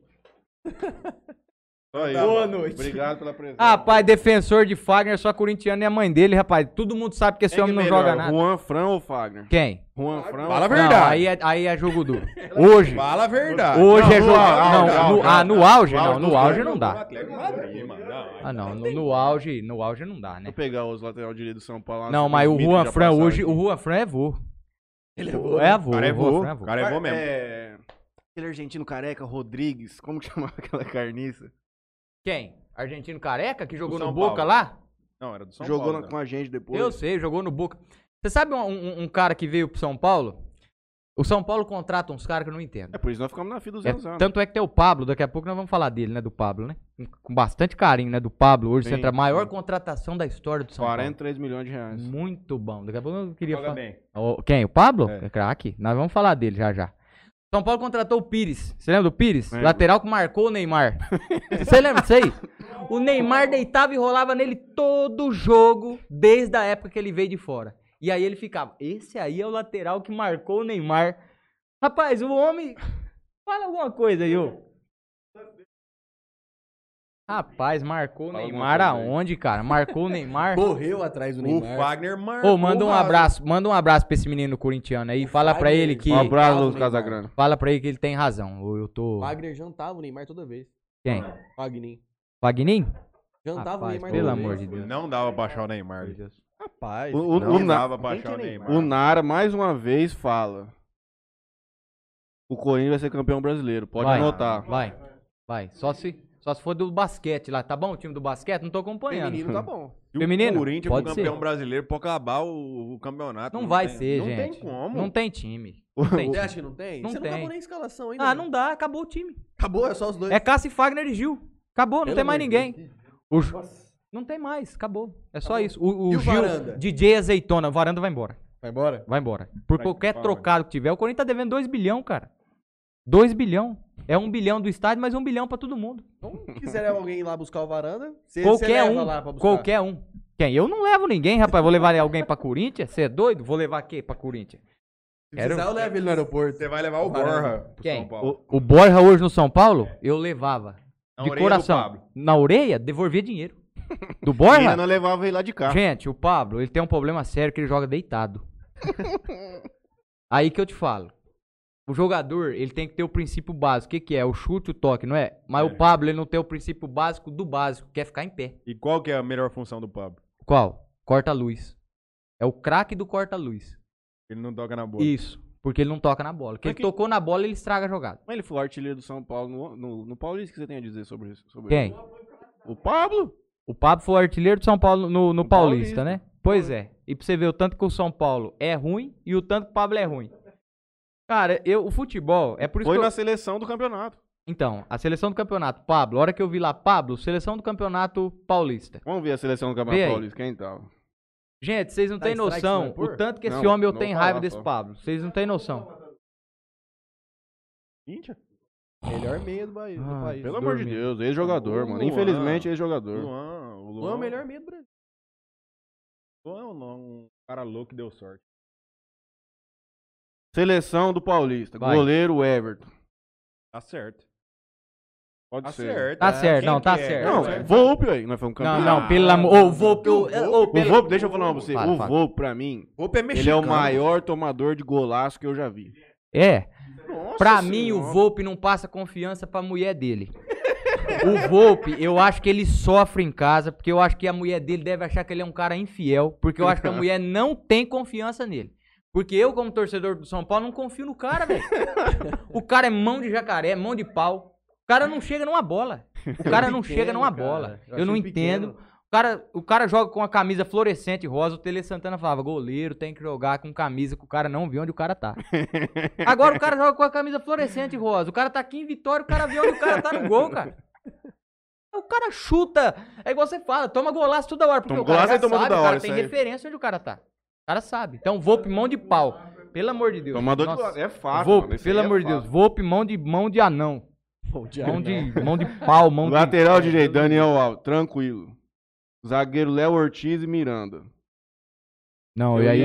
Speaker 3: Só
Speaker 2: Tá
Speaker 3: isso.
Speaker 1: Boa noite.
Speaker 3: Obrigado pela presença.
Speaker 4: Ah, Rapaz, defensor de Fagner, só corintiano e a mãe dele, rapaz. Todo mundo sabe que esse homem não joga nada.
Speaker 2: Juan Fran ou Fagner?
Speaker 4: Quem?
Speaker 2: Juan Fran.
Speaker 3: Fala a
Speaker 4: Não,
Speaker 3: verdade.
Speaker 4: aí, é, aí é jogo *laughs* duro. Hoje.
Speaker 3: Fala a verdade.
Speaker 4: Hoje
Speaker 2: Não,
Speaker 4: é
Speaker 2: no
Speaker 4: jogo.
Speaker 2: auge,
Speaker 4: Não,
Speaker 2: auge,
Speaker 4: no-
Speaker 2: auge,
Speaker 4: ah, no auge não.
Speaker 3: dos
Speaker 4: No auge
Speaker 3: dois,
Speaker 4: não dá.
Speaker 3: Atlético Madrid, mano. Não,
Speaker 4: Ah, não. No, no auge, no auge não dá,
Speaker 2: Vou
Speaker 4: né?
Speaker 2: pegar os lateral direito do São Paulo. lá,
Speaker 4: Não,
Speaker 2: os
Speaker 4: mas o
Speaker 2: mitos
Speaker 4: Juan
Speaker 2: já
Speaker 4: Fran
Speaker 2: passaram
Speaker 4: hoje,
Speaker 2: aqui.
Speaker 4: o Juan Fran é vô.
Speaker 3: Ele
Speaker 4: É avô.
Speaker 3: O cara é
Speaker 4: o Juan
Speaker 3: vô.
Speaker 4: Fran é vô.
Speaker 3: O cara é vô mesmo.
Speaker 2: É, Aquele argentino careca, Rodrigues, como
Speaker 1: *laughs*
Speaker 2: que chamava aquela carniça?
Speaker 4: Quem? Argentino careca que jogou
Speaker 3: Do
Speaker 4: no
Speaker 3: São Paulo.
Speaker 4: Boca lá?
Speaker 3: Não, era do São
Speaker 2: Jogou
Speaker 3: Paulo.
Speaker 2: na-
Speaker 3: né?
Speaker 2: com a gente depois.
Speaker 4: Eu sei, jogou no Boca. Você sabe um, um- um cara que veio pro São Paulo? O São Paulo contrata uns caras que eu não entendo.
Speaker 2: É por né? isso nós ficamos na fila dos
Speaker 4: É,
Speaker 2: anos.
Speaker 4: tanto é que tem o Pablo, daqui a pouco nós vamos falar dele, né? Do Pablo, né? Com bastante carinho, né? Do Pablo, hoje
Speaker 2: Sim,
Speaker 4: centra maior
Speaker 2: sim.
Speaker 4: contratação da história do São
Speaker 2: 43 milhões de reais.
Speaker 4: Paulo. Muito bom. Daqui a pouco eu queria
Speaker 3: Joga
Speaker 4: falar.
Speaker 3: bem.
Speaker 4: O- quem? O Pablo?
Speaker 3: É.
Speaker 4: É. Craque? Nós vamos falar dele já já. São Paulo contratou o Pires. Você lembra do Pires?
Speaker 2: Lembro.
Speaker 4: Lateral que marcou o Neymar. *laughs* Você lembra disso aí? O Neymar deitava e rolava nele todo jogo, desde a época que ele veio de fora. E aí ele ficava, esse aí é o lateral que marcou o Neymar. Rapaz, o homem... Fala alguma coisa aí, ô. Rapaz, marcou o
Speaker 2: Fala alguma
Speaker 4: Neymar
Speaker 2: coisa aí.
Speaker 4: aonde, cara? Marcou o
Speaker 1: *laughs*
Speaker 4: Neymar...
Speaker 1: Correu atrás do
Speaker 3: O
Speaker 1: Neymar.
Speaker 3: Fagner marcou.
Speaker 4: Ô, manda um
Speaker 3: o Raso.
Speaker 4: abraço, manda um abraço pra esse menino corintiano aí. Fala pra
Speaker 1: Fagner.
Speaker 4: ele que.
Speaker 2: Um abraço, Lucas
Speaker 1: Neymar.
Speaker 2: Casagrande.
Speaker 4: Fala pra ele que ele tem razão. Ou eu tô.
Speaker 1: O Wagner jantava o Neymar toda vez.
Speaker 4: Quem?
Speaker 1: Wagner.
Speaker 4: Fagnin?
Speaker 1: Jantava o
Speaker 4: Rapaz,
Speaker 1: Neymar
Speaker 4: pelo
Speaker 1: toda
Speaker 4: amor
Speaker 1: vez.
Speaker 4: de Deus.
Speaker 3: Não dava pra achar o Neymar.
Speaker 1: Rapaz.
Speaker 2: O, o,
Speaker 3: Não
Speaker 2: o, Na-
Speaker 3: dava pra
Speaker 1: Quem
Speaker 3: achar o
Speaker 1: que é
Speaker 3: Neymar.
Speaker 2: o Nara, mais uma vez, fala. O Corinthians vai ser campeão brasileiro, pode
Speaker 4: Vai.
Speaker 2: anotar.
Speaker 4: Vai. Vai. Só se, só se for do basquete lá, tá bom? O time do basquete? Não tô acompanhando.
Speaker 1: Feminino tá bom.
Speaker 3: Se
Speaker 4: Feminino?
Speaker 3: O Corinthians
Speaker 4: Pode
Speaker 3: for campeão
Speaker 4: ser.
Speaker 3: brasileiro pode acabar o, o campeonato.
Speaker 4: Não, vai
Speaker 3: tem-
Speaker 4: ser, gente.
Speaker 3: Não tem como.
Speaker 4: Não tem time.
Speaker 2: *laughs*
Speaker 4: Não tem
Speaker 1: Você
Speaker 4: time.
Speaker 1: acha que não tem?
Speaker 4: Não
Speaker 1: Você
Speaker 4: tem.
Speaker 1: não acabou nem a escalação ainda.
Speaker 4: Ah,
Speaker 1: mano.
Speaker 4: não dá, acabou o time.
Speaker 1: Acabou, é só os dois.
Speaker 4: É Cássio, Fagner e Gil. Acabou, não
Speaker 1: Pelo
Speaker 4: tem mais
Speaker 1: amor de Deus.
Speaker 4: ninguém. O Ju- Não tem mais, acabou. É só
Speaker 1: Acabou.
Speaker 4: isso. O, o
Speaker 1: E o
Speaker 4: Gil,
Speaker 1: Varanda?
Speaker 4: DJ Azeitona, o Varanda vai embora.
Speaker 1: Vai embora?
Speaker 4: Vai embora. Por
Speaker 3: Vai,
Speaker 4: qualquer
Speaker 3: vai.
Speaker 4: trocado que tiver, o Corinthians tá devendo 2 bilhão, cara. 2 bilhão. É 1 bilhão do estádio, mas 1 bilhão pra todo mundo.
Speaker 1: *laughs* Então, se quiser alguém ir lá buscar o varanda, você você
Speaker 4: qualquer
Speaker 1: leva
Speaker 4: um.
Speaker 1: lá pra buscar.
Speaker 4: Qualquer um. Quem? Eu não levo ninguém, rapaz. Vou levar alguém pra Corinthians? Você é doido? Vou levar quem pra Corinthians?
Speaker 1: Se precisar,
Speaker 4: Quero-
Speaker 1: eu levo ele no aeroporto.
Speaker 3: Você vai levar o
Speaker 1: Varanda.
Speaker 3: Borra pro
Speaker 4: Quem?
Speaker 3: São Paulo. É.
Speaker 4: O, o Borja hoje no São Paulo, eu levava.
Speaker 3: Na
Speaker 4: de
Speaker 3: orelha do
Speaker 4: coração.
Speaker 3: Pablo.
Speaker 4: Na orelha, devolvia
Speaker 3: *laughs*
Speaker 4: dinheiro. Do
Speaker 2: O
Speaker 4: Borja?
Speaker 2: Nara não levava ele lá de cá.
Speaker 4: Gente, o Pablo, ele tem um problema sério que ele joga deitado. Aí que eu te falo. O jogador, ele tem que ter o princípio básico. O que, que é? O chute, o toque, não é? Mas
Speaker 3: É.
Speaker 4: o Pablo, ele não tem o princípio básico do básico, que é ficar em pé.
Speaker 3: E qual que é a melhor função do Pablo?
Speaker 4: Qual? Corta-luz. É o craque do corta-luz.
Speaker 3: Ele não toca na bola.
Speaker 4: Isso. Porque ele não toca na bola. Porque
Speaker 2: Mas
Speaker 4: ele
Speaker 2: que-
Speaker 4: tocou na bola, ele estraga a jogada.
Speaker 2: Mas ele foi o artilheiro do São Paulo no, no, no Paulista. O que você tem a dizer sobre isso? sobre
Speaker 4: Quem?
Speaker 2: ele? O Pablo?
Speaker 4: O Pablo foi o artilheiro de São Paulo no, no
Speaker 2: No
Speaker 4: Paulista,
Speaker 2: Paulista.
Speaker 4: né? Pois é. E pra você ver o tanto que o São Paulo é ruim e o tanto que o Pablo é ruim. Cara, eu, o futebol, é por isso
Speaker 2: Foi
Speaker 4: que eu-
Speaker 2: na seleção do campeonato.
Speaker 4: Então, a seleção do campeonato, Pablo, a hora que eu vi lá, Pablo, seleção do campeonato paulista.
Speaker 2: Vamos ver a seleção do
Speaker 4: Vê
Speaker 2: campeonato
Speaker 4: aí.
Speaker 2: paulista. Quem tava?
Speaker 4: Gente, vocês não
Speaker 1: Tá,
Speaker 4: têm
Speaker 1: strike, você
Speaker 4: noção
Speaker 1: vai pôr?
Speaker 4: o tanto que esse
Speaker 2: Não,
Speaker 4: homem eu
Speaker 2: não
Speaker 4: tenho
Speaker 2: falar
Speaker 4: raiva desse
Speaker 2: só.
Speaker 4: Pablo. Vocês não têm noção.
Speaker 3: Corinthians?
Speaker 1: Melhor meio do, Bahia,
Speaker 4: Ah,
Speaker 1: do país.
Speaker 2: Pelo amor de
Speaker 4: Dormindo.
Speaker 2: Deus, ex-jogador,
Speaker 3: O
Speaker 2: mano.
Speaker 3: Luan.
Speaker 2: Infelizmente,
Speaker 3: O
Speaker 2: ex-jogador.
Speaker 3: Luan. O
Speaker 1: Luan é
Speaker 3: Luan
Speaker 1: o melhor meio do Brasil.
Speaker 3: Luan é um, um cara louco que deu sorte.
Speaker 2: Seleção do Paulista.
Speaker 4: Vai.
Speaker 2: Goleiro Everton.
Speaker 3: Tá certo.
Speaker 2: Pode
Speaker 3: Tá
Speaker 2: ser.
Speaker 3: certo.
Speaker 4: Tá certo,
Speaker 3: Quem
Speaker 4: não, tá
Speaker 3: que é?
Speaker 4: certo.
Speaker 2: Não,
Speaker 3: Certo.
Speaker 2: Volpe aí. Nós fomos
Speaker 4: Não,
Speaker 2: campeão.
Speaker 4: não, pelo amor. Ô, Volpe, ô, é, ô,
Speaker 2: O
Speaker 4: pelo-
Speaker 2: Volpe, deixa eu falar uma pra você.
Speaker 4: Fala,
Speaker 2: o
Speaker 4: fala.
Speaker 2: Volpe, pra mim,
Speaker 3: Volpe é
Speaker 2: ele é o
Speaker 3: mexicano.
Speaker 2: maior tomador de golaço que eu já vi.
Speaker 4: É.
Speaker 2: Nossa
Speaker 4: Pra mim, o Volpe não passa confiança pra mulher dele. O Volpe, eu acho que ele sofre em casa, porque eu acho que a mulher dele deve achar que ele é um cara infiel, porque eu acho que a mulher não tem confiança nele. Porque eu, como torcedor do São Paulo, não confio no cara, velho. O cara é mão de jacaré, mão de pau. O cara não chega numa bola. O cara não
Speaker 1: Pequeno,
Speaker 4: chega numa
Speaker 1: cara.
Speaker 4: bola. Eu,
Speaker 1: achei
Speaker 4: não
Speaker 1: pequeno.
Speaker 4: entendo. O cara, o cara joga com a camisa fluorescente rosa. O Tele Santana falava: goleiro tem que jogar com camisa que o cara não vê onde o cara
Speaker 2: *laughs*
Speaker 4: tá. Agora o cara joga com a camisa fluorescente rosa. O cara tá aqui em Vitória, o cara vê onde o cara tá no gol, cara. O cara chuta. É igual você fala: toma golaço toda hora. Porque
Speaker 2: Toma
Speaker 4: o cara
Speaker 2: golaço
Speaker 4: já
Speaker 2: e toma
Speaker 4: sabe,
Speaker 2: toda
Speaker 4: o cara
Speaker 2: hora,
Speaker 4: tem
Speaker 2: isso aí.
Speaker 4: referência onde o cara tá. O cara sabe. Então, Volpe, mão de pau. Pelo amor de Deus.
Speaker 2: Tomador de
Speaker 4: Nossa.
Speaker 2: golaço. É fácil. mano,
Speaker 4: Volpe,
Speaker 2: esse aí
Speaker 4: pelo
Speaker 2: é
Speaker 4: amor de
Speaker 2: fácil.
Speaker 4: Deus. Volpe, mão de, mão de anão.
Speaker 1: Pô, de
Speaker 4: Mão
Speaker 1: anão.
Speaker 4: de, mão de pau, mão de...
Speaker 2: Lateral direito, Daniel Alves, tranquilo. Zagueiro Léo Ortiz e Miranda.
Speaker 4: Não,
Speaker 2: Eu
Speaker 4: e aí.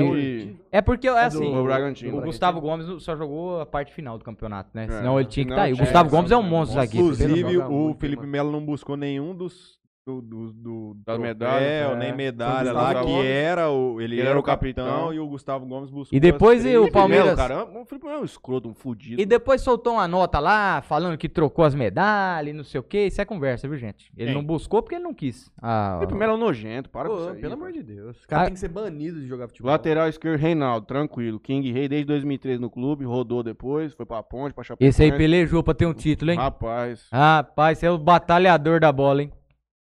Speaker 2: ia-
Speaker 4: É porque é
Speaker 2: do-
Speaker 4: assim.
Speaker 2: do Bragantino.
Speaker 4: O Gustavo Gomes só jogou a parte final do campeonato, né?
Speaker 2: É,
Speaker 4: Senão ele tinha que
Speaker 2: final
Speaker 4: estar aí. O
Speaker 2: tinha-
Speaker 4: Gustavo Gomes é um
Speaker 2: é,
Speaker 4: monstro zagueiro.
Speaker 3: Inclusive,
Speaker 1: joga
Speaker 3: o
Speaker 1: muito,
Speaker 3: Felipe
Speaker 1: mano.
Speaker 3: Melo não buscou nenhum dos. Do, do, do
Speaker 2: Das
Speaker 3: troféu,
Speaker 2: medalhas,
Speaker 3: nem
Speaker 2: é.
Speaker 3: medalha
Speaker 2: São
Speaker 3: lá,
Speaker 2: Gustavo
Speaker 3: que
Speaker 2: Gomes.
Speaker 3: era o. Ele, era, o capitão,
Speaker 2: capitão.
Speaker 3: e o Gustavo Gomes buscou.
Speaker 4: E depois
Speaker 3: as
Speaker 4: e o
Speaker 3: três.
Speaker 4: Palmeiras-
Speaker 2: Caramba, o Felipe Melo é um escroto, um fudido.
Speaker 4: E depois soltou uma nota lá, falando que trocou as medalhas e não sei o quê. Isso é conversa, viu, gente? Ele
Speaker 2: Quem?
Speaker 4: não buscou porque ele não quis. Ah,
Speaker 2: Felipe Melo é um nojento, para com isso aí.
Speaker 1: pelo
Speaker 2: cara.
Speaker 1: amor de Deus. O cara
Speaker 4: Ah.
Speaker 1: tem que ser banido de jogar
Speaker 2: Tipo,
Speaker 1: futebol.
Speaker 2: Lateral esquerdo, Reinaldo, tranquilo. King Rei desde 2003 no clube, rodou depois, foi pra Ponte, pra Chapecoense.
Speaker 4: esse aí pelejou pra ter um título, hein?
Speaker 2: Rapaz.
Speaker 4: Rapaz, você é o batalhador da bola, hein?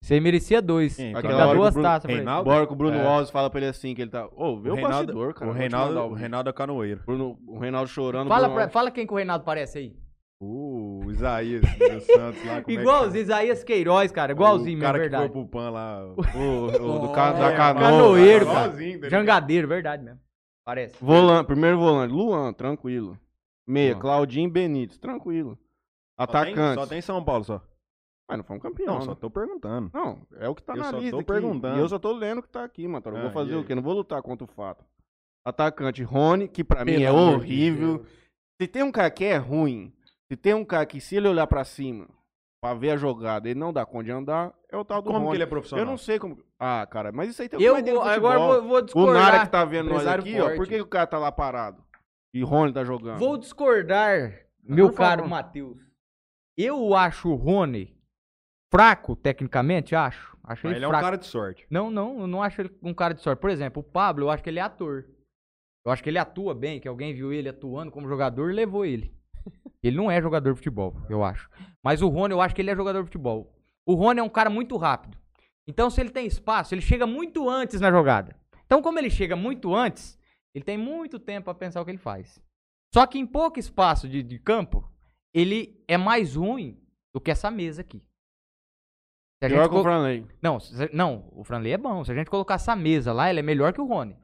Speaker 4: Você merecia dois.
Speaker 3: Sim,
Speaker 4: Tem que
Speaker 2: aquela
Speaker 4: dar
Speaker 2: hora que o
Speaker 4: duas
Speaker 2: Bruno-
Speaker 4: taças pra ele.
Speaker 3: Reinaldo?
Speaker 2: Bora que o Bruno
Speaker 3: É.
Speaker 2: Alves fala pra ele assim, que ele tá... Ô, vê o, bastidor, cara.
Speaker 3: O
Speaker 2: vou te
Speaker 3: Reinaldo,
Speaker 2: mandar
Speaker 3: o Reinaldo é canoeiro.
Speaker 2: Bruno, o Reinaldo chorando.
Speaker 4: Fala,
Speaker 2: tá Bruno
Speaker 4: pra-
Speaker 2: Alves.
Speaker 4: fala quem que o Reinaldo parece aí.
Speaker 3: Uh, o Isaías do Santos lá. como é que
Speaker 4: Igualzinho, Isaías Queiroz, cara.
Speaker 3: chama?
Speaker 4: Igualzinho,
Speaker 3: o
Speaker 4: mesmo,
Speaker 3: cara
Speaker 4: verdade.
Speaker 3: que foi pro Pan lá.
Speaker 4: *laughs*
Speaker 2: O, o do
Speaker 1: Oh,
Speaker 2: ca, da
Speaker 1: é,
Speaker 2: canoa.
Speaker 4: canoeiro, cara.
Speaker 3: Igualzinho, dele.
Speaker 4: Jangadeiro, verdade mesmo. Parece.
Speaker 2: Volan- primeiro volante, Luan, tranquilo. Meia,
Speaker 4: Luan.
Speaker 2: Claudinho Benítez, tranquilo.
Speaker 3: Só tem-
Speaker 2: Atacante.
Speaker 3: Só tem São Paulo, só.
Speaker 2: Mas não foi um campeão.
Speaker 3: Não,
Speaker 2: né?
Speaker 3: só tô perguntando.
Speaker 2: Não, é o que tá
Speaker 3: Eu
Speaker 2: na
Speaker 3: só tô
Speaker 2: lista. aqui.
Speaker 3: perguntando.
Speaker 2: E eu só tô lendo o que tá aqui, mano. Eu
Speaker 3: Ah,
Speaker 2: vou fazer
Speaker 3: e
Speaker 2: o
Speaker 3: aí?
Speaker 2: quê? Não vou lutar contra o fato. Atacante Rony, que pra mim
Speaker 1: Pelo
Speaker 2: é
Speaker 1: amor de
Speaker 2: horrível.
Speaker 1: Deus.
Speaker 2: Se tem um cara que é ruim, se tem um cara que se ele olhar pra cima, pra ver a jogada, ele não dá conta de andar, é o tal do
Speaker 3: Como
Speaker 2: Rony.
Speaker 3: que ele é
Speaker 2: Eu
Speaker 3: profissional?
Speaker 2: não sei como... Ah, cara, mas isso aí tem
Speaker 4: Eu
Speaker 2: mas tem no
Speaker 4: vou- agora
Speaker 2: futebol.
Speaker 4: vou, vou
Speaker 2: O
Speaker 4: discordar.
Speaker 2: Nara que tá vendo nós
Speaker 1: Empresário
Speaker 2: aqui, ó,
Speaker 1: forte.
Speaker 2: por que que o cara tá lá parado? E Rony tá jogando?
Speaker 4: Vou discordar, meu
Speaker 3: tá
Speaker 2: por
Speaker 4: caro
Speaker 2: favor.
Speaker 4: Matheus. Eu acho o Rony fraco, tecnicamente, acho. Acho ele,
Speaker 3: Mas ele é um
Speaker 4: fraco.
Speaker 3: cara de sorte.
Speaker 4: Não, não, eu não acho ele um cara de sorte. Por exemplo, o Pablo, eu acho que ele é ator. Eu acho que ele atua bem, que alguém viu ele atuando como jogador e levou ele. Ele não é jogador de futebol, eu acho. Mas o Rony, eu acho que ele é jogador de futebol. O Rony é um cara muito rápido. Então, se ele tem espaço, ele chega muito antes na jogada. Então, como ele chega muito antes, ele tem muito tempo pra pensar o que ele faz. Só que em pouco espaço de, de campo, ele é mais ruim do que essa mesa aqui. Se a
Speaker 2: Pior
Speaker 4: gente
Speaker 2: que o
Speaker 4: co-
Speaker 2: Franley.
Speaker 4: não, se- não, o Franley é bom. Se a gente colocar essa mesa lá, ele é melhor que o Rony.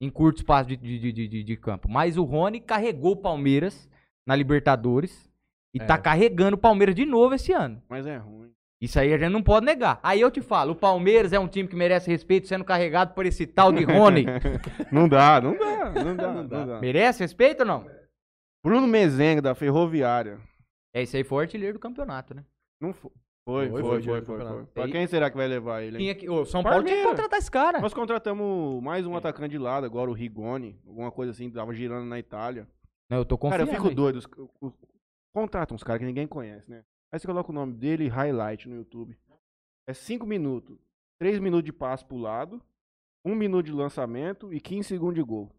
Speaker 4: Em curto espaço de, de, de- de- de- de campo. Mas o Rony carregou o Palmeiras na Libertadores. E
Speaker 2: É.
Speaker 4: tá carregando o Palmeiras de novo esse ano.
Speaker 2: Mas é ruim.
Speaker 4: Isso aí a gente não pode negar. Aí eu te falo, o Palmeiras é um time que merece respeito sendo carregado por esse tal de
Speaker 2: *laughs*
Speaker 4: Rony.
Speaker 2: Não dá, não dá, não dá, não dá.
Speaker 4: merece respeito ou não?
Speaker 2: Bruno Mezenga, da Ferroviária.
Speaker 4: É, isso aí foi o artilheiro do campeonato, né?
Speaker 2: Não foi. Foi,
Speaker 1: Foi,
Speaker 2: foi,
Speaker 1: foi,
Speaker 2: foi,
Speaker 1: foi,
Speaker 2: foi.
Speaker 1: foi, foi.
Speaker 2: Pra quem será que vai levar ele, hein?
Speaker 4: Tinha que, o São Paulo tinha é que
Speaker 2: Palmeiras.
Speaker 4: contratar esse cara.
Speaker 2: Nós contratamos mais um atacante de lado agora, o Rigoni. Alguma coisa assim, tava girando na Itália.
Speaker 4: Não, eu tô
Speaker 2: Cara,
Speaker 4: confiando.
Speaker 2: eu fico
Speaker 4: aí.
Speaker 2: doido. os- os- Contrata uns caras que ninguém conhece, né? Aí você coloca o nome dele e highlight no YouTube. É 5 minutos, 3 minutos de passe pro lado, 1 minuto de lançamento e 15 segundos de gol.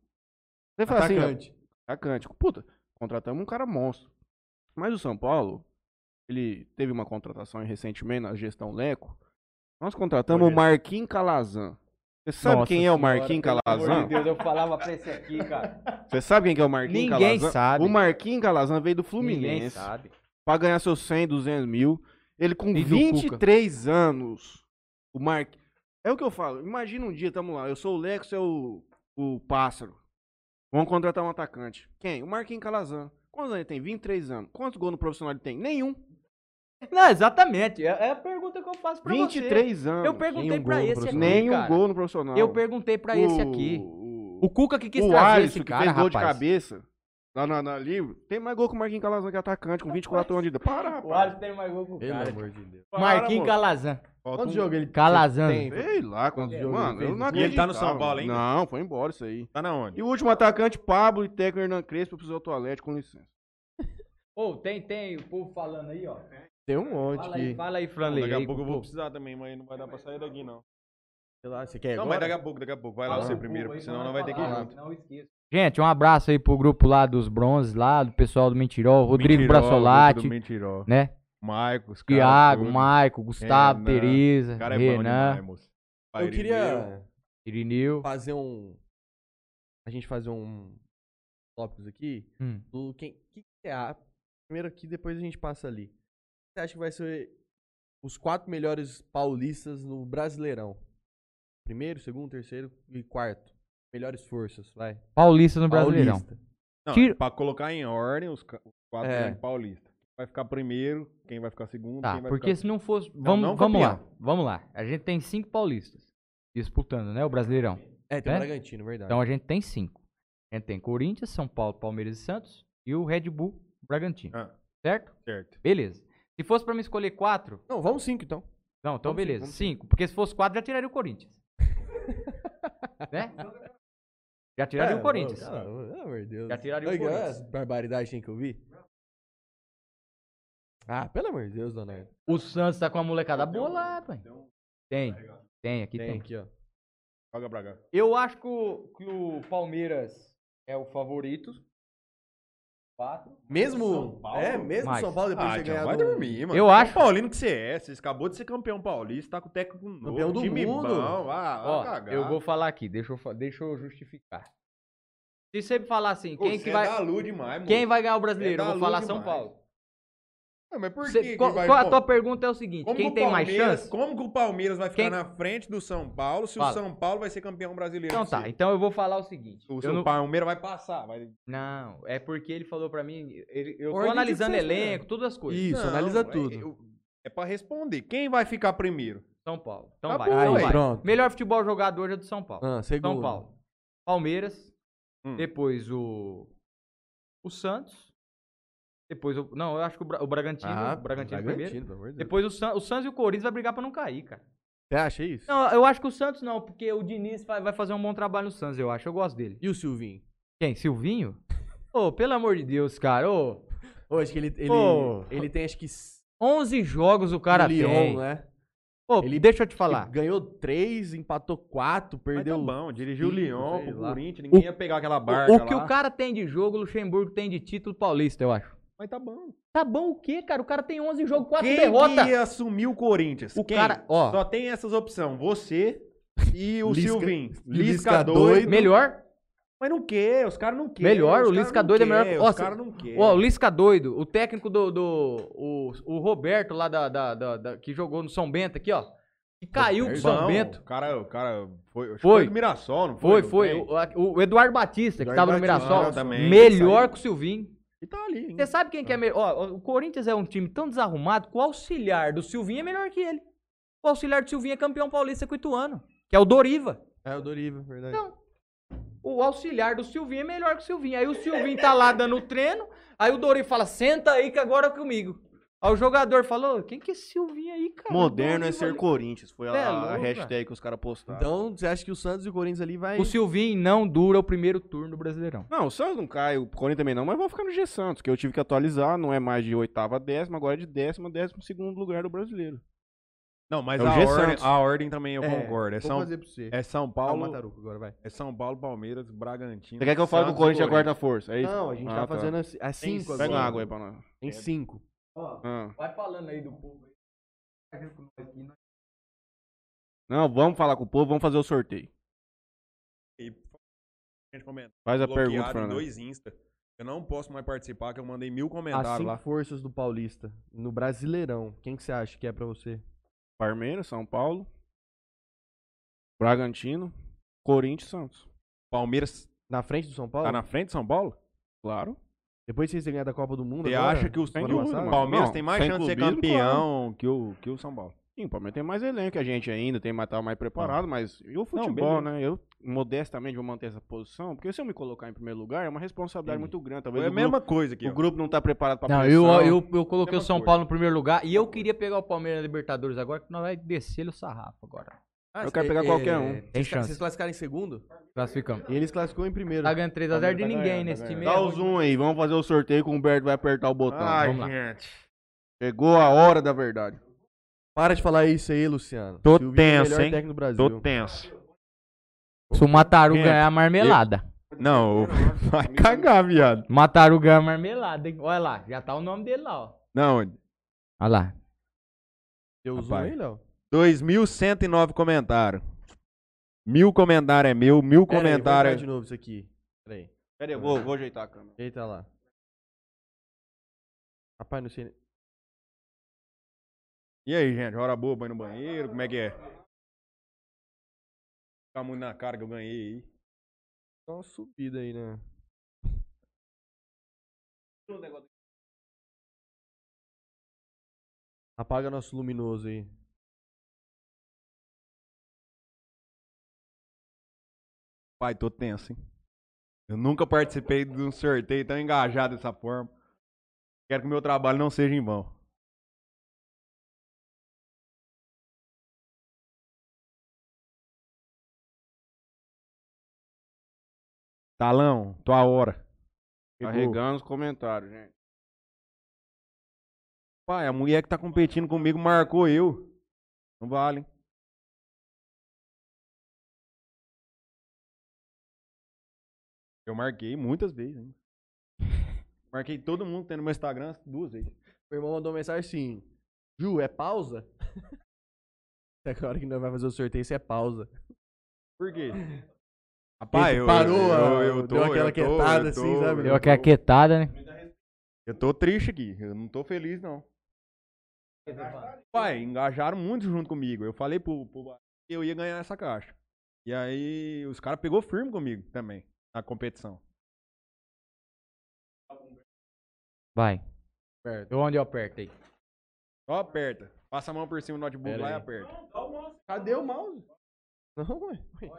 Speaker 2: Você fala assim, ó,
Speaker 1: Atacante.
Speaker 2: atacante. Puta, contratamos um cara monstro. Mas o São Paulo, ele teve uma contratação aí recentemente na gestão Leco. Nós contratamos o Marquinhos Calazan. Você sabe
Speaker 4: Nossa
Speaker 2: quem é o Marquinhos Calazan?
Speaker 4: Deus, eu falava pra esse aqui, cara.
Speaker 2: Você sabe quem que é o Marquinhos Calazan?
Speaker 4: Ninguém sabe.
Speaker 2: O Marquinhos Calazan veio do
Speaker 4: Ninguém
Speaker 2: Fluminense
Speaker 4: sabe.
Speaker 2: pra ganhar seus 100, 200 mil. Ele com
Speaker 4: E do
Speaker 2: 23 anos. O Mar... É o que eu falo. Imagina um dia, tamo lá. Eu sou o Lex, é o, o Pássaro. Vamos contratar um atacante. Quem? O Marquinhos Calazan. Quantos anos ele tem? 23 anos. Quantos gols no profissional ele tem? Nenhum.
Speaker 4: Não, exatamente. É é a pergunta que eu faço pra você.
Speaker 2: 23 anos.
Speaker 4: Eu perguntei
Speaker 1: Nenhum
Speaker 4: pra
Speaker 1: gol no
Speaker 4: esse aqui,
Speaker 1: profissional.
Speaker 2: Nenhum
Speaker 4: cara.
Speaker 2: gol no profissional.
Speaker 4: Eu perguntei pra esse aqui.
Speaker 2: O,
Speaker 4: O Cuca que quis
Speaker 2: o
Speaker 4: trazer
Speaker 2: Alisson,
Speaker 4: esse
Speaker 2: que
Speaker 4: cara,
Speaker 2: fez gol de
Speaker 4: rapaz.
Speaker 2: cabeça lá na, na livre, tem mais gol que o Marquinhos Calazan, que é atacante, com 24 anos de idade. Para,
Speaker 4: O
Speaker 2: rapaz.
Speaker 4: Alisson tem mais gol que o
Speaker 1: Pelo
Speaker 4: cara.
Speaker 1: amor de Deus.
Speaker 2: Para,
Speaker 4: Marquinhos
Speaker 2: moço.
Speaker 4: Calazan.
Speaker 3: Falta
Speaker 1: Quantos
Speaker 3: um-
Speaker 1: jogos ele
Speaker 4: Calazan.
Speaker 1: tem?
Speaker 2: Sei lá quantos
Speaker 1: É,
Speaker 2: jogos. Mano,
Speaker 1: ele
Speaker 2: eu
Speaker 1: fez
Speaker 2: não
Speaker 1: isso.
Speaker 3: E ele tá no
Speaker 2: acreditava.
Speaker 3: São Paulo ainda?
Speaker 2: Não, foi embora isso aí.
Speaker 3: Tá na onde?
Speaker 2: E o último atacante, Pablo e técnico Hernan Crespo pro outro Atlético, com licença.
Speaker 4: Ô, tem, tem o povo falando aí, ó.
Speaker 1: Tem um monte
Speaker 4: Fala aí,
Speaker 1: que.
Speaker 4: fala aí,
Speaker 3: Não,
Speaker 4: Franley.
Speaker 3: daqui
Speaker 4: aí,
Speaker 3: a pouco eu vou
Speaker 4: pô.
Speaker 3: precisar também, mas não vai dar pra sair daqui, não.
Speaker 1: Sei lá, você
Speaker 4: É,
Speaker 1: quer
Speaker 3: Não, mas
Speaker 1: agora?
Speaker 3: daqui a pouco, daqui a pouco. Vai lá
Speaker 1: Ah.
Speaker 4: um
Speaker 3: você primeiro, porque senão não vai ter que ir
Speaker 1: falar.
Speaker 3: junto.
Speaker 4: Não esqueça. Gente, um abraço aí pro grupo lá dos bronzes, lá do pessoal do Mentirol, Rodrigo Braçolati,
Speaker 3: Mentiró.
Speaker 4: né?
Speaker 3: Marcos, cara,
Speaker 4: Tiago,
Speaker 3: tudo.
Speaker 4: Maico, Gustavo,
Speaker 3: Renan.
Speaker 4: Tereza,
Speaker 3: O cara é bom
Speaker 4: Renan,
Speaker 3: demais, moço.
Speaker 1: Eu
Speaker 3: Pairinho meu.
Speaker 1: queria
Speaker 4: Irineu.
Speaker 1: fazer um. A gente fazer um. Tópicos aqui.
Speaker 4: Hum.
Speaker 1: do quem que que é a primeiro aqui depois a gente passa ali você acha que vai ser os quatro melhores paulistas no Brasileirão primeiro segundo terceiro e quarto melhores forças vai
Speaker 4: Paulista no Brasileirão.
Speaker 1: Paulista.
Speaker 3: Não,
Speaker 4: Tiro-
Speaker 3: pra colocar em ordem os ca- os quatro
Speaker 1: É.
Speaker 3: tem paulista. Vai ficar primeiro, quem vai ficar segundo,
Speaker 4: Tá,
Speaker 3: quem vai
Speaker 4: porque
Speaker 3: ficar...
Speaker 4: se não fosse. Vamos,
Speaker 3: não
Speaker 4: vamos lá.
Speaker 3: campeão.
Speaker 4: Vamos lá. A gente tem cinco paulistas disputando, né? O Brasileirão.
Speaker 1: É, tem o
Speaker 4: É?
Speaker 1: Bragantino, verdade.
Speaker 4: Então a gente tem cinco. A gente tem Corinthians, São Paulo, Palmeiras e Santos e o Red Bull Bragantino.
Speaker 3: Ah.
Speaker 4: Certo?
Speaker 3: Certo.
Speaker 4: Beleza. Se fosse pra me escolher quatro,
Speaker 1: Não, vamos cinco então.
Speaker 4: não, então
Speaker 1: Vamos
Speaker 4: beleza.
Speaker 1: cinco, vamos
Speaker 4: cinco. Porque se fosse quatro, já tiraria o Corinthians. né? Já tiraria o Corinthians.
Speaker 1: É, Cara, pelo amor de Deus.
Speaker 4: Já tiraria o
Speaker 1: Olha
Speaker 4: Corinthians.
Speaker 1: as barbaridades que eu vi. Ah, pelo amor de Deus, Leonardo.
Speaker 4: O Santos tá com uma molecada boa lá, pai. Tem. Tem, aqui tem.
Speaker 1: Tem aqui, ó.
Speaker 3: Joga pra cá.
Speaker 4: Eu acho que o, que o Palmeiras é o favorito. Quatro.
Speaker 1: Mesmo.
Speaker 3: São Paulo?
Speaker 1: É, mesmo
Speaker 4: Mais.
Speaker 1: São Paulo depois de um
Speaker 3: Ah,
Speaker 1: você
Speaker 3: já
Speaker 1: ganhar.
Speaker 3: vai
Speaker 1: do-
Speaker 3: dormir, mano.
Speaker 4: Eu
Speaker 3: São
Speaker 4: acho-
Speaker 3: Paulino que você é, você acabou de ser campeão paulista, tá com o técnico novo,
Speaker 1: Campeão do
Speaker 3: time
Speaker 1: mundo.
Speaker 3: bom, ah, vai
Speaker 4: Ó,
Speaker 3: cagar.
Speaker 4: eu vou falar aqui, deixa eu, fa- deixa eu justificar. Se sempre falar assim,
Speaker 3: Pô,
Speaker 4: quem,
Speaker 3: você
Speaker 4: que
Speaker 3: é
Speaker 4: vai,
Speaker 3: da Lu demais,
Speaker 4: quem
Speaker 3: moço.
Speaker 4: vai ganhar o brasileiro?
Speaker 3: É
Speaker 4: Eu
Speaker 3: da
Speaker 4: vou
Speaker 3: lua
Speaker 4: falar São
Speaker 3: demais.
Speaker 4: Paulo.
Speaker 3: Ah, mas por
Speaker 4: Cê-
Speaker 3: que que
Speaker 4: qual
Speaker 3: vai-
Speaker 4: qual a
Speaker 3: Pô,
Speaker 4: tua pergunta é o seguinte,
Speaker 3: como
Speaker 4: quem
Speaker 3: o
Speaker 4: tem mais
Speaker 3: Palmeiras-
Speaker 4: chance?
Speaker 3: Como que o Palmeiras vai ficar
Speaker 4: Quem-
Speaker 3: na frente do São Paulo se
Speaker 4: Fala.
Speaker 3: o São Paulo vai ser campeão brasileiro?
Speaker 4: Então
Speaker 3: Se-
Speaker 4: tá, então eu vou falar o seguinte.
Speaker 3: O
Speaker 4: eu
Speaker 3: São
Speaker 4: não,
Speaker 3: Palmeiras vai passar, vai
Speaker 4: não, é porque ele falou pra mim, ele- eu tô
Speaker 1: Ordem de
Speaker 4: analisando
Speaker 1: vocês, né?
Speaker 4: elenco, todas as coisas.
Speaker 1: Isso,
Speaker 3: Não,
Speaker 1: analisa
Speaker 3: é-
Speaker 1: tudo.
Speaker 3: eu- É, pra responder. Quem vai ficar primeiro?
Speaker 4: São Paulo. Então
Speaker 3: Tá
Speaker 4: vai.
Speaker 3: bom,
Speaker 4: então
Speaker 3: aí,
Speaker 4: vai.
Speaker 1: pronto.
Speaker 4: Melhor futebol jogado hoje é do São Paulo.
Speaker 1: Ah, segundo.
Speaker 4: São Paulo. Palmeiras.
Speaker 3: Hum.
Speaker 4: Depois o. O Santos. Depois o. Não, eu acho que o, Bra- o Bragantino.
Speaker 1: Ah,
Speaker 4: o Bragantino, primeiro.
Speaker 1: pelo amor de Deus.
Speaker 4: Depois o, San- o Santos e o Corinthians vai brigar pra não cair, cara.
Speaker 1: Você acha isso?
Speaker 4: Não, eu acho que o Santos não, porque o Diniz vai vai fazer um bom trabalho no Santos, eu acho. Eu gosto dele.
Speaker 1: E o Silvinho?
Speaker 4: Quem? Silvinho? Ô, pelo amor de Deus, cara. Ô,
Speaker 1: Ô, acho que ele, ele,
Speaker 4: Pô.
Speaker 1: ele tem, acho que.
Speaker 4: 11 jogos o cara
Speaker 1: no Lyon,
Speaker 4: tem.
Speaker 1: né?
Speaker 4: Ô,
Speaker 1: Ele-
Speaker 4: deixa eu te
Speaker 1: Ele
Speaker 4: falar.
Speaker 1: Ganhou três, empatou quatro,
Speaker 3: Mas
Speaker 1: perdeu.
Speaker 3: tá bom, dirigiu o
Speaker 1: Sim,
Speaker 3: Lyon,
Speaker 1: sei
Speaker 3: pro
Speaker 1: lá.
Speaker 3: Corinthians, ninguém ia pegar aquela barca
Speaker 4: O, o que
Speaker 3: lá.
Speaker 4: o cara tem de jogo, o Luxemburgo tem de título paulista, eu acho.
Speaker 3: Mas tá bom.
Speaker 4: Tá bom o quê, cara? O cara tem 11 jogos, 4
Speaker 3: Quem
Speaker 4: derrotas.
Speaker 3: que ia assumir o Corinthians?
Speaker 4: O
Speaker 3: Quem?
Speaker 4: cara, ó,
Speaker 3: Só tem essas opções, você e o
Speaker 1: Lisca-
Speaker 3: Silvinho.
Speaker 1: Lisca
Speaker 3: Lisca doido.
Speaker 4: melhor.
Speaker 3: Mas não quer, os caras não querem.
Speaker 4: Melhor,
Speaker 3: os
Speaker 4: o
Speaker 3: cara
Speaker 4: Lisca
Speaker 3: não
Speaker 4: doido é
Speaker 3: quer,
Speaker 4: melhor-
Speaker 3: Os
Speaker 4: Nossa,
Speaker 3: caras não querem.
Speaker 4: Ó, o Lisca doido, o técnico do. do o, o Roberto lá da, da, da- da- que jogou no São Bento aqui, ó. Que caiu com o São
Speaker 3: Não,
Speaker 4: Bento.
Speaker 3: O cara, o cara foi, acho que
Speaker 4: Foi.
Speaker 3: foi do Mirassol, não
Speaker 4: Foi,
Speaker 3: foi?
Speaker 4: foi. O, a- o Eduardo Batista, que
Speaker 3: Eduardo
Speaker 4: tava no
Speaker 3: Batista,
Speaker 4: Mirassol.
Speaker 3: ah, também,
Speaker 4: melhor
Speaker 3: saiu.
Speaker 4: que o Silvinho.
Speaker 3: E tá ali. hein?
Speaker 4: Você sabe quem que é melhor? Ó, o Corinthians é um time tão desarrumado que o auxiliar do Silvinho é melhor que ele. O auxiliar do Silvinho é campeão paulista com o Ituano, que é o Doriva.
Speaker 1: É o Doriva, verdade.
Speaker 4: Não. O auxiliar do Silvinho é melhor que o Silvinho. Aí o Silvinho tá lá dando o treino, aí o Dori fala, senta aí que agora é comigo. Aí o jogador falou, quem que é esse Silvinho aí, cara?
Speaker 2: Moderno é
Speaker 4: Doriva
Speaker 2: ser
Speaker 4: ali."
Speaker 2: Corinthians. Foi a,
Speaker 4: Cê é
Speaker 2: a
Speaker 4: louco,
Speaker 2: hashtag é que os caras postaram.
Speaker 1: Então, você acha que o Santos e o Corinthians ali vai.
Speaker 4: O Silvinho não dura o primeiro turno do Brasileirão.
Speaker 2: Não, o Santos não cai, o Corinthians também não, mas vão ficar no G Santos, que eu tive que atualizar, não é mais de oitava a décima, agora é de décima, a décimo segundo lugar do brasileiro.
Speaker 3: Não, mas
Speaker 2: É o
Speaker 3: a,
Speaker 2: G
Speaker 3: ordem,
Speaker 2: Santos.
Speaker 3: a ordem também eu concordo. É
Speaker 1: Vou
Speaker 3: São,
Speaker 1: fazer pra você.
Speaker 3: é São
Speaker 1: Ah, o
Speaker 2: tá
Speaker 3: Paulo,
Speaker 1: Mataruco agora, vai.
Speaker 3: é São Paulo, Palmeiras, Bragantino.
Speaker 2: Você quer que eu fale que o
Speaker 3: Santos e
Speaker 2: Corinthians é a quarta força? É isso?
Speaker 1: Não, a gente
Speaker 2: Ah,
Speaker 1: tá fazendo assim. É cinco
Speaker 2: Pega uma
Speaker 1: agora.
Speaker 2: água aí pra nós.
Speaker 1: Em cinco.
Speaker 2: Ah.
Speaker 4: Vai falando aí do povo aí.
Speaker 2: Não, vamos falar com o povo, vamos fazer o sorteio.
Speaker 3: E a gente comenta.
Speaker 2: Faz a pergunta,
Speaker 3: Bloqueado em
Speaker 2: Fernando.
Speaker 3: dois Insta. Eu não posso mais participar, que eu mandei mil
Speaker 1: As
Speaker 2: Assim
Speaker 3: comentários
Speaker 1: cinco
Speaker 3: lá.
Speaker 1: forças do Paulista. No Brasileirão. Quem que você acha que é pra você?
Speaker 2: Palmeiras, São Paulo, Bragantino, Corinthians, Santos.
Speaker 3: Palmeiras
Speaker 1: Na frente do São Paulo?
Speaker 3: tá na frente de São Paulo?
Speaker 2: Claro.
Speaker 1: Depois que você ganhar da Copa do Mundo.
Speaker 3: Você
Speaker 1: agora,
Speaker 3: acha que o
Speaker 1: semana
Speaker 2: é. dúvida,
Speaker 1: passada?
Speaker 2: mano.
Speaker 3: Palmeiras
Speaker 2: Não,
Speaker 3: tem mais
Speaker 2: sem
Speaker 3: chance de ser
Speaker 2: clubismo,
Speaker 3: campeão que, o, que o São Paulo?
Speaker 2: Sim, o Palmeiras tem mais elenco que a gente ainda, tem mais, tá mais preparado, mas e o futebol,
Speaker 3: beleza.
Speaker 2: né? Eu modestamente vou manter essa posição, porque se eu me colocar em primeiro lugar, é uma responsabilidade muito grande. Talvez
Speaker 3: É a
Speaker 2: o,
Speaker 3: mesma coisa aqui.
Speaker 2: grupo,
Speaker 3: ó.
Speaker 2: o grupo não tá preparado pra
Speaker 4: Não, eu,
Speaker 2: pressão.
Speaker 4: eu, eu coloquei o
Speaker 3: Mesma
Speaker 4: São
Speaker 3: coisa.
Speaker 4: Paulo no primeiro lugar e eu queria pegar o Palmeiras na Libertadores agora, que nós vai descer o sarrafo agora.
Speaker 1: Ah,
Speaker 2: Eu quero
Speaker 1: é-
Speaker 2: pegar
Speaker 1: é-
Speaker 2: qualquer um.
Speaker 4: Tem
Speaker 1: vocês cla-
Speaker 4: chance.
Speaker 1: Vocês classificaram em segundo?
Speaker 4: Classificamos.
Speaker 1: E eles classificou em primeiro.
Speaker 4: Tá ganhando 3x0 de
Speaker 3: Palmeiras tá
Speaker 4: ninguém
Speaker 3: ganhando, tá
Speaker 4: nesse time.
Speaker 3: ganhando.
Speaker 4: é
Speaker 2: Dá o
Speaker 4: muito-
Speaker 2: zoom aí, vamos fazer o sorteio que o Humberto vai apertar o botão.
Speaker 3: Ai,
Speaker 4: vamos lá.
Speaker 3: Ah, gente.
Speaker 2: Chegou a hora da verdade.
Speaker 1: Para de falar isso aí, Luciano.
Speaker 3: Tô
Speaker 1: Silvinho
Speaker 3: tenso,
Speaker 1: é o melhor
Speaker 3: hein?
Speaker 1: técnico do Brasil.
Speaker 3: Tô tenso.
Speaker 4: Se o Mataru
Speaker 2: é?
Speaker 3: Gente,
Speaker 4: ganhar a marmelada.
Speaker 3: Não, *laughs* vai cagar, viado.
Speaker 4: Mataruga é marmelada, hein? Olha lá, já tá o nome dele lá, ó.
Speaker 3: Não,
Speaker 4: Olha lá.
Speaker 1: Deu zoom
Speaker 3: Rapaz.
Speaker 1: aí, Léo?
Speaker 3: 2.109 comentários. Mil comentário é meu, mil
Speaker 1: Pera aí, vou
Speaker 3: comentário
Speaker 1: olhar de
Speaker 3: é...
Speaker 1: novo isso aqui. Pera aí.
Speaker 2: Pera aí, eu vou, vou ajeitar a câmera.
Speaker 1: Eita lá. Rapaz, não sei.
Speaker 3: E aí, gente, hora boa pra ir no banheiro, como é que é? Tá muito na cara que eu ganhei aí.
Speaker 1: Dá uma subida aí, né? Apaga nosso luminoso aí.
Speaker 3: Pai, tô tenso, hein? Eu nunca participei de um sorteio tão engajado dessa forma. Quero que meu trabalho não seja em vão. Talão, tua hora. Chegou.
Speaker 2: Carregando os comentários, gente.
Speaker 3: Pai, a mulher que tá competindo comigo marcou eu. Não vale, hein? Eu marquei muitas vezes,
Speaker 1: *laughs*
Speaker 3: hein? Marquei todo mundo que tem no meu Instagram duas vezes.
Speaker 1: Meu irmão mandou mensagem assim: Ju, é pausa? *laughs* Agora que nós vai fazer o sorteio, isso é pausa.
Speaker 3: Por
Speaker 1: *laughs*
Speaker 3: quê?
Speaker 1: Ele parou, deu aquela quietada assim, sabe?
Speaker 4: Deu aquela quietada, né?
Speaker 3: Eu tô triste aqui, eu não tô feliz, não. Pai, engajaram muito junto comigo. Eu falei pro, pro Bahia que eu ia ganhar essa caixa. E aí os caras pegou firme comigo também, na competição.
Speaker 4: Vai. Aperta. Onde eu aperto aí?
Speaker 3: Só aperta. Passa a mão por cima do notebook
Speaker 1: Pera
Speaker 3: lá e
Speaker 1: aí.
Speaker 3: aperta.
Speaker 1: Cadê o mouse? Não, ué. ué.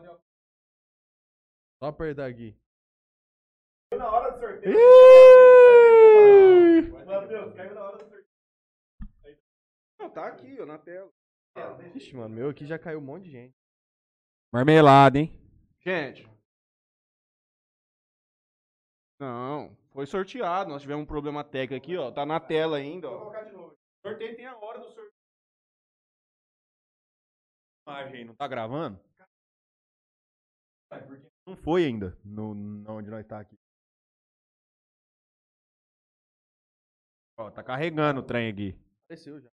Speaker 1: Só apertar aqui.
Speaker 2: Não, tá aqui, ó, na tela.
Speaker 1: Ixi, mano, meu aqui já caiu um monte de gente.
Speaker 3: Marmelada, hein?
Speaker 2: Gente. Não, foi sorteado. Nós tivemos um problema técnico aqui, ó. Tá na tela ainda, ó. Vou colocar de novo. Sorteio tem a hora do sorteio.
Speaker 3: Imagem, não tá gravando?
Speaker 2: Tá,
Speaker 3: Não foi ainda, no, no- onde nós tá aqui. Ó, tá carregando o trem aqui.
Speaker 1: Apareceu já.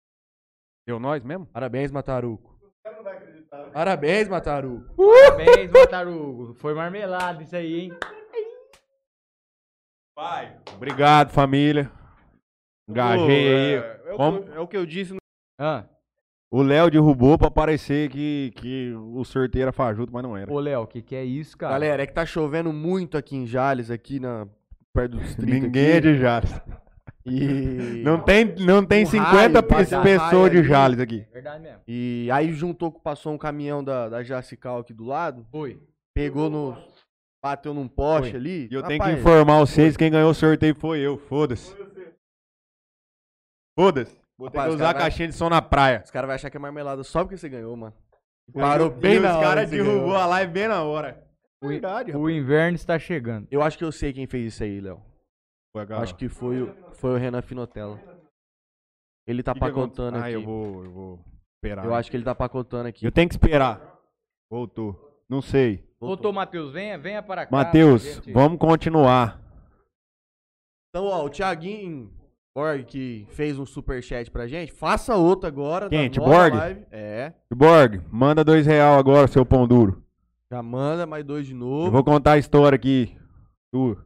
Speaker 3: Deu nós mesmo?
Speaker 1: Parabéns, Mataruco. Parabéns, Mataruco.
Speaker 4: Parabéns, Matarugo. Foi marmelada isso aí, hein?
Speaker 3: Pai. Obrigado, família. Engajei aí.
Speaker 2: É, é o
Speaker 3: Como-
Speaker 2: que eu- é o que eu disse no
Speaker 4: Ah,
Speaker 3: O Léo derrubou pra parecer que, que o sorteio era fajuto, mas não era.
Speaker 4: ô Léo, o que, que é isso, cara?
Speaker 1: Galera, é que tá chovendo muito aqui em Jales, aqui na perto dos 30
Speaker 3: Ninguém é
Speaker 1: aqui.
Speaker 3: de Jales.
Speaker 1: E
Speaker 3: *laughs* Não tem, não tem
Speaker 1: Um
Speaker 3: 50
Speaker 1: raio, passa um raio
Speaker 3: pessoas de
Speaker 1: ali.
Speaker 3: Jales aqui.
Speaker 4: É Verdade mesmo.
Speaker 1: E aí juntou, com- passou um caminhão da, da Jacical aqui do lado,
Speaker 4: Foi.
Speaker 1: pegou no. bateu num poste ali.
Speaker 3: E eu tenho que
Speaker 1: Rapaz,
Speaker 3: informar vocês quem ganhou o sorteio foi eu. Foda-se. Foda-se. Vou ter que
Speaker 1: Rapaz, os
Speaker 3: usar a
Speaker 1: cara vai-
Speaker 3: caixinha de som na praia.
Speaker 1: Os caras vão achar que é marmelada só porque você ganhou, mano. Parou bem
Speaker 3: e
Speaker 1: na
Speaker 3: os
Speaker 1: hora
Speaker 3: caras
Speaker 1: que você ganhou.
Speaker 3: derrubou a live bem na hora.
Speaker 4: O, in-
Speaker 3: Verdade,
Speaker 4: o inverno está chegando.
Speaker 1: Eu acho que eu sei quem fez isso aí, Léo. Acho que foi, o- foi o Renan Finotella. Ele tá pacotando
Speaker 3: Ah,
Speaker 1: aqui.
Speaker 3: eu
Speaker 1: Eu,
Speaker 3: vou, eu vou esperar.
Speaker 1: acho que ele tá pacotando aqui.
Speaker 3: Eu tenho que esperar. Voltou. Não sei.
Speaker 4: Voltou, Matheus. Venha, venha
Speaker 1: Ah,
Speaker 4: para cá.
Speaker 3: Matheus,
Speaker 4: gente.
Speaker 3: vamos continuar.
Speaker 1: Então, ó, o Thiaguinho Borg, que fez um superchat pra gente, faça outro agora. da
Speaker 3: Quem?
Speaker 1: nova
Speaker 3: Borg?
Speaker 1: live. É.
Speaker 3: Borg, manda dois real agora, seu pão duro.
Speaker 1: Já manda mais dois de novo.
Speaker 3: Eu vou contar a história aqui. Tu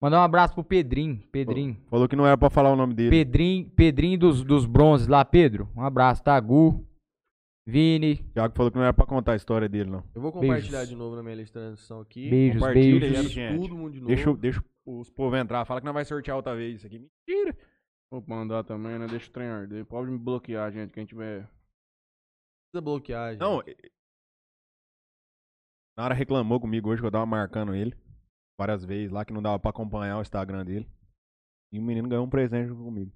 Speaker 4: Mandar um abraço pro Pedrinho. Pedrinho.
Speaker 3: falou que não era pra falar o nome dele.
Speaker 4: Pedrinho, Pedrinho dos, dos bronzes lá, Pedro. Um abraço, tá? Gu, Vini.
Speaker 3: O Thiago falou que não era pra contar a história dele, não.
Speaker 1: Eu vou compartilhar
Speaker 4: Beijos.
Speaker 1: de novo na minha lista de transmissão aqui.
Speaker 4: Beijos,
Speaker 3: Compartilha
Speaker 4: beijos.
Speaker 3: aí, gente.
Speaker 1: Todo mundo de novo.
Speaker 3: Deixa, o- deixa os povo entrar. Fala que não vai sortear outra vez isso aqui. Mentira.
Speaker 2: Vou mandar também, né? Deixa o trem arder. Pode me bloquear, gente, quem
Speaker 3: é
Speaker 2: tiver.
Speaker 1: Precisa bloquear, gente.
Speaker 3: Não. e- Nara reclamou comigo hoje que eu tava marcando ele várias vezes lá que não dava pra acompanhar o Instagram dele. E o menino ganhou um presente comigo.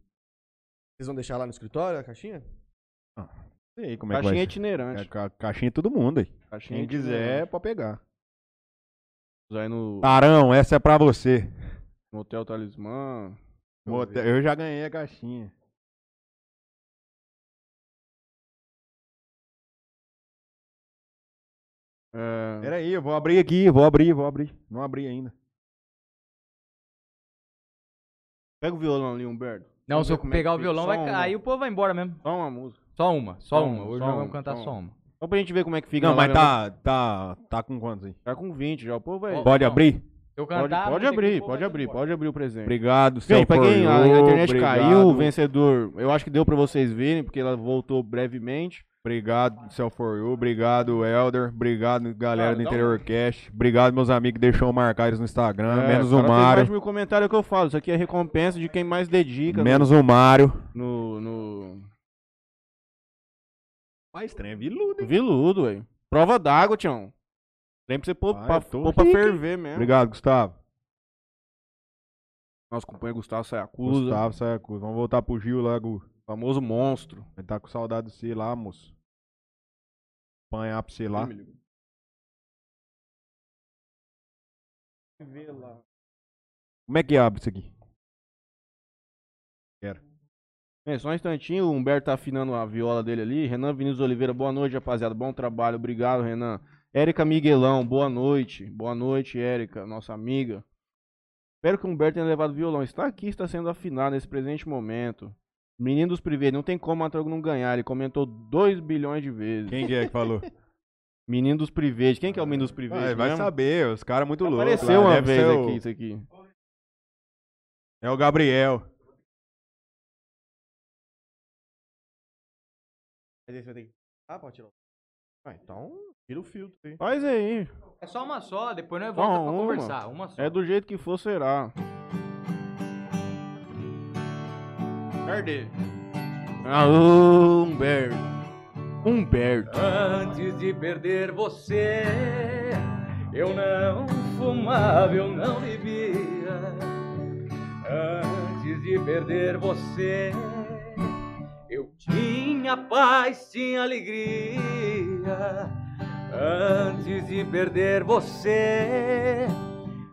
Speaker 1: Vocês vão deixar lá no escritório a caixinha?
Speaker 3: Não sei como é
Speaker 2: Caixinha
Speaker 3: que vai ser. É,
Speaker 2: itinerante.
Speaker 3: ca- caixinha todo mundo aí.
Speaker 2: Caixinha
Speaker 3: Quem quiser, pode pegar.
Speaker 2: itinerante. Aí no,
Speaker 3: Tarão, essa é pra você.
Speaker 2: no Hotel Talismã.
Speaker 3: Motel- eu já ganhei a caixinha.
Speaker 2: É,
Speaker 3: Pera aí, eu vou abrir aqui, vou abrir, vou abrir. Não abri ainda.
Speaker 2: Pega o violão ali, Humberto.
Speaker 4: Não,
Speaker 2: Vamos
Speaker 4: se eu
Speaker 2: ver como é que
Speaker 4: pegar o
Speaker 2: fica.
Speaker 4: violão,
Speaker 2: Só
Speaker 4: vai
Speaker 2: uma.
Speaker 4: cair, o povo vai embora mesmo.
Speaker 2: Só uma música.
Speaker 4: Só uma, só
Speaker 2: Só
Speaker 4: uma.
Speaker 2: uma,
Speaker 4: Hoje
Speaker 2: só
Speaker 4: nós vamos
Speaker 2: uma,
Speaker 4: cantar
Speaker 2: só
Speaker 4: só uma.
Speaker 2: Só pra gente ver como é que fica.
Speaker 3: Não,
Speaker 2: na
Speaker 3: mas
Speaker 2: hora, né?
Speaker 3: tá, tá, tá com quantos aí?
Speaker 2: Tá com 20 já. O povo vai.
Speaker 3: Pode abrir?
Speaker 4: Se eu
Speaker 2: Pode,
Speaker 4: cantar,
Speaker 2: pode
Speaker 4: vai ter que- o
Speaker 2: abrir,
Speaker 4: povo
Speaker 2: pode
Speaker 4: vai
Speaker 2: abrir,
Speaker 4: embora.
Speaker 2: pode abrir o presente.
Speaker 3: Obrigado, seu
Speaker 2: Gente, pra quem a, a
Speaker 3: Forlô,
Speaker 2: internet
Speaker 3: obrigado,
Speaker 2: caiu, o vencedor, eu acho que deu pra vocês verem, porque ela voltou brevemente.
Speaker 3: Obrigado, Cell for You. Obrigado, Elder. Obrigado, galera
Speaker 4: Cara,
Speaker 3: do
Speaker 4: dá um-
Speaker 3: Interior Cast. Obrigado, meus amigos que deixou marcar eles no Instagram.
Speaker 2: É,
Speaker 3: menos o
Speaker 2: cara, Tem mais
Speaker 3: Mário.
Speaker 2: de mil comentários que eu falo. Isso aqui é recompensa de quem mais dedica
Speaker 3: Menos o Mário.
Speaker 2: no, no, no
Speaker 3: Faz trem, viludo, é
Speaker 2: viludo, velho. Prova d'água, Tião. Trem pra você pôr
Speaker 3: Ah,
Speaker 2: pra,
Speaker 3: eu tô
Speaker 2: pôr pra
Speaker 3: aqui,
Speaker 2: ferver mesmo.
Speaker 3: Obrigado, Gustavo.
Speaker 2: Nosso companheiro Gustavo Sayacusa,
Speaker 3: Gustavo, Sayacusa. Vamos voltar pro Gil lá, Gu.
Speaker 2: famoso monstro.
Speaker 3: Ele tá com saudade de você lá, moço. Apanhar pra você lá. Como é que abre isso aqui?
Speaker 2: É, só um instantinho, o Humberto tá afinando a viola dele ali. Renan Vinícius Oliveira, boa noite, rapaziada. Bom trabalho, obrigado, Renan. Érica Miguelão, boa noite. Boa noite, Érica, nossa amiga. Espero que o Humberto tenha levado o violão. Está aqui, está sendo afinado nesse presente momento. Menino dos Privê, não tem como o Matrogo não ganhar. Ele comentou 2 bilhões de vezes.
Speaker 3: Quem que é
Speaker 2: *laughs*
Speaker 3: que falou?
Speaker 2: Menino dos Privê, quem que é o Menino dos Privê?
Speaker 3: vai, vai saber, os caras muito loucos.
Speaker 2: Apareceu
Speaker 3: lá,
Speaker 2: uma
Speaker 3: deve
Speaker 2: vez
Speaker 3: ser
Speaker 2: aqui,
Speaker 3: o-
Speaker 2: isso aqui.
Speaker 3: É o Gabriel.
Speaker 1: Mas esse vai ter que. Ah, pode tirar.
Speaker 2: Ah, então.
Speaker 1: Tira o filtro aí.
Speaker 2: Faz aí.
Speaker 4: É só uma só, depois nós
Speaker 2: Só
Speaker 4: voltamos pra
Speaker 2: uma.
Speaker 4: conversar. Uma só.
Speaker 2: É do jeito que for, será. Perde. Ah, ô, Humberto. Humberto.
Speaker 4: Antes de perder você, eu não fumava, eu não bebia. Antes de perder você, eu tinha paz, tinha alegria. Antes de perder você,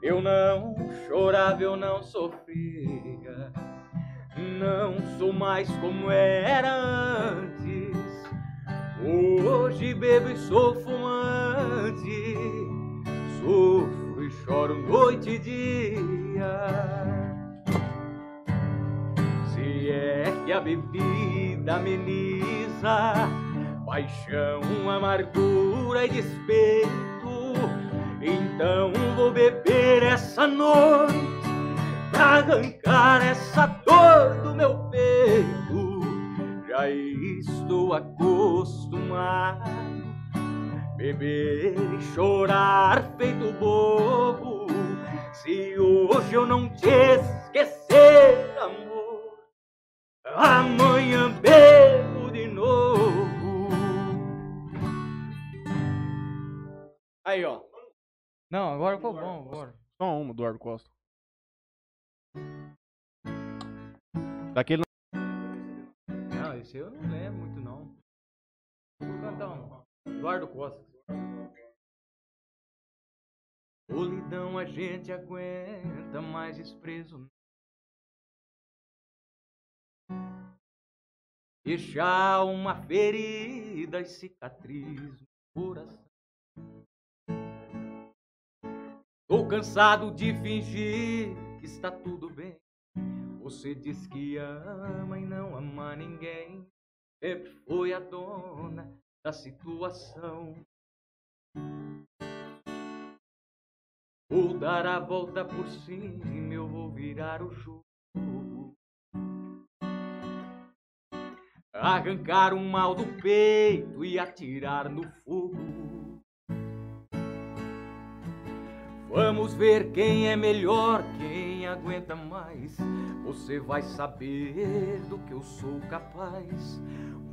Speaker 4: eu não chorava, eu não sofria. Não sou mais como era antes. Hoje bebo e sou fumante, sofro e choro noite e dia. Se é que a bebida ameniza paixão, amargura e despeito, então vou beber essa noite pra arrancar essa dor do meu peito. Já estou acostumado beber e chorar feito bobo. Se hoje eu não te esquecer, amor, amanhã bebo de novo. Aí, ó. Não, agora foi bom, agora.
Speaker 2: Só uma, Eduardo Costa. Daquele.
Speaker 4: Não, esse eu não lembro muito não. Vou cantar um. Eduardo Costa. Solidão a gente aguenta, mas desprezo não. Deixar uma ferida e cicatriz no coração. Tô cansado de fingir que está tudo bem. Você diz que ama e não ama ninguém. Sempre foi a dona da situação. Vou dar a volta por cima, eu vou virar o jogo. Arrancar o mal do peito e atirar no fogo. Vamos ver quem é melhor, quem aguenta mais. Você vai saber do que eu sou capaz.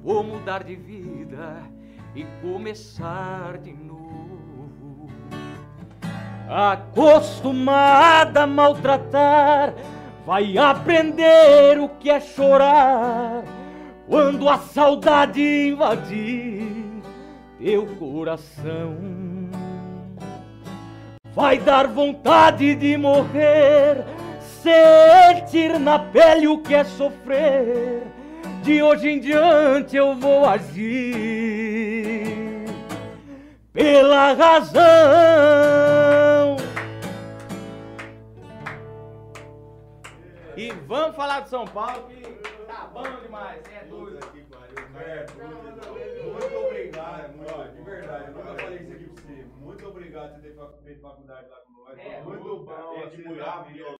Speaker 4: Vou mudar de vida e começar de novo. Acostumada a maltratar, vai aprender o que é chorar quando a saudade invadir teu coração. Vai dar vontade de morrer, sentir na pele o que é sofrer. De hoje em diante eu vou agir pela razão. E vamos falar de São Paulo que tá bom demais, é doido.
Speaker 3: Muito obrigado, de verdade, eu nunca falei isso aqui pra você. Muito obrigado por ter feito faculdade lá com nós. É muito bom, assim,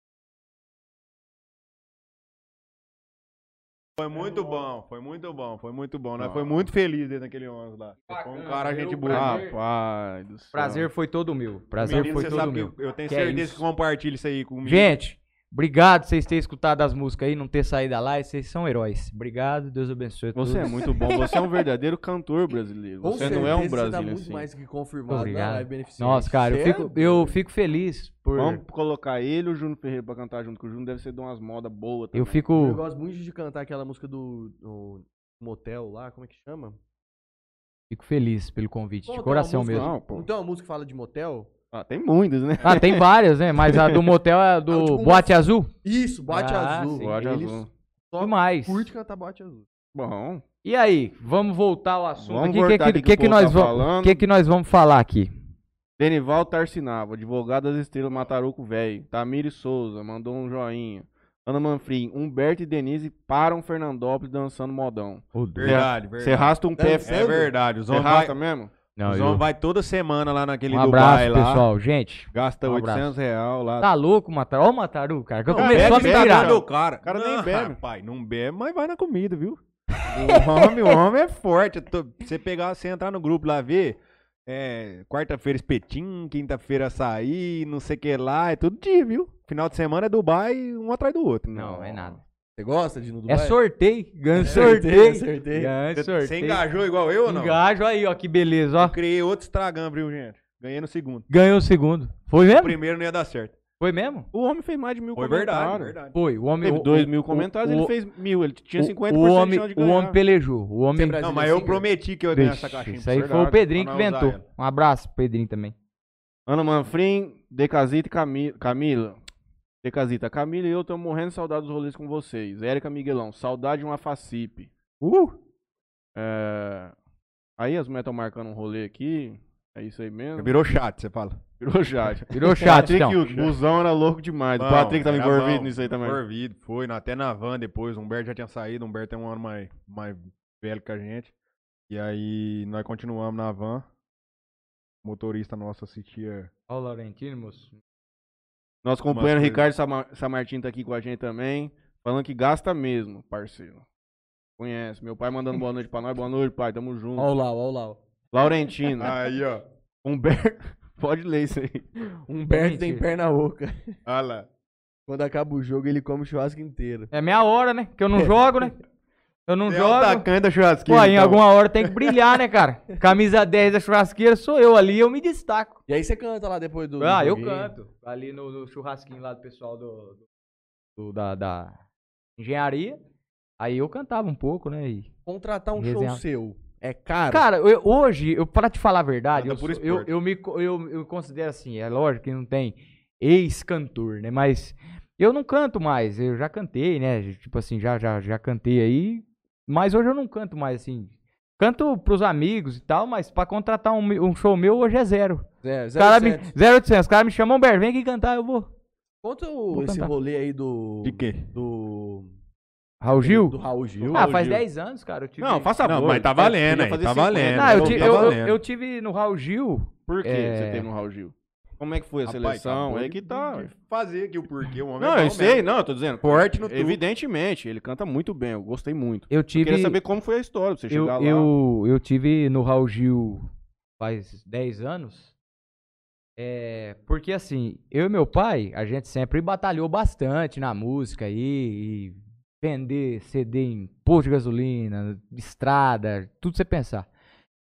Speaker 3: Foi muito É bom, foi muito bom, foi muito bom. Nós foi muito feliz dentro daquele 11 lá. Foi um
Speaker 4: Bacana,
Speaker 3: cara,
Speaker 4: deu
Speaker 3: gente
Speaker 4: um
Speaker 3: boa. Ah,
Speaker 4: prazer.
Speaker 2: Rapaz do céu.
Speaker 4: Prazer foi todo meu. Prazer
Speaker 3: Menino,
Speaker 4: foi
Speaker 3: você
Speaker 4: todo
Speaker 3: sabe
Speaker 4: meu.
Speaker 3: que um eu tenho
Speaker 4: Que é
Speaker 3: certeza
Speaker 4: isso.
Speaker 3: que compartilha isso aí comigo.
Speaker 4: Gente, Obrigado vocês terem escutado as músicas aí, não ter saído da live. Vocês são heróis. Obrigado, Deus abençoe todos.
Speaker 2: Você é muito bom, você é um verdadeiro cantor brasileiro.
Speaker 1: Com
Speaker 2: Você não é um
Speaker 1: certeza você tá
Speaker 2: brasileiro
Speaker 1: muito
Speaker 2: assim.
Speaker 1: mais que confirmado
Speaker 4: Obrigado.
Speaker 1: na live beneficente.
Speaker 4: Nossa, cara, eu
Speaker 1: Cê é
Speaker 4: fico, eu fico feliz por.
Speaker 2: Vamos colocar ele e o Júnior Ferreira pra cantar junto, que o Júnior deve ser de umas modas boas.
Speaker 4: Eu
Speaker 1: Eu
Speaker 4: fico,
Speaker 1: gosto muito de cantar aquela música do, do motel lá, como é que chama?
Speaker 4: fico feliz pelo convite,
Speaker 1: Pô,
Speaker 4: de
Speaker 1: tem
Speaker 4: coração
Speaker 1: uma música-
Speaker 4: mesmo.
Speaker 2: Não, pô.
Speaker 1: Então a música que fala de motel?
Speaker 2: Ah, tem muitas, né?
Speaker 4: Ah, tem várias, né? Mas a do motel é a do
Speaker 1: Ah, tipo um-
Speaker 4: Boate Azul?
Speaker 1: Isso, Boate
Speaker 4: Ah,
Speaker 1: Azul.
Speaker 4: sim.
Speaker 2: Boate
Speaker 1: Eles
Speaker 2: Azul.
Speaker 1: só
Speaker 4: Demais.
Speaker 1: Curte cantar Boate Azul.
Speaker 2: Bom,
Speaker 4: E aí, vamos voltar ao assunto aqui.
Speaker 2: Vamos
Speaker 4: O que,
Speaker 2: voltar
Speaker 4: que,
Speaker 2: aqui que o
Speaker 4: que que
Speaker 2: povo
Speaker 4: nós
Speaker 2: tá
Speaker 4: vamos,
Speaker 2: falando.
Speaker 4: que, que nós vamos falar aqui?
Speaker 2: Denival Tarcinava, advogado das estrelas Mataruco Velho. Tamiri Souza, mandou um joinha. Ana Manfrim, Humberto e Denise param Fernandópolis dançando modão.
Speaker 3: Verdade,
Speaker 2: Você
Speaker 3: verdade.
Speaker 2: arrasta um pé,
Speaker 3: É verdade. Os
Speaker 2: Você
Speaker 3: homens
Speaker 2: arrasta
Speaker 3: vai,
Speaker 2: mesmo?
Speaker 4: Não,
Speaker 3: os
Speaker 4: eu-
Speaker 3: homens vai toda semana lá naquele
Speaker 4: Um
Speaker 3: Dubai
Speaker 4: abraço,
Speaker 3: lá.
Speaker 4: pessoal. Gente,
Speaker 3: Gasta
Speaker 4: Um abraço.
Speaker 3: 800 real lá.
Speaker 4: tá louco, Mataru? Ó o Mataru, cara. Que eu
Speaker 3: Não,
Speaker 4: comecei a
Speaker 3: bebe,
Speaker 4: me
Speaker 3: tá
Speaker 4: tirar.
Speaker 3: dando o cara. O
Speaker 2: cara nem bebe.
Speaker 3: Pai, não bebe, mas vai na comida, viu? O homem, o homem é forte. Eu tô- Você pegar, você entrar no grupo lá ver, é, quarta-feira espetinho, quinta-feira açaí, não sei o que lá, é todo dia, viu? Final de semana é Dubai, um atrás do outro.
Speaker 4: Não, é nada.
Speaker 1: Você gosta de ir no
Speaker 4: É
Speaker 1: Dubai?
Speaker 4: sorteio.
Speaker 3: É
Speaker 4: Ganha
Speaker 1: Sorteio,
Speaker 4: sorteio.
Speaker 1: sorteio.
Speaker 4: Ganha
Speaker 3: Você,
Speaker 4: sorteio.
Speaker 3: você engajou igual eu ou não?
Speaker 4: Engajo aí, ó, que beleza, ó.
Speaker 3: Eu criei outro estragão, viu, gente? Ganhei no segundo.
Speaker 4: Ganhou o segundo. Foi
Speaker 3: O
Speaker 4: mesmo?
Speaker 3: primeiro não ia dar certo.
Speaker 4: Foi mesmo?
Speaker 2: O homem fez mais de mil
Speaker 3: Foi
Speaker 2: comentários.
Speaker 3: verdade, verdade.
Speaker 4: Foi. O homem.
Speaker 2: Teve
Speaker 4: o-
Speaker 2: dois
Speaker 4: o-
Speaker 2: mil comentários,
Speaker 4: o-
Speaker 2: ele fez mil. Ele tinha
Speaker 4: o-
Speaker 2: 50%
Speaker 4: o homem,
Speaker 2: de
Speaker 4: o
Speaker 2: ganhar.
Speaker 4: homem pelejou. O homem.
Speaker 1: Brasil-
Speaker 3: Não, mas eu
Speaker 1: Brasília,
Speaker 3: prometi que eu ia ganhar essa
Speaker 4: Vixe,
Speaker 3: caixinha.
Speaker 4: isso aí
Speaker 3: Verdade.
Speaker 4: foi o Pedrinho que
Speaker 3: Pra não usar
Speaker 4: inventou.
Speaker 3: ela.
Speaker 4: Um abraço, Pedrinho também.
Speaker 2: Ana Manfrim, Decazita e Camila. Camila. Decazita, Camila e eu tô morrendo de saudade dos rolês com vocês. Érica Miguelão, saudade de uma facipe.
Speaker 3: Uh!
Speaker 2: É... Aí as mulheres estão marcando um rolê aqui. É isso aí mesmo.
Speaker 3: Virou chato, você fala.
Speaker 2: Virou chat.
Speaker 3: *laughs*
Speaker 4: Virou chato,
Speaker 2: Patrick,
Speaker 4: então.
Speaker 2: o busão era louco demais.
Speaker 3: Bom,
Speaker 2: o Patrick tava
Speaker 3: era
Speaker 2: envolvido
Speaker 3: bom,
Speaker 2: nisso aí também.
Speaker 3: Envolvido, foi. na- Até na van depois. O Humberto já tinha saído. O Humberto é um ano mais, mais velho que a gente. E aí nós continuamos na van. O motorista nosso assistia.
Speaker 4: Ó, o Laurentino, moço.
Speaker 2: Nosso companheiro
Speaker 3: Umas
Speaker 2: Ricardo Sama- Samartin tá aqui com a gente também. Falando que gasta mesmo, parceiro. Conhece. Meu pai mandando boa noite pra nós. Boa noite, pai. Tamo junto.
Speaker 4: Ó o Lau, ó o Lau.
Speaker 2: Laurentino.
Speaker 3: *laughs* Aí, ó.
Speaker 2: Humberto. *laughs* Pode ler isso aí.
Speaker 1: Humberto Um tem
Speaker 4: Mentira.
Speaker 1: perna oca.
Speaker 3: Olha lá.
Speaker 1: *laughs* Quando acaba o jogo, ele come o churrasco inteiro.
Speaker 4: É meia hora, né?
Speaker 3: *laughs*
Speaker 4: Que eu não jogo, né? Eu não
Speaker 3: Você é o
Speaker 4: jogo.
Speaker 3: atacante da
Speaker 4: Pô,
Speaker 3: churrasqueira.
Speaker 4: em
Speaker 3: então.
Speaker 4: alguma hora tem que brilhar, né, cara? Camisa 10 da churrasqueira sou eu ali, eu me destaco.
Speaker 1: E aí você canta lá depois do. do
Speaker 4: Ah, eu
Speaker 1: joguinho.
Speaker 4: canto. Ali no, no churrasquinho lá do pessoal do, do- do- da, da engenharia. Aí eu cantava um pouco, né? e-
Speaker 1: Contratar um
Speaker 4: Resenha.
Speaker 1: show seu é caro?
Speaker 4: Cara, eu- hoje, eu, pra te falar a verdade, eu,
Speaker 3: Nada por
Speaker 4: sou- eu,
Speaker 3: esporte.
Speaker 4: eu me, co- eu, eu considero assim, é lógico que não tem ex-cantor, né? Mas eu não canto mais, eu já cantei, né? Tipo assim, já, já, já cantei aí, mas hoje eu não canto mais, assim. Canto pros amigos e tal, mas pra contratar um, me- um show meu hoje é zero.
Speaker 1: é,
Speaker 4: Os cara me,
Speaker 1: 07.
Speaker 4: 0800, os caras me chamam, Ber, vem aqui cantar, eu vou.
Speaker 1: Conta o-
Speaker 4: Vou
Speaker 1: esse
Speaker 4: cantar.
Speaker 1: rolê aí do.
Speaker 3: De quê?
Speaker 1: Do.
Speaker 4: Raul Gil?
Speaker 1: Do Raul Gil.
Speaker 4: ah,
Speaker 2: Raul
Speaker 4: faz
Speaker 2: Gil.
Speaker 4: 10 anos, cara. Eu tive...
Speaker 2: Não, faça
Speaker 3: Não,
Speaker 2: boa.
Speaker 3: mas tá
Speaker 2: Ele quer-
Speaker 3: valendo
Speaker 2: queria
Speaker 3: aí,
Speaker 2: fazer
Speaker 3: tá
Speaker 2: 50.
Speaker 3: valendo.
Speaker 4: Não, eu, ti-
Speaker 3: Tá
Speaker 4: eu- eu-
Speaker 3: valendo.
Speaker 4: eu tive no Raul Gil,
Speaker 2: Por que
Speaker 4: É.
Speaker 2: você teve no Raul Gil? Como é que foi a
Speaker 3: Rapaz,
Speaker 2: seleção?
Speaker 3: acabou
Speaker 2: É
Speaker 3: de-
Speaker 2: que tá.
Speaker 3: de Fazer aqui o porquê. O homem é
Speaker 2: Não,
Speaker 3: bom
Speaker 2: eu sei,
Speaker 3: mesmo.
Speaker 2: não, eu tô dizendo.
Speaker 3: Forte no tubo.
Speaker 2: Evidentemente, ele canta muito bem, eu gostei muito.
Speaker 4: eu
Speaker 2: Eu
Speaker 4: tive...
Speaker 2: queria saber como foi a história, pra você
Speaker 4: eu,
Speaker 2: chegar lá.
Speaker 4: eu, eu tive no Raul Gil faz 10 anos. É, porque assim, eu e meu pai, a gente sempre batalhou bastante na música aí, e vender CD em posto de gasolina, estrada, tudo que você pensar.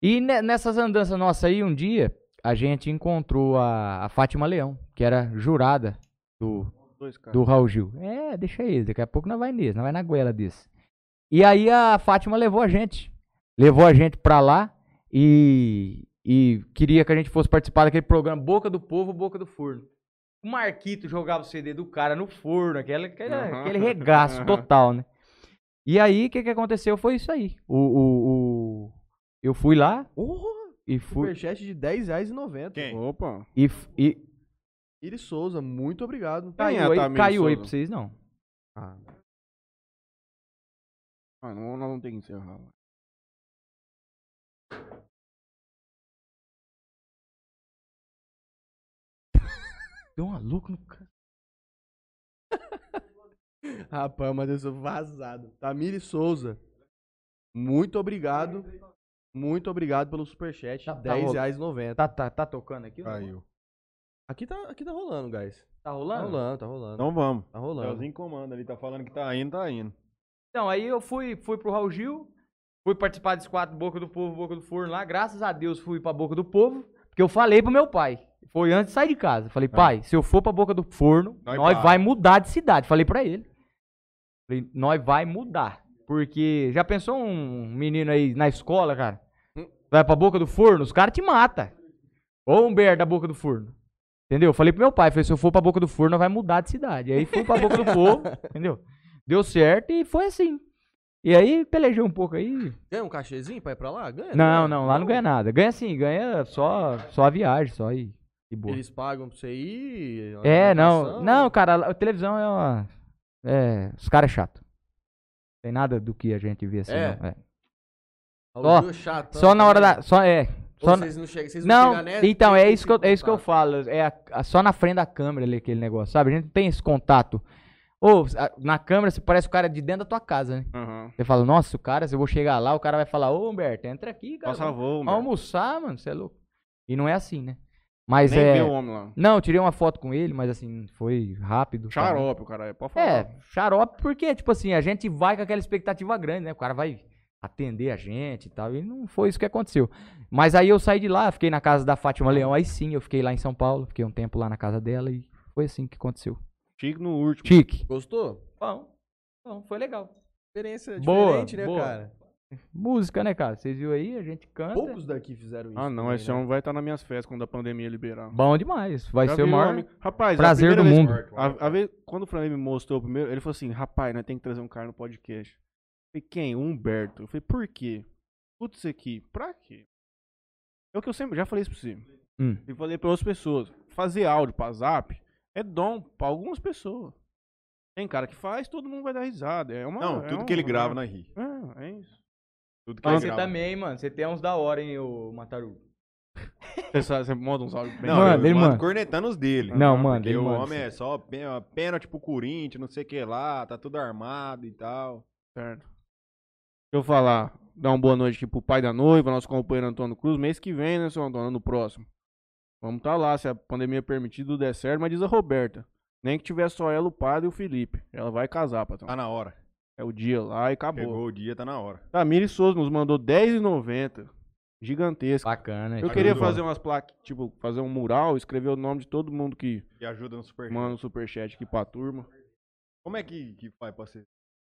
Speaker 4: E ne- nessas andanças nossas aí, um dia, a gente encontrou a, a Fátima Leão, que era jurada do,
Speaker 2: Dois caras.
Speaker 4: do Raul Gil. É, deixa ele, daqui a pouco nós vai nesse, nós vai na goela desse. E aí a Fátima levou a gente. Levou a gente pra lá e, e queria que a gente fosse participar daquele programa Boca do Povo, Boca do Forno. O Marquito jogava o CD do cara no forno, aquela, aquela-
Speaker 2: Aham.
Speaker 4: aquele regaço
Speaker 2: Aham.
Speaker 4: total, né? E aí, o que, que aconteceu foi isso aí. O, o- o- eu fui lá
Speaker 1: Oh,
Speaker 4: e fui.
Speaker 1: superchat de R$10,90.
Speaker 3: Quem?
Speaker 2: Opa.
Speaker 4: E, f- e
Speaker 1: Iris Souza, muito obrigado.
Speaker 2: Quem é
Speaker 4: caiu, aí,
Speaker 2: Tamires
Speaker 4: caiu aí
Speaker 2: Souza?
Speaker 4: pra vocês, não.
Speaker 1: Ah,
Speaker 2: Ah, não, nós não tem que encerrar. né? mano.
Speaker 4: Deu uma louca um no cara.
Speaker 1: Rapaz, mas eu sou vazado. Tamiri Souza, muito obrigado. Muito obrigado pelo superchat.
Speaker 4: Tá- tá rolando.
Speaker 1: R$10,90.
Speaker 4: Tá, tá, tá tocando aqui? o negócio?
Speaker 3: Caiu.
Speaker 1: Aqui tá, aqui tá rolando, guys.
Speaker 4: Tá
Speaker 1: Tá
Speaker 4: rolando?
Speaker 1: rolando, tá rolando.
Speaker 3: Então vamos.
Speaker 1: Tá rolando.
Speaker 3: Celzinho comanda ali, tá falando que tá indo, tá indo.
Speaker 4: Então, aí eu fui, fui pro Raul Gil, fui participar desse quatro Boca do Povo, Boca do Forno lá. Graças a Deus fui pra Boca do Povo, porque eu falei pro meu pai. Foi antes de sair de casa. Falei, pai, se eu for pra Boca do Forno,
Speaker 3: Nós
Speaker 4: nós,
Speaker 3: vai.
Speaker 4: vai mudar de cidade. Falei pra ele. Falei, nós vai mudar. Porque já pensou um menino aí na escola, cara? Vai pra Boca do Forno, os caras te matam. Ou um bear da Boca do Forno. Entendeu? Falei pro meu pai, falei, se eu for pra Boca do Forno, nós vai mudar de cidade. Aí fui pra Boca do Povo, entendeu? Deu certo e foi assim. E aí pelejei um pouco aí.
Speaker 1: Ganha um cachezinho pra ir pra lá? Ganha? né?
Speaker 4: Não, não, lá não ganha nada. Ganha sim, ganha só, só a viagem, só aí. De boa.
Speaker 1: Eles pagam pra você ir?
Speaker 4: É, não.
Speaker 1: alimentação?
Speaker 4: Não, cara, lá- a televisão é uma. É. Os caras é chato. Tem nada do que a gente vê assim,
Speaker 1: É.
Speaker 4: não. é.
Speaker 1: Raul Gil é chato,
Speaker 4: Só na hora
Speaker 1: né?
Speaker 4: da. Só é.
Speaker 1: Ou
Speaker 4: Só na-
Speaker 1: vocês não chegam, vocês vão
Speaker 4: Não,
Speaker 1: chegar nessa,
Speaker 4: então
Speaker 1: vocês
Speaker 4: é
Speaker 1: têm
Speaker 4: isso, que eu, é isso que eu
Speaker 1: contato.
Speaker 4: falo. É a- a- só na frente da câmera ali aquele negócio, sabe? A gente não tem esse contato. Ou a- na câmera você parece o cara de dentro da tua casa, né?
Speaker 2: Aham.
Speaker 4: Você fala, nossa, o cara, se eu vou chegar lá, o cara vai falar, ô Humberto, entra aqui, cara.
Speaker 2: Passa
Speaker 4: vamos
Speaker 2: voo, mano.
Speaker 4: almoçar, mano, você é louco. E não é assim, né? Mas
Speaker 2: Nem
Speaker 4: é.
Speaker 2: vê o homem lá.
Speaker 4: Não, eu tirei uma foto com ele, mas assim, foi rápido. sabe?
Speaker 2: Xarope, o cara. é. Pode falar.
Speaker 4: É, xarope, porque, tipo assim, a gente vai com aquela expectativa grande, né? O cara vai atender a gente e tal. E não foi isso que aconteceu. Mas aí eu saí de lá, fiquei na casa da Fátima Leão. Aí sim, eu fiquei lá em São Paulo, fiquei um tempo lá na casa dela e foi assim que aconteceu.
Speaker 2: Chico no último.
Speaker 4: Chique.
Speaker 1: Gostou?
Speaker 4: Bom, bom foi legal.
Speaker 1: Experiência
Speaker 4: Boa,
Speaker 1: diferente, né,
Speaker 4: boa. é.
Speaker 1: cara?
Speaker 4: Música, né, cara? Vocês viram aí? A gente canta.
Speaker 1: Poucos daqui fizeram isso.
Speaker 2: Ah, não.
Speaker 1: também,
Speaker 2: Esse
Speaker 4: é
Speaker 1: né?
Speaker 4: um
Speaker 2: homem vai estar nas minhas festas quando a pandemia liberar.
Speaker 4: Bom demais. Vai
Speaker 2: Já
Speaker 4: ser o
Speaker 2: virou
Speaker 4: maior.
Speaker 2: homem. Rapaz, é a
Speaker 4: prazer
Speaker 2: primeira
Speaker 4: do
Speaker 2: vez-
Speaker 4: mundo.
Speaker 2: A, a vez, quando o Flamengo me mostrou primeiro, ele falou assim: rapaz, nós tem que trazer um cara no podcast. Eu falei, quem? O Humberto. Eu falei, por quê? Escuta isso aqui. Pra quê? É o que eu sempre já falei isso pra você.
Speaker 4: Hum.
Speaker 2: E falei pra outras pessoas: fazer áudio pra zap é dom pra algumas pessoas. Tem cara que faz, todo mundo vai dar risada. É uma,
Speaker 3: Não,
Speaker 2: é
Speaker 3: tudo
Speaker 2: um-
Speaker 3: que ele grava, né? nós ri.
Speaker 2: É, é isso.
Speaker 3: Tudo que
Speaker 4: Mas
Speaker 3: ele
Speaker 4: você
Speaker 3: grava.
Speaker 2: tá
Speaker 4: também, mano. Você tem uns da hora, hein, ô Mataru.
Speaker 2: Você, sabe- você monta uns áudios bem.
Speaker 3: Não,
Speaker 4: Manda,
Speaker 3: manda,
Speaker 4: ele
Speaker 3: ele
Speaker 4: manda.
Speaker 3: cornetando os dele.
Speaker 4: Não, manda,
Speaker 3: Porque
Speaker 4: ele
Speaker 3: o
Speaker 4: manda,
Speaker 3: homem
Speaker 4: sim.
Speaker 3: é só pê- ó, pênalti pro Corinthians, não sei o que lá, tá tudo armado e tal.
Speaker 2: Certo. Deixa eu falar, dar uma boa noite aqui pro pai da noiva, nosso companheiro Antônio Cruz. Mês que vem, né, seu Antônio? Ano próximo. Vamos tá lá, se a pandemia permitir, tudo der certo. Mas diz a Roberta, nem que tiver só ela, o padre e o Felipe. Ela vai casar, patrão.
Speaker 3: Tá na hora.
Speaker 2: É o dia lá e acabou.
Speaker 3: Pegou o dia, tá na hora.
Speaker 2: Tamires Souza nos mandou R$10,90. Gigantesco.
Speaker 4: Bacana.
Speaker 2: Eu
Speaker 4: gente.
Speaker 2: queria
Speaker 3: Ajudou.
Speaker 2: fazer umas placas, tipo, fazer um mural, escrever o nome de todo mundo que
Speaker 3: E ajuda no superchat.
Speaker 2: manda um superchat aqui pra turma.
Speaker 3: Como é que, que faz pra ser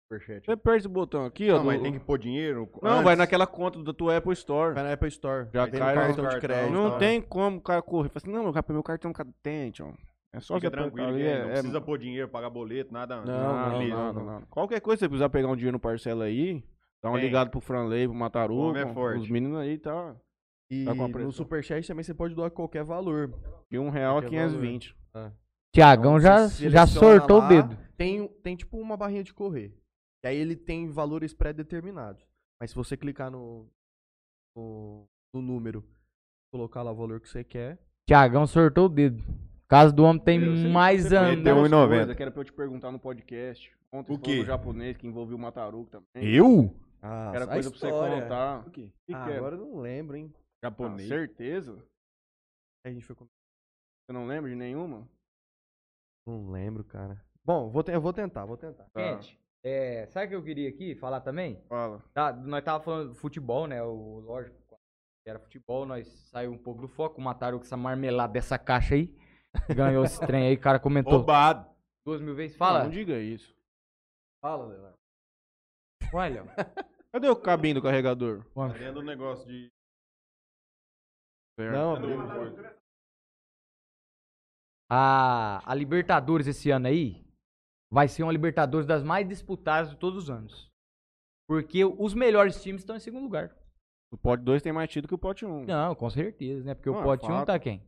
Speaker 3: superchat?
Speaker 2: Você aperta esse botão aqui, ó.
Speaker 3: Não,
Speaker 2: do-
Speaker 3: mas tem que pôr dinheiro.
Speaker 2: Não,
Speaker 3: antes.
Speaker 2: vai naquela conta da tua Apple Store.
Speaker 1: Vai na Apple Store.
Speaker 2: Já
Speaker 1: Aí tem
Speaker 2: cai
Speaker 1: um
Speaker 2: no
Speaker 1: cartão de
Speaker 3: cartão,
Speaker 1: crédito.
Speaker 2: Não
Speaker 3: tá?
Speaker 2: tem como o cara correr. Fala assim, não, meu, cara, meu cartão cadente, ó. É só
Speaker 3: Fica
Speaker 2: você apertar
Speaker 3: tranquilo,
Speaker 2: ali,
Speaker 3: que
Speaker 2: é,
Speaker 3: não
Speaker 2: é-
Speaker 3: precisa pôr dinheiro, pagar boleto, nada.
Speaker 1: Não,
Speaker 2: Não,
Speaker 1: não,
Speaker 2: beleza,
Speaker 1: não,
Speaker 2: não, não. Qualquer coisa, se você precisar pegar um dinheiro no parcela aí, dá uma
Speaker 3: Tem.
Speaker 2: ligada pro Franley, pro
Speaker 3: O
Speaker 2: Mataru,
Speaker 3: homem é forte.
Speaker 2: os meninos aí, tá?
Speaker 1: E
Speaker 2: Tá com a
Speaker 1: no
Speaker 2: pressão.
Speaker 1: superchat também você pode doar qualquer valor.
Speaker 2: De um real a
Speaker 1: Qualquer valor.
Speaker 2: 520.
Speaker 4: Tiagão já,
Speaker 1: Então, você
Speaker 4: já
Speaker 1: seleciona
Speaker 4: sortou
Speaker 1: lá,
Speaker 4: o dedo.
Speaker 1: Tem, tem tipo uma barrinha de correr. E aí ele tem valores pré-determinados. Mas se você clicar no, no, no número, colocar lá o valor que você quer.
Speaker 4: Tiagão sortou o dedo. Caso do homem tem
Speaker 2: Eu sei que
Speaker 4: mais
Speaker 2: você
Speaker 3: an-
Speaker 2: perdeu
Speaker 4: anos.
Speaker 3: meteu
Speaker 2: umas
Speaker 3: 1,90.
Speaker 2: coisas Que era pra eu te perguntar no podcast. Ontem
Speaker 3: O
Speaker 2: você
Speaker 3: quê?
Speaker 2: falou do japonês que envolveu o Mataru também.
Speaker 3: Eu?
Speaker 1: Ah,
Speaker 2: Era coisa pra você contar. O que, que
Speaker 1: Ah,
Speaker 2: era?
Speaker 1: agora eu não lembro, hein?
Speaker 2: Ah,
Speaker 3: Japonês.
Speaker 2: certeza?
Speaker 1: Aí a gente foi com-
Speaker 2: Você não lembra de nenhuma?
Speaker 1: Não lembro, cara. Bom, vou te- eu vou tentar, vou tentar.
Speaker 2: Tá,
Speaker 4: Gente, é, sabe o que eu queria aqui falar também?
Speaker 2: Fala.
Speaker 4: Tá, nós tava falando de futebol, né? O lógico que era futebol, nós saiu um pouco do foco, mataram com essa marmelada dessa caixa aí. Ganhou esse trem aí, o cara comentou
Speaker 3: Roubado.
Speaker 4: duas mil vezes.
Speaker 2: Não,
Speaker 4: Fala.
Speaker 2: Não diga isso.
Speaker 1: Fala, Leonardo.
Speaker 4: Vai, Léo.
Speaker 2: Cadê o cabinho do carregador?
Speaker 3: Tá Dentro do negócio de.
Speaker 1: Não, abriu.
Speaker 4: A, a Libertadores esse ano aí vai ser uma Libertadores das mais disputadas de todos os anos. Porque os melhores times estão em segundo lugar.
Speaker 2: O pote 2 tem mais título que o pote 1. Um.
Speaker 4: Não, com certeza, né? Porque
Speaker 2: Não,
Speaker 4: o
Speaker 2: é
Speaker 4: pote 1
Speaker 2: fato.
Speaker 4: tá quem?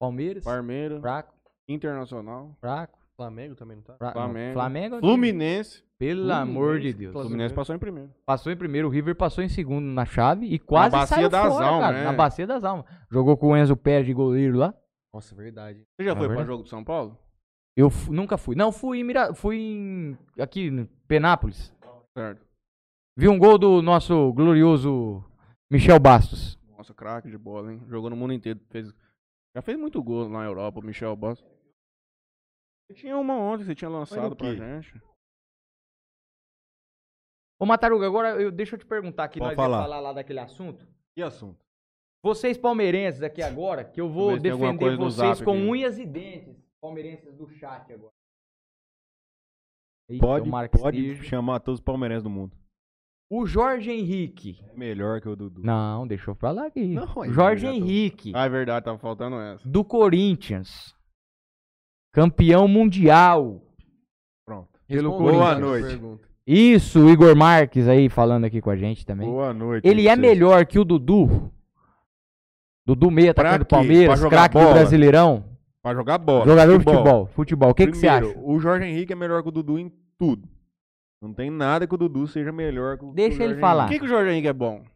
Speaker 4: Palmeiras,
Speaker 2: Parmeira,
Speaker 4: fraco,
Speaker 2: Internacional,
Speaker 4: fraco,
Speaker 1: Flamengo também não tá?
Speaker 4: fraco. não,
Speaker 2: Flamengo.
Speaker 4: Flamengo é um
Speaker 3: um.
Speaker 2: Fluminense.
Speaker 4: pelo
Speaker 2: Fluminense,
Speaker 4: amor de Deus.
Speaker 2: O Fluminense passou em primeiro.
Speaker 4: Passou em primeiro, o River passou em segundo na chave e quase
Speaker 2: Na bacia
Speaker 4: saiu
Speaker 2: das
Speaker 4: fora,
Speaker 2: almas,
Speaker 4: cara,
Speaker 2: né?
Speaker 4: na bacia das almas. Jogou com o Enzo Pérez de goleiro lá.
Speaker 1: Nossa, verdade.
Speaker 2: Você já
Speaker 4: É
Speaker 2: foi pra
Speaker 4: verdade.
Speaker 2: jogo do São Paulo?
Speaker 4: Eu fu- nunca fui. Não, fui em Mira, fui em aqui em Penápolis.
Speaker 2: Certo.
Speaker 4: Vi um gol do nosso glorioso Michel Bastos.
Speaker 2: Nossa, craque de bola, hein? Jogou no mundo inteiro. Fez... Já fez muito gol na Europa, o Michel Boss. Tinha uma ontem que você tinha lançado pra
Speaker 3: quê?
Speaker 2: gente.
Speaker 4: Ô, Mataruga, agora eu, deixa eu te perguntar aqui.
Speaker 3: Pode
Speaker 4: nós
Speaker 3: falar.
Speaker 4: ia falar lá daquele assunto.
Speaker 3: Que assunto?
Speaker 4: Vocês palmeirenses aqui agora, que eu
Speaker 2: Deixa
Speaker 4: vou
Speaker 2: eu ver se tem alguma
Speaker 4: defender
Speaker 2: coisa no
Speaker 4: vocês
Speaker 2: zap
Speaker 4: com
Speaker 2: aqui.
Speaker 4: unhas e dentes. Palmeirenses do chat agora. Eita,
Speaker 3: Pode,
Speaker 4: o Marcos
Speaker 3: pode
Speaker 4: Tirso.
Speaker 3: chamar todos os palmeirenses do mundo.
Speaker 4: O Jorge Henrique.
Speaker 3: Melhor que o Dudu.
Speaker 4: Não, deixa eu falar aqui.
Speaker 3: Não, aí,
Speaker 4: Jorge
Speaker 3: já tô-
Speaker 4: Henrique,
Speaker 2: Ah, é verdade, tava faltando essa.
Speaker 4: do Corinthians. Campeão mundial.
Speaker 3: Pronto.
Speaker 4: Pelo
Speaker 1: Responda
Speaker 3: Corinthians.
Speaker 1: essa
Speaker 3: Boa noite.
Speaker 1: pergunta.
Speaker 4: Isso, o Igor Marques aí falando aqui com a gente também.
Speaker 3: Boa noite.
Speaker 4: Ele é
Speaker 3: vocês.
Speaker 4: melhor que o Dudu. Dudu Meia,
Speaker 3: Pra
Speaker 4: atacante do
Speaker 3: quê? Pra
Speaker 4: Palmeiras,
Speaker 3: jogar
Speaker 4: craque do
Speaker 3: bola?
Speaker 4: Brasileirão.
Speaker 3: Pra jogar bola.
Speaker 4: Jogador de futebol. Futebol. O que, que você
Speaker 3: Primeiro,
Speaker 4: acha?
Speaker 3: O Jorge Henrique é melhor que o Dudu em tudo. Não tem nada que o Dudu seja melhor que o
Speaker 4: Deixa
Speaker 3: que o
Speaker 4: ele
Speaker 3: Jorge
Speaker 4: falar.
Speaker 2: Por que, que o Jorge Henrique é bom?
Speaker 3: Henrique.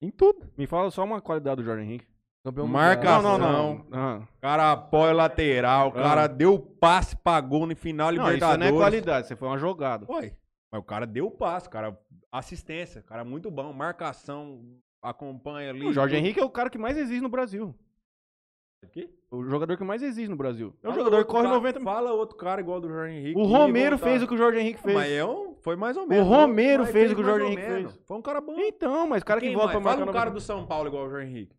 Speaker 3: Em tudo.
Speaker 2: Me fala só uma qualidade do Jorge Henrique.
Speaker 1: Campeão
Speaker 3: Marca-
Speaker 1: mundial.
Speaker 2: não, não,
Speaker 3: Marcação.
Speaker 2: não. Ah.
Speaker 3: O cara apoia lateral, o cara deu passe, pagou no final,
Speaker 2: Não, isso não é
Speaker 3: Libertadores.
Speaker 2: qualidade, você foi uma jogada.
Speaker 3: Foi. Mas o cara deu passe, o cara assistência, o cara muito bom, marcação, acompanha ali.
Speaker 2: O Jorge
Speaker 3: tudo.
Speaker 2: Henrique é o cara que mais exige no Brasil.
Speaker 3: Quê?
Speaker 2: O jogador que mais exige no Brasil. É um
Speaker 3: Fala
Speaker 2: jogador que
Speaker 3: outro
Speaker 2: corre
Speaker 3: cara-
Speaker 2: 90 minutos.
Speaker 3: Fala outro cara igual do Jorge Henrique. tá.
Speaker 2: O Romero fez o que o Jorge Henrique fez.
Speaker 3: Mas é um, foi mais ou menos.
Speaker 2: Romero
Speaker 3: Mas
Speaker 2: fez o que o
Speaker 3: mais
Speaker 2: Jorge
Speaker 3: ou
Speaker 2: Henrique
Speaker 3: menos.
Speaker 2: fez.
Speaker 3: Foi um cara bom.
Speaker 2: Então, mas o cara que
Speaker 3: Quem
Speaker 2: volta pra
Speaker 3: mais?
Speaker 2: marcar
Speaker 3: Fala um
Speaker 2: no
Speaker 3: cara
Speaker 2: Brasil.
Speaker 3: do São Paulo igual o Jorge Henrique.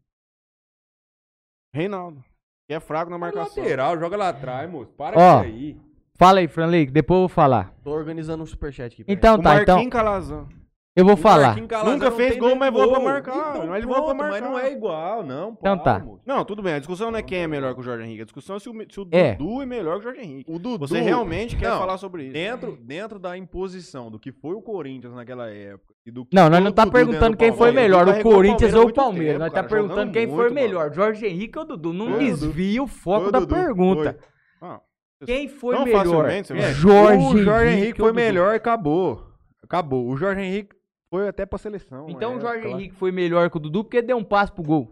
Speaker 2: Reinaldo. Que é fraco na marcação.
Speaker 3: Lateral, joga lá atrás, moço. Para
Speaker 4: Ó.
Speaker 3: com isso aí.
Speaker 4: Fala aí, Franley, que depois eu vou falar.
Speaker 1: Tô organizando um superchat aqui. peraí.
Speaker 4: Então
Speaker 2: o
Speaker 4: tá,
Speaker 2: Marquinhos
Speaker 4: então
Speaker 2: Calazan.
Speaker 4: eu vou
Speaker 3: É, O
Speaker 4: falar.
Speaker 3: Marquinhos Calazan
Speaker 2: Nunca
Speaker 3: não
Speaker 2: fez
Speaker 3: tem
Speaker 2: gol,
Speaker 3: nem
Speaker 2: mas voa pra
Speaker 3: gol.
Speaker 2: marcar.
Speaker 3: Então,
Speaker 2: Mas ele voa pra
Speaker 3: pronto, Mas
Speaker 2: marcar.
Speaker 3: não é igual, não.
Speaker 4: Então tá.
Speaker 3: moço.
Speaker 2: Não, tudo bem. A discussão não é quem é melhor que o Jorge Henrique. A discussão é se o, me- se o
Speaker 4: É.
Speaker 2: Dudu é melhor que o Jorge Henrique.
Speaker 3: O Dudu.
Speaker 2: Você realmente quer
Speaker 3: Não,
Speaker 2: falar sobre isso.
Speaker 3: Dentro, dentro da imposição do que foi o Corinthians naquela época. E do que
Speaker 4: Não, nós
Speaker 3: o
Speaker 4: não tá
Speaker 3: um Dudu dentro
Speaker 4: perguntando
Speaker 3: do
Speaker 4: quem foi
Speaker 3: Palmeiras. é
Speaker 4: melhor, o
Speaker 2: carregou o
Speaker 4: Corinthians
Speaker 2: Palmeiras
Speaker 4: ou o
Speaker 2: muito tempo,
Speaker 4: Palmeiras. Nós tá
Speaker 2: cara, jogando
Speaker 4: perguntando quem
Speaker 2: muito,
Speaker 4: foi
Speaker 2: mano.
Speaker 4: melhor, Jorge Henrique ou Dudu. Não
Speaker 3: Foi o Dudu.
Speaker 4: desvia o
Speaker 3: Foi
Speaker 4: foco
Speaker 3: o
Speaker 4: da
Speaker 3: Dudu,
Speaker 4: pergunta.
Speaker 3: foi. Ah,
Speaker 4: Quem foi
Speaker 2: Tão
Speaker 4: melhor? É,
Speaker 2: facilmente, você vai-
Speaker 4: Jorge,
Speaker 3: o Jorge Henrique
Speaker 4: ou
Speaker 3: foi
Speaker 4: Dudu?
Speaker 3: melhor e acabou. Acabou. O Jorge Henrique foi até pra seleção.
Speaker 4: Então
Speaker 3: é,
Speaker 4: o Jorge
Speaker 3: claro.
Speaker 4: Henrique foi melhor que o Dudu porque deu um passo pro gol.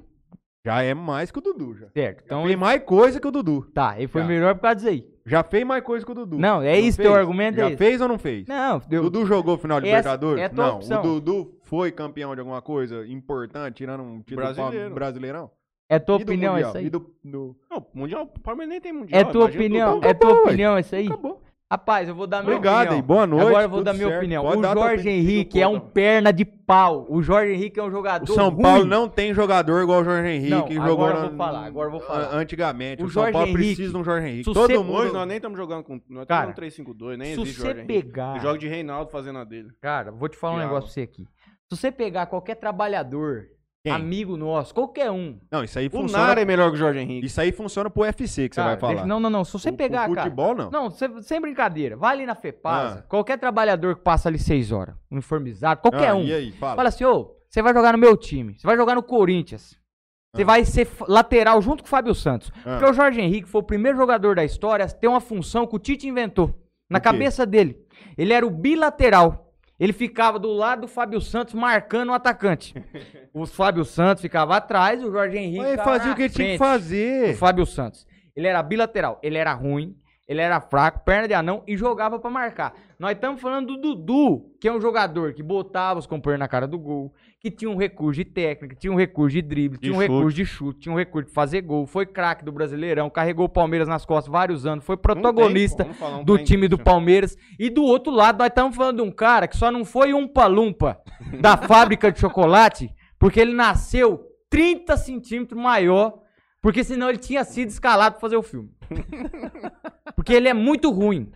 Speaker 3: Já é mais que o Dudu, já.
Speaker 4: Certo. Então
Speaker 3: Tem mais coisa que o Dudu.
Speaker 4: tá, ele foi
Speaker 3: Tá.
Speaker 4: melhor por causa disso aí.
Speaker 3: Já fez mais coisa que o Dudu.
Speaker 4: Não, é isso,
Speaker 3: fez?
Speaker 4: teu argumento é
Speaker 3: Já
Speaker 4: esse.
Speaker 3: fez ou não fez?
Speaker 4: Não,
Speaker 3: O
Speaker 4: deu.
Speaker 3: Dudu jogou final de
Speaker 4: Essa-
Speaker 3: Libertadores?
Speaker 4: é a tua
Speaker 3: não,
Speaker 4: opção.
Speaker 3: o Dudu foi campeão de alguma coisa importante, tirando um título
Speaker 2: Brasileiro.
Speaker 3: Palme- brasileirão?
Speaker 4: É tua
Speaker 3: E do
Speaker 4: opinião
Speaker 3: Mundial?
Speaker 4: essa aí.
Speaker 3: E do- do-
Speaker 2: Não, mundial, o Palmeiras nem tem mundial.
Speaker 4: É tua
Speaker 2: imagina o
Speaker 4: opinião,
Speaker 2: Dudu.
Speaker 4: é tua
Speaker 3: Acabou, ué.
Speaker 4: opinião essa aí.
Speaker 3: Acabou.
Speaker 4: Rapaz, eu vou dar minha
Speaker 3: Obrigado
Speaker 4: opinião.
Speaker 3: aí, boa noite.
Speaker 4: Agora eu vou
Speaker 3: tudo
Speaker 4: dar minha
Speaker 3: certo.
Speaker 4: opinião.
Speaker 3: Pode
Speaker 4: o
Speaker 3: dar tua
Speaker 4: Jorge
Speaker 3: opinião,
Speaker 4: Henrique
Speaker 3: tudo
Speaker 4: é
Speaker 3: bom
Speaker 4: um
Speaker 3: também.
Speaker 4: perna de pau. O Jorge Henrique é um jogador
Speaker 3: O São
Speaker 4: ruim.
Speaker 3: Paulo não tem jogador igual o Jorge Henrique.
Speaker 4: Não,
Speaker 3: que
Speaker 4: agora
Speaker 3: jogou
Speaker 4: eu vou
Speaker 3: na- Ah,
Speaker 4: falar, agora eu vou falar.
Speaker 3: a- Antigamente.
Speaker 4: O
Speaker 3: O, São
Speaker 4: Jorge
Speaker 3: Paulo
Speaker 4: Henrique,
Speaker 3: precisa de um Jorge Henrique.
Speaker 4: se
Speaker 3: Todo
Speaker 4: você-
Speaker 3: mundo...
Speaker 2: Hoje nós nem estamos jogando com. Nós
Speaker 4: Cara,
Speaker 2: estamos 3-5-2, nem
Speaker 4: Se
Speaker 2: existe
Speaker 4: você
Speaker 2: Jorge Henrique.
Speaker 4: pegar...
Speaker 2: Ele joga de Reinaldo fazendo a dele.
Speaker 4: Cara, vou te falar um
Speaker 2: Thiago.
Speaker 4: negócio pra você aqui. Se você pegar qualquer trabalhador,
Speaker 3: Quem?
Speaker 4: amigo nosso, qualquer um...
Speaker 3: Não, isso aí
Speaker 2: O
Speaker 3: funciona...
Speaker 2: Nara é melhor que o Jorge Henrique.
Speaker 3: Isso aí funciona pro UFC que você
Speaker 4: cara,
Speaker 3: vai falar.
Speaker 4: deixa- Não, não, não. Se você
Speaker 3: O-
Speaker 4: pegar,
Speaker 3: o
Speaker 4: cara...
Speaker 3: futebol, não.
Speaker 4: Não, sem, sem brincadeira. Vai ali na FEPASA,
Speaker 3: Ah.
Speaker 4: qualquer trabalhador que passa ali seis horas, uniformizado, qualquer
Speaker 3: Ah,
Speaker 4: um.
Speaker 3: E aí, fala.
Speaker 4: Fala assim, ô, você vai jogar no meu time, você vai jogar no Corinthians. Você
Speaker 3: Ah.
Speaker 4: vai ser f- lateral junto com o Fábio Santos.
Speaker 3: Ah.
Speaker 4: Porque o Jorge Henrique foi o primeiro jogador da história a ter uma função que o Tite inventou. Na
Speaker 3: O quê?
Speaker 4: cabeça dele. Ele era o bilateral. Ele ficava do lado do Fábio Santos marcando o atacante.
Speaker 3: *laughs*
Speaker 4: o Fábio Santos ficava atrás, o Jorge Henrique.
Speaker 3: Mas ele
Speaker 4: ficava
Speaker 3: fazia
Speaker 4: na
Speaker 3: o que ele tinha que
Speaker 4: frente. O
Speaker 3: fazer.
Speaker 4: Fábio Santos. Ele era bilateral, ele era ruim, ele era fraco, perna de anão e jogava pra marcar. Nós estamos falando do Dudu, que é um jogador que botava os companheiros na cara do gol, que tinha um recurso de técnica, tinha um recurso de drible, tinha um
Speaker 2: chute.
Speaker 4: recurso de chute, tinha um recurso de fazer gol, foi craque do Brasileirão, carregou o Palmeiras nas costas vários anos, foi
Speaker 2: Não tem
Speaker 4: protagonista
Speaker 2: como falar um
Speaker 4: do
Speaker 2: trem
Speaker 4: time do
Speaker 2: desse.
Speaker 4: Palmeiras. E do outro lado, nós estamos falando de um cara que só não foi um palumpa da fábrica de chocolate, porque ele nasceu 30 centímetros maior, porque senão ele tinha sido escalado pra fazer o filme. Porque ele é muito ruim.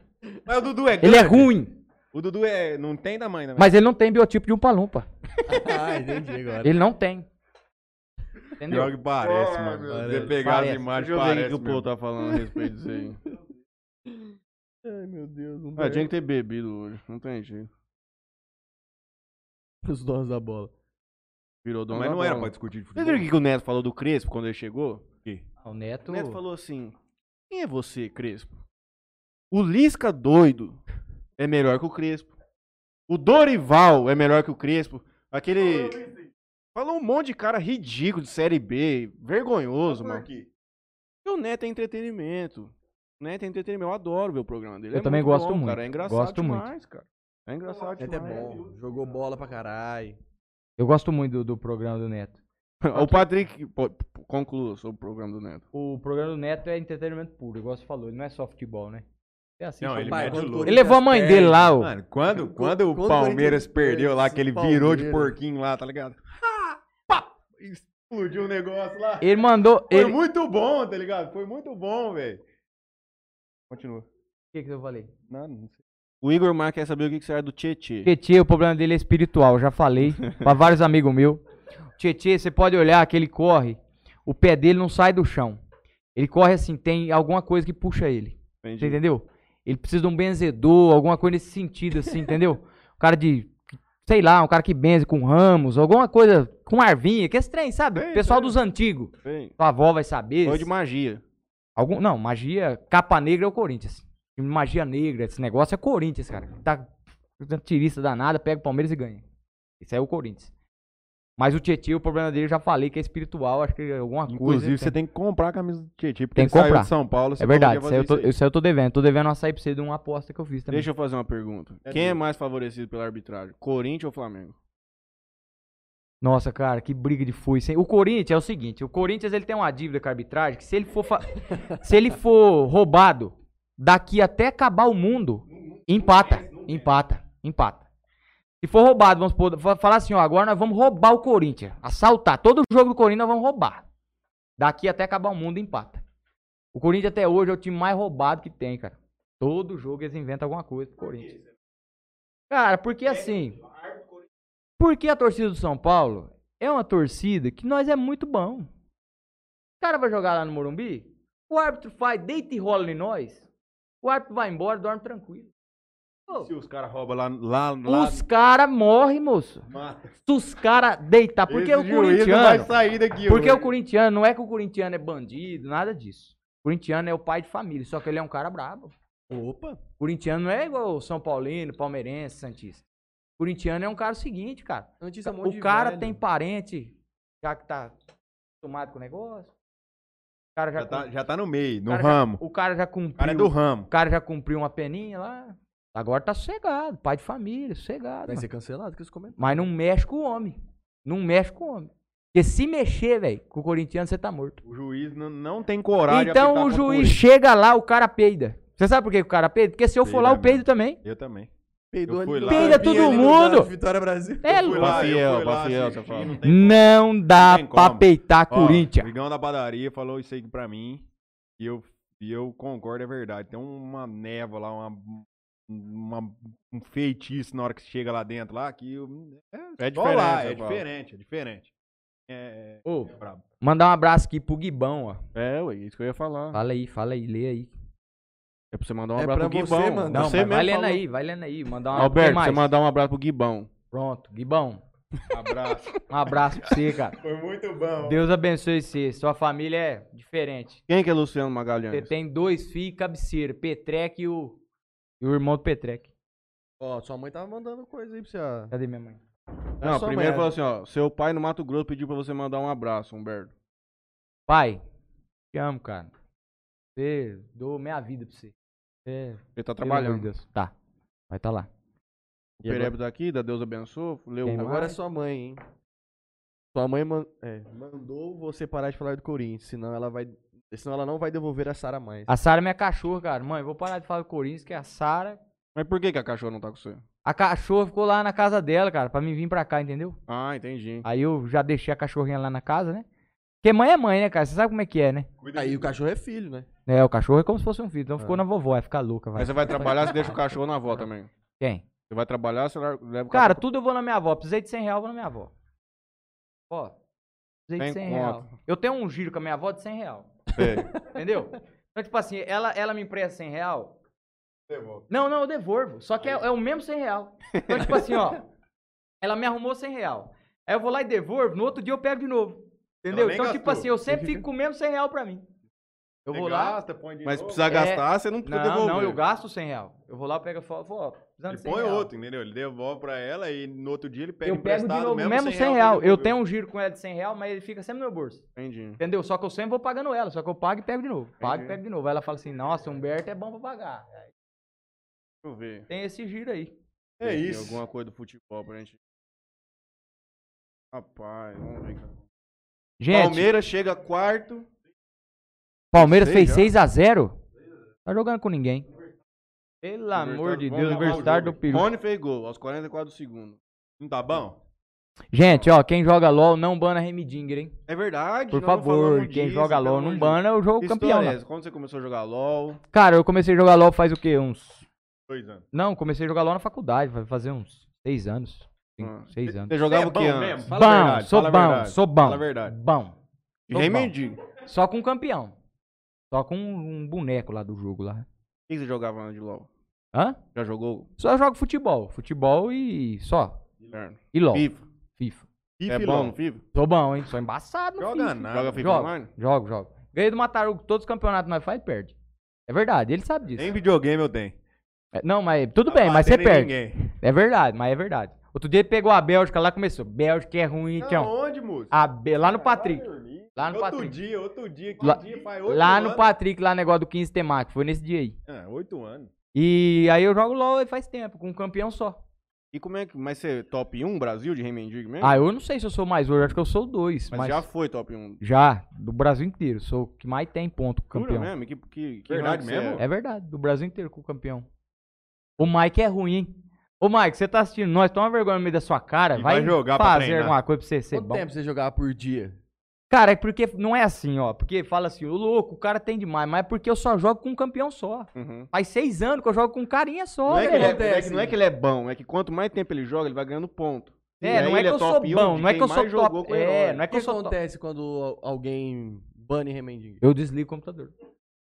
Speaker 3: Mas o Dudu é
Speaker 4: Ele é
Speaker 3: grande.
Speaker 4: ruim,
Speaker 3: O Dudu é... não tem tamanho também.
Speaker 4: mas ele não tem biotipo de um palumpa.
Speaker 1: *laughs* ah, entendi
Speaker 4: *laughs*
Speaker 1: agora.
Speaker 4: Ele não tem. Entendeu?
Speaker 3: Pior que parece,
Speaker 2: Ah,
Speaker 3: mano.
Speaker 2: meu
Speaker 3: Se Você
Speaker 2: Deus.
Speaker 3: pegar
Speaker 4: Parece.
Speaker 3: as imagens,
Speaker 2: Deixa eu ver o
Speaker 3: parece
Speaker 2: que o povo
Speaker 3: mesmo.
Speaker 2: tá falando a respeito disso aí.
Speaker 1: Ai, meu Deus. Não
Speaker 2: *laughs* Ah, tinha que ter bebido hoje. Não tem jeito.
Speaker 1: os donos da bola.
Speaker 2: Virou dono
Speaker 3: Mas
Speaker 2: da
Speaker 3: não era
Speaker 2: bola.
Speaker 3: pra discutir de
Speaker 2: Vocês
Speaker 3: futebol.
Speaker 2: viram o que que o Neto falou do Crespo quando ele chegou?
Speaker 4: Ah, O Neto.
Speaker 2: O Neto falou assim: Quem é você, Crespo? O Lisca doido é melhor que o Crespo. O Dorival é melhor que o Crespo. Aquele. Falou um monte de cara ridículo de série B, vergonhoso, mano. Porque o Neto é entretenimento. O Neto é entretenimento. Eu adoro ver o programa dele.
Speaker 4: Eu
Speaker 2: É
Speaker 4: também
Speaker 2: muito
Speaker 4: gosto
Speaker 2: bom,
Speaker 4: muito.
Speaker 2: Cara. É engraçado
Speaker 4: Gosto muito.
Speaker 2: demais, cara. É engraçado
Speaker 1: Neto é
Speaker 2: demais.
Speaker 1: bom. Jogou bola pra caralho.
Speaker 4: Eu gosto muito do, do programa do Neto.
Speaker 2: *laughs* o Patrick. pô, pô, Conclua sobre o programa do Neto.
Speaker 6: O programa do Neto é entretenimento puro, igual você falou. Ele não é só futebol, né? É assim.
Speaker 3: Não, ele
Speaker 1: Pai,
Speaker 3: mete o
Speaker 1: quando É,
Speaker 3: Ah,
Speaker 1: o
Speaker 3: louco.
Speaker 4: Ele levou a mãe dele lá, ô.
Speaker 3: Mano, quando,
Speaker 1: Quando-
Speaker 3: quando o
Speaker 1: quando o
Speaker 3: Palmeiras
Speaker 1: Corinthians
Speaker 3: perdeu lá,
Speaker 1: perdeu
Speaker 3: que ele
Speaker 1: esse
Speaker 3: virou de
Speaker 1: Palmeiras.
Speaker 3: porquinho lá, tá ligado? Ha! Pá! Explodiu o negócio lá.
Speaker 4: Ele mandou.
Speaker 3: Foi
Speaker 4: Ele... O
Speaker 3: muito bom, tá ligado? Foi muito bom, velho. Continua.
Speaker 6: que, que eu falei?
Speaker 3: Não, não sei.
Speaker 2: O Igor Mar quer saber o que que será do Tietê.
Speaker 4: Tietê, o problema dele é espiritual, já *laughs* falei. pra vários amigos meus. O Tietê, você pode olhar que ele corre, o pé dele não sai do chão. Ele corre assim, tem alguma coisa que puxa ele. Você
Speaker 2: Entendi.
Speaker 4: entendeu? Ele precisa de um benzedor, alguma coisa nesse sentido, assim, entendeu? Um cara de. Sei lá, um cara que benze com ramos, alguma coisa com arvinha, que é estranho, sabe?
Speaker 2: Sei,
Speaker 4: Pessoal
Speaker 2: sei.
Speaker 4: dos antigos.
Speaker 2: Bem,
Speaker 4: Tua avó vai saber.
Speaker 2: foi de magia.
Speaker 4: Algum, não, magia. Capa negra é o Corinthians. Time de Magia negra, esse negócio é Corinthians, cara. Tá fazendo tirista danada, pega o Palmeiras e ganha. Isso é o Corinthians. Mas o Tietchan, o problema dele, eu já falei que é espiritual, acho que é alguma coisa.
Speaker 3: Inclusive, você tem que comprar a camisa do Tietchan, porque
Speaker 4: Tem
Speaker 3: ele
Speaker 4: que
Speaker 3: saiu
Speaker 4: comprar.
Speaker 3: de São Paulo. você
Speaker 4: É
Speaker 3: falou que
Speaker 4: verdade,
Speaker 3: ia
Speaker 4: isso aí, eu
Speaker 3: fazer
Speaker 4: tô,
Speaker 3: isso aí.
Speaker 4: isso aí eu tô devendo. Tô devendo açaí pra você de uma aposta que eu fiz também.
Speaker 2: Deixa eu fazer uma pergunta.
Speaker 3: É
Speaker 2: Quem é
Speaker 3: duro.
Speaker 2: mais favorecido pela arbitragem? Corinthians ou Flamengo?
Speaker 4: Nossa, cara, que briga de foice. hein? O Corinthians é o seguinte, o Corinthians ele tem uma dívida com a arbitragem que se ele for fa- *laughs* se ele for roubado daqui até acabar o mundo, empata, empata, empata. Se for roubado, vamos supor, fa- falar assim, ó, agora nós vamos roubar o Corinthians, assaltar todo jogo do Corinthians nós vamos roubar. Daqui até acabar o mundo empata. O Corinthians até hoje é o time mais roubado que tem, cara. Todo jogo eles inventam alguma coisa pro Corinthians. Cara, porque assim, porque a torcida do São Paulo é uma torcida que nós é muito bom. O cara vai jogar lá no Morumbi, o árbitro faz, deita e rola em nós, o árbitro vai embora, dorme tranquilo. Pô,
Speaker 3: Se os caras roubam lá, lá, lá
Speaker 4: os caras morrem, moço.
Speaker 3: mata.
Speaker 4: Se os caras deitar, porque
Speaker 3: Esse
Speaker 4: o
Speaker 3: juiz não vai
Speaker 4: corintiano...
Speaker 3: sair daqui.
Speaker 4: Porque
Speaker 3: hoje.
Speaker 4: o corintiano, não é que o corintiano é bandido, nada disso. O corintiano é o pai de família, só que ele é um cara brabo.
Speaker 1: Opa!
Speaker 4: Corintiano não é igual o São Paulino, palmeirense, santista. Corintiano é um cara seguinte, cara.
Speaker 1: Antes é um monte
Speaker 4: O
Speaker 1: de
Speaker 4: cara
Speaker 1: velho.
Speaker 4: tem parente, já que tá acostumado com o negócio. O cara já,
Speaker 3: Já tá,
Speaker 4: cum-
Speaker 3: já tá no meio, no
Speaker 4: o cara já-
Speaker 3: ramo.
Speaker 4: o cara já
Speaker 3: O
Speaker 4: cumpriu.
Speaker 3: cara é do ramo.
Speaker 4: o cara já cumpriu uma peninha lá. Agora tá sossegado, pai de família, sossegado.
Speaker 1: Vai
Speaker 4: mano.
Speaker 1: ser cancelado com esse comentário.
Speaker 4: Mas não mexe com o homem. Não mexe com o homem. Porque se mexer, velho, com o corintiano, você tá morto.
Speaker 3: O juiz não, não tem coragem de
Speaker 4: então
Speaker 3: apitar
Speaker 4: o
Speaker 3: contra
Speaker 4: juiz
Speaker 3: Corinthians.
Speaker 4: chega lá, o cara peida. Você sabe por que que o cara peida? Porque se eu for
Speaker 3: Peida
Speaker 4: lá, eu
Speaker 3: mesmo.
Speaker 4: peido também.
Speaker 3: Eu também.
Speaker 1: Peidou
Speaker 3: Eu fui
Speaker 1: ali.
Speaker 3: lá.
Speaker 4: Peida todo mundo.
Speaker 1: *laughs* Vitória Brasil.
Speaker 4: É
Speaker 3: Fui
Speaker 4: louco.
Speaker 3: lá,
Speaker 2: Bafiel,
Speaker 3: eu fui lá
Speaker 2: Bafiel,
Speaker 3: assistir,
Speaker 2: você fala.
Speaker 3: não tem
Speaker 4: Não dá
Speaker 3: tem
Speaker 4: pra
Speaker 3: como.
Speaker 4: peitar
Speaker 3: Ó,
Speaker 4: Corinthians.
Speaker 3: O Igão da padaria falou isso aí pra mim. E eu, e eu concordo, é verdade. Tem uma névoa lá, uma, uma- um feitiço na hora que você chega lá dentro lá, que eu- é,
Speaker 2: É
Speaker 3: só lá,
Speaker 2: diferente,
Speaker 3: é
Speaker 2: eu falo.
Speaker 3: diferente, é diferente. É,
Speaker 4: Ô,
Speaker 3: é brabo.
Speaker 4: mandar um abraço aqui pro Guibão, ó.
Speaker 2: É, ué, isso que eu ia falar.
Speaker 4: Fala aí, fala aí, lê aí.
Speaker 2: É pra você mandar um
Speaker 1: É
Speaker 2: abraço
Speaker 1: pra
Speaker 2: pro
Speaker 1: você
Speaker 2: Guibão.
Speaker 1: mandar.
Speaker 4: Não,
Speaker 2: você
Speaker 4: mas vai lendo
Speaker 2: falou.
Speaker 4: aí, vai lendo aí. Mandar uma
Speaker 2: Alberto,
Speaker 4: um quem
Speaker 2: você
Speaker 4: mais?
Speaker 2: mandar um abraço pro Guibão.
Speaker 4: Pronto, Guibão.
Speaker 3: *laughs* Abraço.
Speaker 4: Um abraço pra você, cara.
Speaker 3: Foi muito bom.
Speaker 4: Deus abençoe você. Sua família é diferente.
Speaker 2: Quem que é Luciano
Speaker 4: Você
Speaker 2: Magalhães?
Speaker 4: tem dois filhos e cabeceira, Petrec e o. E o irmão do Petrec.
Speaker 1: Ó, sua mãe tava mandando coisa aí pra você. ó.
Speaker 4: Cadê minha mãe?
Speaker 1: É
Speaker 2: Não,
Speaker 1: sua
Speaker 2: primeiro
Speaker 1: mãe,
Speaker 2: falou assim, ó. Seu pai no Mato Grosso pediu pra você mandar um abraço, Humberto.
Speaker 4: Pai, te amo, cara. Você dou minha vida pra você. Você.
Speaker 2: Ele
Speaker 4: pelo amor
Speaker 2: tá
Speaker 4: de
Speaker 2: trabalhando.
Speaker 4: Deus. Tá. Vai tá lá.
Speaker 2: O Perebo tá aqui, da Deus abençoe. Leu
Speaker 4: Quem
Speaker 2: o-
Speaker 1: Agora é sua mãe, hein? Sua mãe man- é, mandou você parar de falar do Corinthians, senão ela vai. Senão ela não vai devolver a Sara mais.
Speaker 4: A Sara é minha cachorra, cara. Mãe, vou parar de falar do Corinthians, que a Sara.
Speaker 2: Mas por que, que a cachorra não tá com você?
Speaker 4: A cachorra ficou lá na casa dela, cara, pra mim vir pra cá, entendeu?
Speaker 2: Ah, entendi.
Speaker 4: Aí eu já deixei a cachorrinha lá na casa, né? Porque mãe é mãe, né, cara? Você sabe como é que é, né?
Speaker 1: Aí o cachorro é filho, né?
Speaker 4: É, o cachorro é como se fosse um filho. Então ficou
Speaker 1: Ah.
Speaker 4: na vovó, vai ficar louca, vai.
Speaker 2: Mas você vai trabalhar, você deixa o cachorro na avó também.
Speaker 4: Quem?
Speaker 2: Você vai trabalhar, você lar- leva o
Speaker 4: Cara,
Speaker 2: cachorro.
Speaker 4: tudo eu vou na minha avó. Precisei de 100 real, eu vou na minha avó. Ó, precisei de
Speaker 2: Tem
Speaker 4: 100 real. Eu tenho um giro com a minha avó de 100 real. *laughs* Entendeu? Então, tipo assim, ela, ela me empresta 100 real. Não, não, eu devolvo. Só que é, é o mesmo 100 real. Então,
Speaker 3: *laughs*
Speaker 4: tipo assim, ó. Ela me arrumou 100 real. Aí eu vou lá e devolvo, no outro dia eu pego de novo. Entendeu?
Speaker 3: nem
Speaker 4: Então, tipo
Speaker 3: gastou.
Speaker 4: assim, eu sempre fico com o mesmo 100 real pra mim. Eu vou lá,
Speaker 2: Mas se precisar gastar, você não precisa
Speaker 4: Não,
Speaker 2: devolver.
Speaker 4: não, eu gasto 100 real. Eu vou lá, eu pego a foto, ó, precisando
Speaker 3: Ele
Speaker 4: de 100
Speaker 3: põe
Speaker 4: real.
Speaker 3: outro, entendeu? Ele devolve pra ela e no outro dia ele pega
Speaker 4: Eu pego de
Speaker 3: emprestado
Speaker 4: novo,
Speaker 3: mesmo
Speaker 4: mesmo 100 real. Eu tenho um giro com ela de 100 real, mas ele fica sempre no meu bolso.
Speaker 2: Entendi.
Speaker 4: Entendeu? Só que eu sempre vou pagando ela, só que eu pago e pego de novo. Pago
Speaker 2: Entendi.
Speaker 4: e pego de novo. Aí ela fala assim, nossa, Humberto é bom pra pagar.
Speaker 2: Deixa eu ver.
Speaker 4: Tem esse giro aí.
Speaker 3: É
Speaker 2: Tem
Speaker 3: isso.
Speaker 2: Alguma coisa do futebol pra gente. Rapaz, vamos ver, cara.
Speaker 4: Gente, Palmeiras,
Speaker 2: Palmeiras chega quarto.
Speaker 3: Sei
Speaker 4: fez
Speaker 3: já.
Speaker 4: 6 a 0 Tá jogando com ninguém.
Speaker 6: Pelo amor
Speaker 2: Libertadores,
Speaker 6: de
Speaker 2: vamos
Speaker 6: Deus,
Speaker 2: acabar o
Speaker 6: Universitário do
Speaker 2: jogo.
Speaker 6: Peru.
Speaker 2: Rony fez gol aos 44 segundos.
Speaker 3: Não tá bom?
Speaker 4: Gente, ó, quem joga LOL não bana Remidinger, hein?
Speaker 2: É verdade.
Speaker 4: Por
Speaker 2: nós não
Speaker 4: favor,
Speaker 2: falamos
Speaker 4: quem
Speaker 2: disso,
Speaker 4: joga
Speaker 2: pelo
Speaker 4: LOL
Speaker 2: amor
Speaker 4: não
Speaker 2: de
Speaker 4: bana é o jogo
Speaker 2: Deus. Que
Speaker 4: campeão. Então,
Speaker 2: história é
Speaker 4: né?
Speaker 2: essa? Quando você começou a jogar LOL?
Speaker 4: Cara, eu comecei a jogar LOL faz o quê? Uns.
Speaker 3: Dois anos.
Speaker 4: Não, comecei a jogar LOL na faculdade, vai fazer uns 6 anos. Cinco,
Speaker 2: Ah.
Speaker 4: seis anos.
Speaker 2: Você jogava
Speaker 3: Você
Speaker 2: o
Speaker 3: é
Speaker 2: que
Speaker 3: bom
Speaker 2: antes?
Speaker 3: mesmo? Fala a
Speaker 4: Bom,
Speaker 3: verdade,
Speaker 4: sou
Speaker 3: fala a
Speaker 4: bom,
Speaker 3: verdade,
Speaker 4: sou bom.
Speaker 3: Fala a verdade.
Speaker 4: Bom. Sou bom.
Speaker 2: Remendi. O
Speaker 4: Só com campeão. Só com um boneco lá do jogo lá.
Speaker 2: que você jogava antes de LOL?
Speaker 4: Hã?
Speaker 2: Já jogou?
Speaker 4: Só jogo futebol. Futebol e só.
Speaker 2: Inferno.
Speaker 4: E LOL.
Speaker 2: FIFA.
Speaker 4: FIFA.
Speaker 3: E
Speaker 2: É bom no FIFA?
Speaker 4: Sou bom, hein? Sou embaçado no
Speaker 3: Joga
Speaker 4: FIFA.
Speaker 3: nada.
Speaker 2: Joga FIFA
Speaker 4: Jogo.
Speaker 2: online?
Speaker 3: né?
Speaker 4: Jogo, jogo. Ganhei do Matarugo todos os campeonatos que nós faz e perde. É verdade, ele sabe disso.
Speaker 3: Nem videogame eu tenho.
Speaker 4: É, não, mas tudo
Speaker 3: Tá
Speaker 4: bem, mas você
Speaker 3: batendo em
Speaker 4: perde.
Speaker 3: Ninguém.
Speaker 4: É verdade, mas é verdade. Outro dia ele pegou a Bélgica lá e começou. Bélgica é ruim, então.
Speaker 3: Onde, moço?
Speaker 4: A Bé- lá no Patrick. Lá no
Speaker 3: outro
Speaker 4: Patrick.
Speaker 3: dia, outro dia, que
Speaker 4: Lá-
Speaker 3: dia faz oito
Speaker 4: Lá no
Speaker 3: anos.
Speaker 4: Patrick, lá negócio do 15 temático. Foi nesse dia aí.
Speaker 3: É, oito anos.
Speaker 4: E aí eu jogo LOL faz tempo, com um campeão só.
Speaker 2: E como é que. Mas você é top 1 Brasil de Remendig mesmo?
Speaker 4: Ah, eu não sei se eu sou mais hoje, acho que eu sou dois.
Speaker 2: mas,
Speaker 4: Mas,
Speaker 2: já foi top 1.
Speaker 4: já, do Brasil inteiro. Sou o que mais tem ponto com o
Speaker 2: Jura
Speaker 4: campeão.
Speaker 3: né?
Speaker 2: mesmo? Que, que, que
Speaker 3: Verdade
Speaker 2: rank você
Speaker 3: mesmo?
Speaker 2: É?
Speaker 4: É verdade, do Brasil inteiro com o campeão. O Mike é ruim, hein? Ô, Mike, você tá assistindo nós, toma vergonha no meio da sua cara.
Speaker 3: E
Speaker 4: Vai,
Speaker 3: vai jogar pra
Speaker 4: fazer
Speaker 3: treinar.
Speaker 4: alguma coisa pra você ser
Speaker 1: Quanto
Speaker 4: bom.
Speaker 1: tempo você jogava por dia?
Speaker 4: Cara, é porque não é assim, ó. Porque fala assim, ô louco, o cara tem demais, mas é porque eu só jogo com um campeão só.
Speaker 2: Uhum.
Speaker 4: Faz seis anos que eu jogo com um carinha só,
Speaker 2: Não, é que ele
Speaker 4: velho.
Speaker 2: é, é que não é que ele é bom, é que quanto mais tempo ele joga, ele vai ganhando ponto. E
Speaker 4: É,
Speaker 2: aí
Speaker 4: não é
Speaker 2: ele
Speaker 4: que eu sou
Speaker 2: top 1
Speaker 4: bom,
Speaker 2: de
Speaker 4: não é
Speaker 2: quem
Speaker 4: que eu sou
Speaker 2: mais jogou
Speaker 4: top.
Speaker 2: com o
Speaker 4: É,
Speaker 2: herói.
Speaker 4: não é
Speaker 1: O
Speaker 4: que
Speaker 1: que
Speaker 4: eu sou top.
Speaker 1: acontece quando al- alguém bane Remendinho?
Speaker 4: Eu desligo o computador.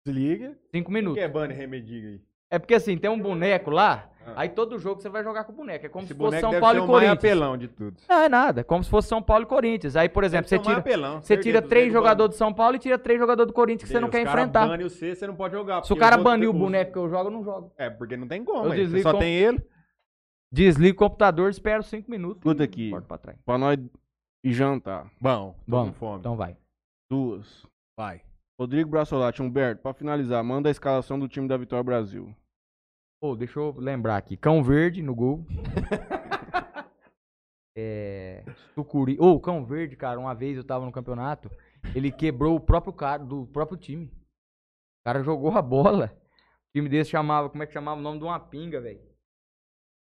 Speaker 3: Desliga.
Speaker 4: Cinco
Speaker 3: O que
Speaker 4: minutos.
Speaker 3: é Bunny Remediga aí?
Speaker 4: É porque assim, tem um boneco lá,
Speaker 3: Ah.
Speaker 4: aí todo jogo você vai jogar com o boneco. É como se
Speaker 3: Esse
Speaker 4: fosse
Speaker 3: boneco
Speaker 4: São
Speaker 3: deve
Speaker 4: Paulo
Speaker 3: ser
Speaker 4: e
Speaker 3: o mais
Speaker 4: Corinthians.
Speaker 3: apelão de tudo.
Speaker 4: Não, é nada. Como se fosse São Paulo e Corinthians. Aí, por exemplo, você tira, você tira três jogadores do São Paulo e tira três jogadores do Corinthians que você não quer enfrentar.
Speaker 3: Bane o C, você não pode jogar.
Speaker 4: Se o
Speaker 3: porque
Speaker 4: cara
Speaker 3: os outros-
Speaker 4: banir o
Speaker 3: os-
Speaker 4: boneco que eu jogo, eu não jogo.
Speaker 3: É, porque não tem
Speaker 4: Eu
Speaker 3: como. aí. Você
Speaker 4: desligo
Speaker 3: só
Speaker 4: com-
Speaker 3: tem ele.
Speaker 4: Desligo o computador, espero cinco minutos.
Speaker 2: Escuta
Speaker 4: e
Speaker 2: aqui.
Speaker 4: Volto pra trás.
Speaker 2: Pra nós ir jantar.
Speaker 3: Bom, tô
Speaker 4: Bom,
Speaker 3: com fome.
Speaker 4: então vai.
Speaker 2: Duas.
Speaker 3: Vai.
Speaker 2: Rodrigo Braçolati, Humberto, pra finalizar, manda a escalação do time da Vitória Brasil.
Speaker 4: Pô, deixa eu lembrar aqui. Cão Verde no gol. é. Sucuri. Ô, o Cão Verde, cara, uma vez eu tava no campeonato, ele quebrou o próprio cara do próprio time. O cara jogou a bola. O time desse chamava, como é que chamava o nome de uma pinga, velho?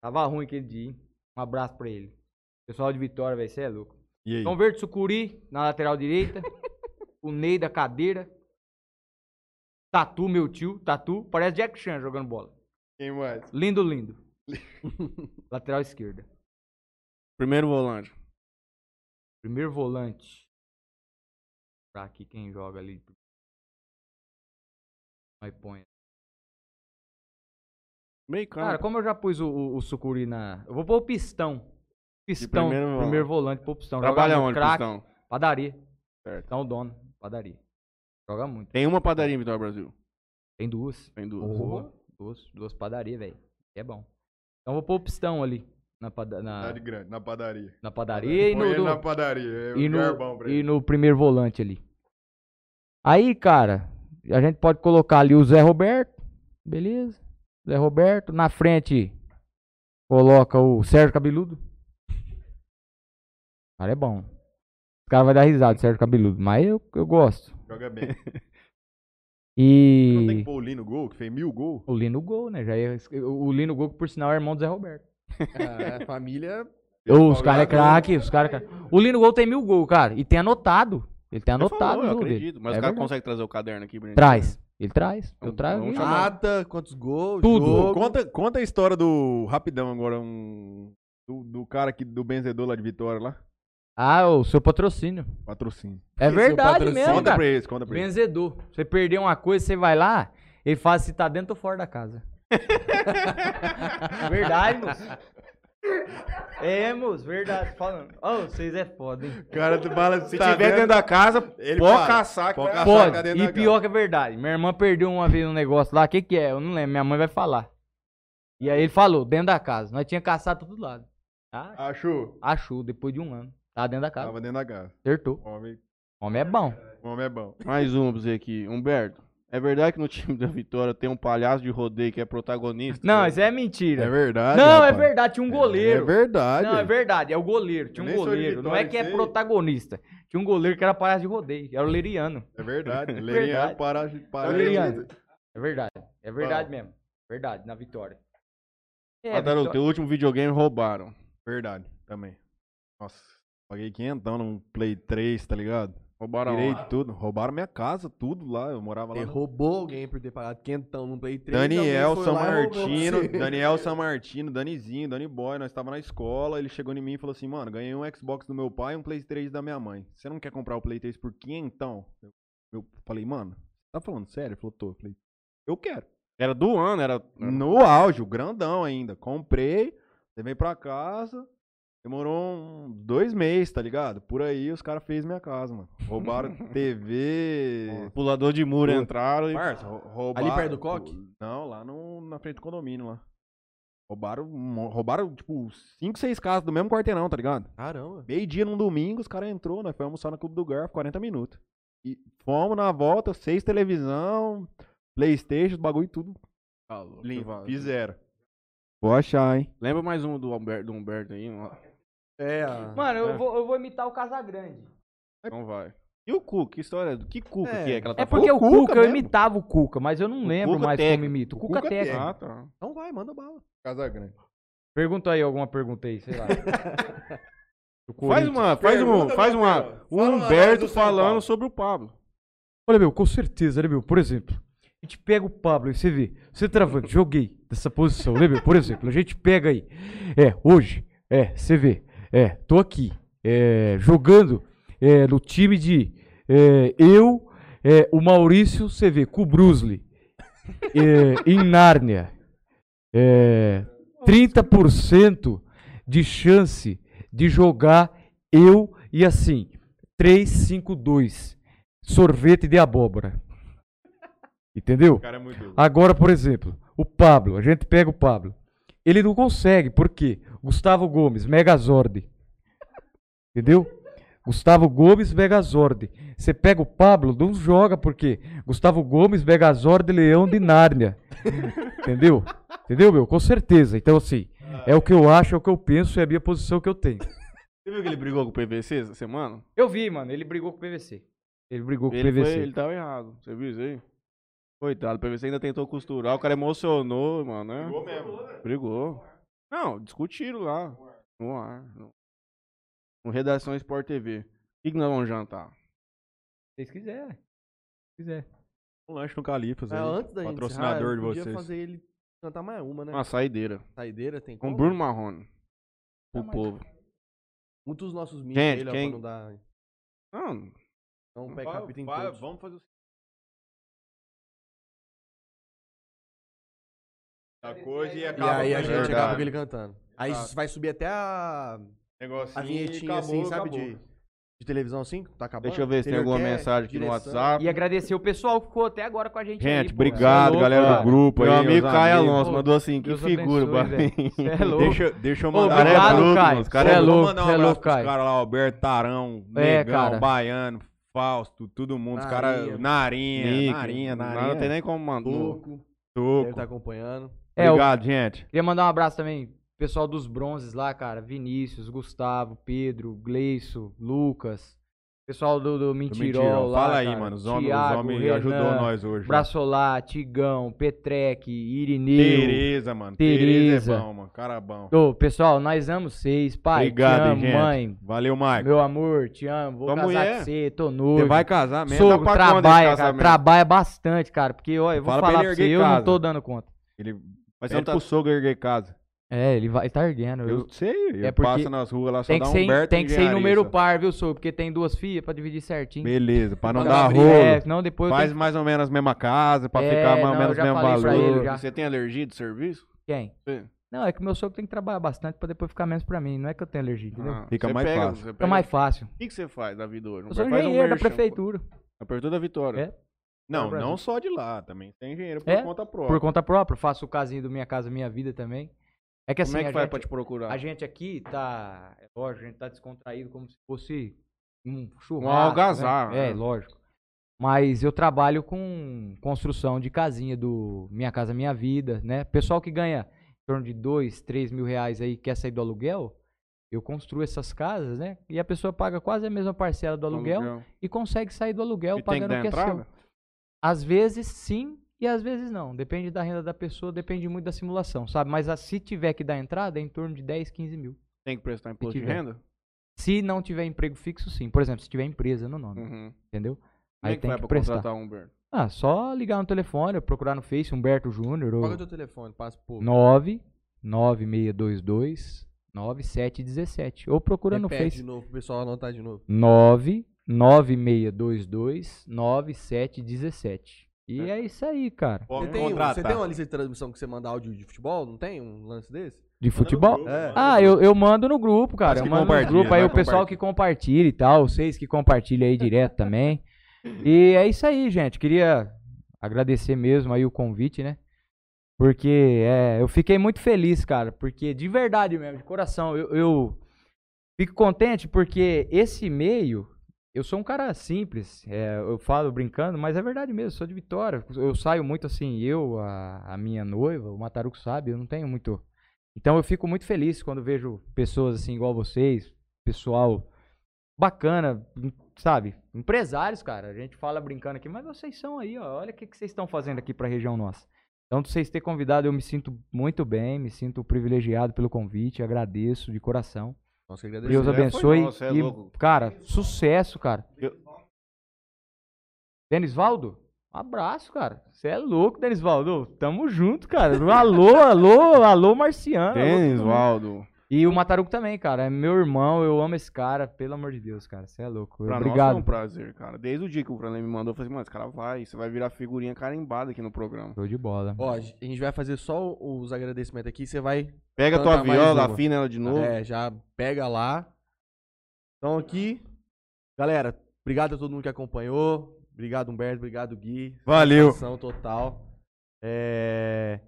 Speaker 4: Tava ruim aquele dia, hein? Um abraço pra ele. Pessoal de Vitória, velho, você é louco.
Speaker 3: E aí?
Speaker 4: Cão Verde, Sucuri, na lateral direita. o Ney da cadeira. Tatu, meu tio, Tatu. Parece Jack Chan jogando bola.
Speaker 3: Quem mais?
Speaker 4: Lindo, lindo. Lateral esquerda.
Speaker 2: Primeiro volante.
Speaker 4: Primeiro volante. Pra aqui quem joga ali. Aí põe.
Speaker 2: Meio
Speaker 4: Cara,
Speaker 2: campo.
Speaker 4: como eu já pus o, o, o Sucuri na. Eu vou pôr o pistão. Pistão.
Speaker 2: primeiro
Speaker 4: Primeiro,
Speaker 2: volante.
Speaker 4: volante, pôr o pistão. Joga
Speaker 2: Trabalha
Speaker 4: muito,
Speaker 2: onde,
Speaker 4: craque,
Speaker 2: Cristão?
Speaker 4: Padaria.
Speaker 2: Certo.
Speaker 4: Então, dono. Padaria. Joga muito.
Speaker 2: Tem uma padaria em Vitória Brasil.
Speaker 4: Tem duas.
Speaker 2: Tem duas.
Speaker 4: Boa. Duas, duas padarias, velho. É bom. Então, eu vou pôr o pistão ali. Na, pada-
Speaker 3: Tá
Speaker 4: na,
Speaker 3: de grande, na padaria.
Speaker 4: na padaria e
Speaker 3: Põe
Speaker 4: no.
Speaker 3: ele
Speaker 4: do-
Speaker 3: na padaria. É
Speaker 4: e
Speaker 3: um lugar
Speaker 4: no,
Speaker 3: bom pra
Speaker 4: e
Speaker 3: ele.
Speaker 4: no primeiro volante ali. Aí, cara, a gente pode colocar ali o Zé Roberto. Beleza. Zé Roberto. Na frente, coloca o Sérgio Cabeludo. O cara é bom. Os caras vão dar risada, Sérgio Cabeludo. Mas eu, eu gosto.
Speaker 3: Joga bem. Não tem que
Speaker 4: E
Speaker 3: pôr o Lino gol, que fez mil gol.
Speaker 4: o Lino Gol, né? Já ia, o Lino Gol, que por sinal, é irmão do Zé Roberto.
Speaker 1: *laughs* Ah, a família.
Speaker 4: Ô, os caras é
Speaker 3: Paulo,
Speaker 4: craque, os caras... é craque. O Lino Gol tem mil gol, cara. E tem anotado. Ele tem
Speaker 2: Você
Speaker 4: anotado
Speaker 2: falou,
Speaker 4: o
Speaker 2: eu
Speaker 4: jogo dele.
Speaker 2: acredito. Mas
Speaker 4: É
Speaker 2: o cara
Speaker 4: verdade.
Speaker 2: consegue trazer o caderno aqui, Breno?
Speaker 4: Traz. Ele traz. Eu
Speaker 2: Vamos-
Speaker 4: trago.
Speaker 2: vamos
Speaker 4: aqui.
Speaker 2: chamar.
Speaker 1: Data, quantos gols?
Speaker 4: Tudo.
Speaker 1: jogo.
Speaker 3: Conta, conta a história do. Rapidão agora, um. Do, do cara que, do benzedor lá de Vitória lá.
Speaker 4: Ah, o seu patrocínio.
Speaker 3: Patrocínio.
Speaker 4: É
Speaker 1: Esse é o
Speaker 4: verdade
Speaker 1: patrocínio.
Speaker 4: mesmo,
Speaker 3: conta pra
Speaker 4: cara.
Speaker 3: eles, conta pra eles.
Speaker 4: Benzedor. Você perdeu uma coisa, você vai lá, ele fala se tá dentro ou fora da casa. verdade, moço. É, moço, verdade. Falando. Ô, vocês é foda, hein?
Speaker 3: O cara tu fala tá
Speaker 2: Se tiver dentro da casa,
Speaker 3: Ele
Speaker 2: pode
Speaker 3: para.
Speaker 2: caçar. que
Speaker 3: Pode
Speaker 2: vai-
Speaker 3: caçar.
Speaker 4: Pode.
Speaker 3: tá dentro
Speaker 4: E
Speaker 3: da
Speaker 4: pior que é verdade. Minha irmã perdeu uma vez um negócio lá. O que que é? Eu não lembro. Minha mãe vai falar. E aí ele falou, dentro da casa. Nós tinha caçado todo lado. Ah,
Speaker 3: Achou?
Speaker 4: achou, depois de um ano. Tá dentro da casa.
Speaker 3: Tava dentro da casa.
Speaker 4: Acertou.
Speaker 3: O homem,
Speaker 4: O homem é bom.
Speaker 3: o homem é bom.
Speaker 2: Mais uma pra você um aqui. Humberto, É verdade que no time da Vitória tem um palhaço de rodeio que é protagonista?
Speaker 6: Não,
Speaker 2: né?
Speaker 6: isso é mentira.
Speaker 3: É verdade.
Speaker 6: não, é
Speaker 3: rapaz.
Speaker 6: verdade, tinha um goleiro.
Speaker 3: É verdade.
Speaker 6: Não, é verdade, é o goleiro. Tinha
Speaker 3: Eu
Speaker 6: um
Speaker 3: nem sou de
Speaker 6: goleiro. Não é
Speaker 3: Vitória,
Speaker 6: que é
Speaker 3: sei.
Speaker 6: protagonista. Tinha um goleiro que era palhaço de rodeio. Era o Leriano.
Speaker 4: *laughs*
Speaker 3: É verdade.
Speaker 6: Verdade.
Speaker 3: Leriano para,
Speaker 4: Tá
Speaker 3: para
Speaker 6: Leriano. É verdade. É verdade mesmo. Verdade, na vitória. É,
Speaker 2: Mataram o
Speaker 6: Vitória-
Speaker 2: teu último videogame e roubaram.
Speaker 3: Verdade, também. Nossa, paguei quinhentão num Play 3, tá ligado?
Speaker 2: Roubaram
Speaker 3: Tirei
Speaker 2: lá.
Speaker 3: tudo. Roubaram minha casa, tudo lá. Eu morava lá.
Speaker 1: Ele
Speaker 3: no-
Speaker 1: roubou alguém por ter pagado quentão no Play 3.
Speaker 3: Daniel
Speaker 1: alguém foi
Speaker 3: San
Speaker 1: lá e roubou
Speaker 3: Martino,
Speaker 1: você.
Speaker 3: Daniel San Martino, Danizinho, Dani Boy, nós tava na escola, ele chegou em mim e falou assim, mano, ganhei um Xbox do meu pai e um Play 3 da minha mãe. Você não quer comprar o Play 3 por quinhentão? Eu, eu falei, mano, tá falando sério? Ele falou, tô. Eu falei, eu quero.
Speaker 2: Era do ano, era.
Speaker 3: No auge, o grandão ainda. Comprei, levei pra casa. Demorou um, dois meses, tá ligado? Por aí os caras fez minha casa, mano. *laughs* Roubaram TV.
Speaker 2: Pulador de muro entraram e.
Speaker 3: Parça, rou- roubaram.
Speaker 1: Ali perto do coque?
Speaker 3: Não, lá no, na frente do condomínio lá. Roubaram, um mon- roubaram, tipo, cinco, seis casas do mesmo quarteirão, tá ligado?
Speaker 1: Caramba.
Speaker 3: Meio-dia num domingo, os caras entrou, nós fomos almoçar no Clube do Garfo, 40 minutos. E fomos na volta, seis televisão, Playstation, os bagulho e tudo. Limpo, fizeram. Vou achar, hein?
Speaker 2: então Lembra mais um do Humberto, do Humberto aí? Ó,
Speaker 1: É. a-
Speaker 6: Mano,
Speaker 2: É.
Speaker 6: eu vou, eu vou imitar o Casagrande.
Speaker 2: Então vai. E o Cuca? Que história? do- Que Cuca
Speaker 1: É.
Speaker 2: que é que ela tá
Speaker 6: É porque
Speaker 3: Ah, o
Speaker 6: o
Speaker 3: Cuca
Speaker 6: Cuca, eu
Speaker 3: mesmo.
Speaker 6: imitava o Cuca, mas eu não lembro
Speaker 2: Cuca
Speaker 6: mais
Speaker 2: Teca.
Speaker 6: como imito. O
Speaker 3: O
Speaker 6: Cuca,
Speaker 3: Cuca
Speaker 6: Teca.
Speaker 3: Teca.
Speaker 2: falando? Ah, tá.
Speaker 1: Então vai, manda bala.
Speaker 3: Casa Grande.
Speaker 6: Pergunta aí alguma pergunta
Speaker 3: *laughs*
Speaker 6: aí, sei lá. Do
Speaker 2: Faz
Speaker 6: Corinthians.
Speaker 2: uma, faz um,
Speaker 3: Pergunta,
Speaker 2: faz uma.
Speaker 3: Gabriel.
Speaker 2: O
Speaker 3: Fala uma análise
Speaker 2: Humberto
Speaker 3: do São
Speaker 2: falando
Speaker 3: Paulo.
Speaker 2: sobre o Pablo.
Speaker 4: Olha, meu, com certeza, né, meu? Por exemplo, a gente pega o Pablo e você vê, você travando, joguei dessa posição, né, meu? Por exemplo, a gente pega aí, é, hoje, é, você vê, é, tô aqui, é, jogando é, no time de é, eu, é, o Maurício, você vê, com o Bruce Lee, é, em Nárnia, é, 30% de chance de jogar eu e assim, 3-5-2 sorvete de abóbora. Entendeu?
Speaker 3: cara é muito doido.
Speaker 4: Agora, por exemplo, o Pablo, a gente pega o Pablo. Ele não consegue, por quê? Gustavo Gomes, Megazord. Entendeu? Gustavo Gomes, Megazord. Você pega o Pablo, não joga, por quê? Gustavo Gomes, Megazord, Leão de Nárnia. Entendeu? Entendeu, meu? Com certeza. Então, assim, é o que eu acho, é o que eu penso, é a minha posição que eu tenho.
Speaker 2: Você viu que ele brigou com o PVC essa semana?
Speaker 6: Eu vi, mano, ele brigou com o PVC.
Speaker 4: Ele brigou com o
Speaker 2: Ele,
Speaker 4: PVC.
Speaker 2: foi, ele tava errado. Você viu isso aí? Coitado, o PVC ainda tentou costurar, o cara emocionou, mano, né? Brigou mesmo. Brigou. Não, discutiram lá. No ar. No, no Redação Sport TV. O que, que nós vamos jantar?
Speaker 6: Se vocês quiserem. Se quiser.
Speaker 3: Um lanche no Califas
Speaker 1: Ah,
Speaker 3: aí.
Speaker 1: antes da gente
Speaker 3: patrocinador de
Speaker 1: encerrar, eu podia
Speaker 3: vocês.
Speaker 1: fazer ele cantar mais uma, né?
Speaker 2: Uma saideira.
Speaker 1: Saideira tem
Speaker 2: Com
Speaker 1: como?
Speaker 2: Bruno Marrone. Pro povo.
Speaker 1: Muitos dos nossos mitos
Speaker 2: Gente,
Speaker 1: dele, ó,
Speaker 2: quem-
Speaker 1: pra não dar... então,
Speaker 2: Não,
Speaker 1: Não
Speaker 3: Vai,
Speaker 1: pega capítulo em
Speaker 3: vai,
Speaker 1: é todos.
Speaker 3: vamos fazer o da Tá coisa e
Speaker 1: E
Speaker 3: acaba
Speaker 1: aí a
Speaker 3: com
Speaker 1: gente
Speaker 2: verdade.
Speaker 1: acaba com ele cantando. Aí
Speaker 3: Exato.
Speaker 1: vai subir até a,
Speaker 3: negocinho
Speaker 1: a vinhetinha,
Speaker 3: e
Speaker 1: assim,
Speaker 3: acabou,
Speaker 1: sabe?
Speaker 3: acabou.
Speaker 1: De, de televisão, assim? Tá acabando.
Speaker 2: Deixa eu ver se tem
Speaker 1: Interior
Speaker 2: alguma
Speaker 1: quer,
Speaker 2: mensagem aqui no
Speaker 1: direção.
Speaker 2: WhatsApp.
Speaker 6: E agradecer o pessoal que ficou até agora com a gente. aí,
Speaker 2: Gente,
Speaker 6: pô.
Speaker 2: obrigado,
Speaker 6: Você é louco,
Speaker 2: galera
Speaker 6: cara.
Speaker 2: do grupo
Speaker 3: Meu
Speaker 2: aí.
Speaker 3: amigo
Speaker 2: os
Speaker 3: Caio
Speaker 2: amigos.
Speaker 3: Alonso
Speaker 2: mandou assim, que
Speaker 6: Deus
Speaker 2: figura, pra
Speaker 6: abençoe, velho.
Speaker 2: mim.
Speaker 6: Você é louco.
Speaker 3: *laughs* Deixa, deixa eu mandar.
Speaker 2: Cara, é
Speaker 6: Obrigado,
Speaker 2: bruto,
Speaker 6: Caio.
Speaker 2: mano, os caras
Speaker 6: Você é
Speaker 2: é
Speaker 3: Vou
Speaker 6: louco,
Speaker 3: mandar um
Speaker 6: você é louco,
Speaker 3: pros
Speaker 6: Caio.
Speaker 3: caras lá, Alberto Tarão,
Speaker 6: É,
Speaker 3: Negão,
Speaker 6: cara.
Speaker 3: Baiano, Fausto, todo mundo. Os
Speaker 1: Narinha.
Speaker 3: caras. Narinha,
Speaker 2: Nick,
Speaker 3: Narinha, Narinha. é
Speaker 2: Não tem nem como mandar.
Speaker 1: Louco. Deve
Speaker 3: Toco.
Speaker 1: estar acompanhando.
Speaker 6: É, eu-
Speaker 3: Obrigado, gente.
Speaker 6: Queria mandar um abraço também pro pessoal dos bronzes lá, cara. Vinícius, Gustavo, Pedro, Gleiço, Lucas. Pessoal do, do
Speaker 3: Do
Speaker 6: Mentirol,
Speaker 3: Mentirol.
Speaker 6: lá.
Speaker 3: Fala aí,
Speaker 6: cara.
Speaker 3: mano. Os homens, os
Speaker 6: Thiago,
Speaker 3: homens
Speaker 6: Renan,
Speaker 3: ajudou nós hoje.
Speaker 6: Braçolá, Tigão, Petrec, Irineu.
Speaker 3: Tereza, mano.
Speaker 6: Tereza.
Speaker 3: Tereza é bom, mano. Cara bom.
Speaker 6: Ô, pessoal, nós amamos vocês, pai.
Speaker 3: Obrigado,
Speaker 6: te
Speaker 3: hein,
Speaker 6: amo,
Speaker 3: gente.
Speaker 6: mãe.
Speaker 3: Valeu, Maicon.
Speaker 6: Meu amor, te amo. Vou
Speaker 2: Tua
Speaker 6: casar
Speaker 2: mulher.
Speaker 6: com você, tô
Speaker 3: Você
Speaker 6: noivo.
Speaker 3: vai casar mesmo?
Speaker 6: Sogro,
Speaker 2: Tá pra quando esse
Speaker 6: trabalha, cara.
Speaker 2: casamento?
Speaker 6: Trabalha bastante, cara. Porque, ó, eu vou
Speaker 3: Fala pra
Speaker 6: falar
Speaker 3: ele
Speaker 6: pra você,
Speaker 3: erguer
Speaker 6: eu não
Speaker 3: casa.
Speaker 6: tô dando conta.
Speaker 3: Ele
Speaker 2: Mas
Speaker 3: mas
Speaker 2: você não
Speaker 3: pede
Speaker 2: tá-
Speaker 3: pro sogro erguer casa.
Speaker 6: É, ele vai, tá erguendo.
Speaker 3: Eu,
Speaker 6: eu-
Speaker 3: sei, ele
Speaker 6: É porque
Speaker 3: passa nas ruas lá, só
Speaker 6: Tem
Speaker 3: dá
Speaker 6: que, ser, em-
Speaker 3: Humberto
Speaker 6: tem que ser em
Speaker 3: Engenharia,
Speaker 6: número
Speaker 3: só.
Speaker 6: par, viu, sou? Porque tem duas filhas pra dividir certinho.
Speaker 3: Beleza, pra não
Speaker 1: Pra não
Speaker 3: dar
Speaker 1: abrir,
Speaker 3: rolo.
Speaker 6: É, senão depois
Speaker 3: Faz
Speaker 6: eu
Speaker 3: mais ou menos a mesma casa, pra
Speaker 6: É,
Speaker 3: ficar mais
Speaker 6: não, eu
Speaker 3: ou menos o
Speaker 6: já
Speaker 3: mesmo
Speaker 6: falei pra ele
Speaker 3: valor.
Speaker 6: já.
Speaker 2: Você tem alergia de serviço?
Speaker 6: tenho que...
Speaker 2: Sim.
Speaker 6: Quem? Não, é que meu sogro tem que trabalhar bastante pra depois ficar menos pra mim. Não é que eu tenho alergia, entendeu?
Speaker 2: Ah,
Speaker 3: Fica
Speaker 2: você
Speaker 3: mais
Speaker 2: pega-
Speaker 3: fácil.
Speaker 2: você
Speaker 6: Fica
Speaker 2: pega-
Speaker 6: mais fácil.
Speaker 2: O que, que você faz da vida hoje?
Speaker 6: Eu sou
Speaker 2: Faz um
Speaker 6: engenheiro da
Speaker 2: merchan, pô.
Speaker 6: prefeitura,
Speaker 2: Apertura da Vitória.
Speaker 6: É.
Speaker 3: Não,
Speaker 6: Brasil.
Speaker 3: não só de lá, também tem engenheiro por
Speaker 6: É?
Speaker 3: conta
Speaker 6: por
Speaker 3: própria.
Speaker 6: conta própria. Faço o casinho do Minha Casa Minha Vida também. É que assim,
Speaker 2: Como é
Speaker 6: a
Speaker 2: que faz
Speaker 6: gente-
Speaker 2: pra te procurar?
Speaker 6: A gente aqui tá. É lógico, a gente tá descontraído como se fosse um churrasco.
Speaker 2: algazarra,
Speaker 6: né? É,
Speaker 2: né?
Speaker 6: lógico.
Speaker 4: Mas eu trabalho com construção de casinha do Minha Casa Minha Vida, né? Pessoal que ganha em torno de 2, 3 mil reais aí, quer sair do aluguel, eu construo essas casas, né? E a pessoa paga quase a mesma parcela do aluguel, e consegue sair do aluguel
Speaker 2: E tem que
Speaker 4: pagando
Speaker 2: dar
Speaker 4: o que é seu.
Speaker 2: entrada?
Speaker 4: Às vezes sim e às vezes não. Depende da renda da pessoa, depende muito da simulação, sabe? Mas ah, se tiver que dar entrada, é em torno de 10, 15 mil.
Speaker 2: Tem que prestar imposto de
Speaker 4: tiver.
Speaker 2: renda?
Speaker 4: Se não tiver emprego fixo, sim. Por exemplo, se tiver empresa no nome,
Speaker 2: Uhum.
Speaker 4: entendeu?
Speaker 2: Como
Speaker 4: Aí
Speaker 2: é que
Speaker 4: tem
Speaker 2: vai
Speaker 4: que
Speaker 2: pra
Speaker 4: prestar.
Speaker 2: contratar um Humberto?
Speaker 4: Ah, só ligar no telefone, ou procurar no Face Humberto Júnior
Speaker 1: Qual é o
Speaker 4: ou
Speaker 1: teu telefone? Passa pro.
Speaker 4: 9 9622 9717 ou procura no
Speaker 1: Repete
Speaker 4: Face
Speaker 1: de novo pro pessoal anotar de novo.
Speaker 4: 9 9622 9717. E é isso aí, cara.
Speaker 1: Você tem, um- você tem uma lista de transmissão que você manda áudio de futebol? Não tem um lance desse?
Speaker 4: De futebol?
Speaker 1: É.
Speaker 4: Ah, eu, eu mando no grupo, cara.
Speaker 3: Mas
Speaker 4: Eu
Speaker 3: que
Speaker 4: mando no
Speaker 3: compartilha,
Speaker 4: grupo aí
Speaker 3: né?
Speaker 4: o pessoal que compartilha e tal, vocês que compartilham aí direto também. E é isso aí, gente. Queria agradecer mesmo aí o convite, né? Porque é, eu fiquei muito feliz, cara. Porque de verdade mesmo, de coração, eu, eu fico contente porque esse meio. Eu sou um cara simples, é, eu falo brincando, mas é verdade mesmo, sou de Vitória. Eu saio muito assim, eu, a, a minha noiva, o Mataruco sabe, eu não tenho muito então eu fico muito feliz quando vejo pessoas assim igual vocês, pessoal bacana, em- sabe? Empresários, cara. A gente fala brincando aqui, mas vocês são aí, ó. Olha o que, que vocês estão fazendo aqui pra região nossa. Então, de vocês terem convidado, eu me sinto muito bem, me sinto privilegiado pelo convite, agradeço de coração.
Speaker 1: Nossa, que agradecer.
Speaker 4: Deus
Speaker 2: né? Foi
Speaker 4: abençoe.
Speaker 2: nosso, é
Speaker 4: e,
Speaker 2: louco.
Speaker 4: cara, sucesso, cara.
Speaker 2: Eu-
Speaker 4: Denisvaldo? Abraço, cara. Você é louco, Denisvaldo. Tamo junto, cara. Alô, alô, alô, Marciano. alô,
Speaker 2: Tênis,
Speaker 4: todo mundo.
Speaker 2: Valdo.
Speaker 4: E o Mataruco também, cara. É meu irmão, eu amo esse cara, pelo amor de Deus, cara. Você é louco.
Speaker 2: Pra nós
Speaker 4: Obrigado.
Speaker 2: foi um prazer, cara. Desde o dia que o Franley me mandou, eu falei assim, mano, esse cara vai, você vai virar figurinha carimbada aqui no programa.
Speaker 4: Show de bola.
Speaker 1: Ó, a gente vai fazer só os agradecimentos aqui. Você vai
Speaker 2: Pega
Speaker 1: Cantar
Speaker 2: tua
Speaker 1: Então mais
Speaker 2: viola,
Speaker 1: uma.
Speaker 2: afina ela de novo.
Speaker 1: É, já pega lá. Então aqui, galera, obrigado a todo mundo que acompanhou. Obrigado, Humberto. Obrigado, Gui.
Speaker 3: Valeu.
Speaker 1: Satisfação total. É,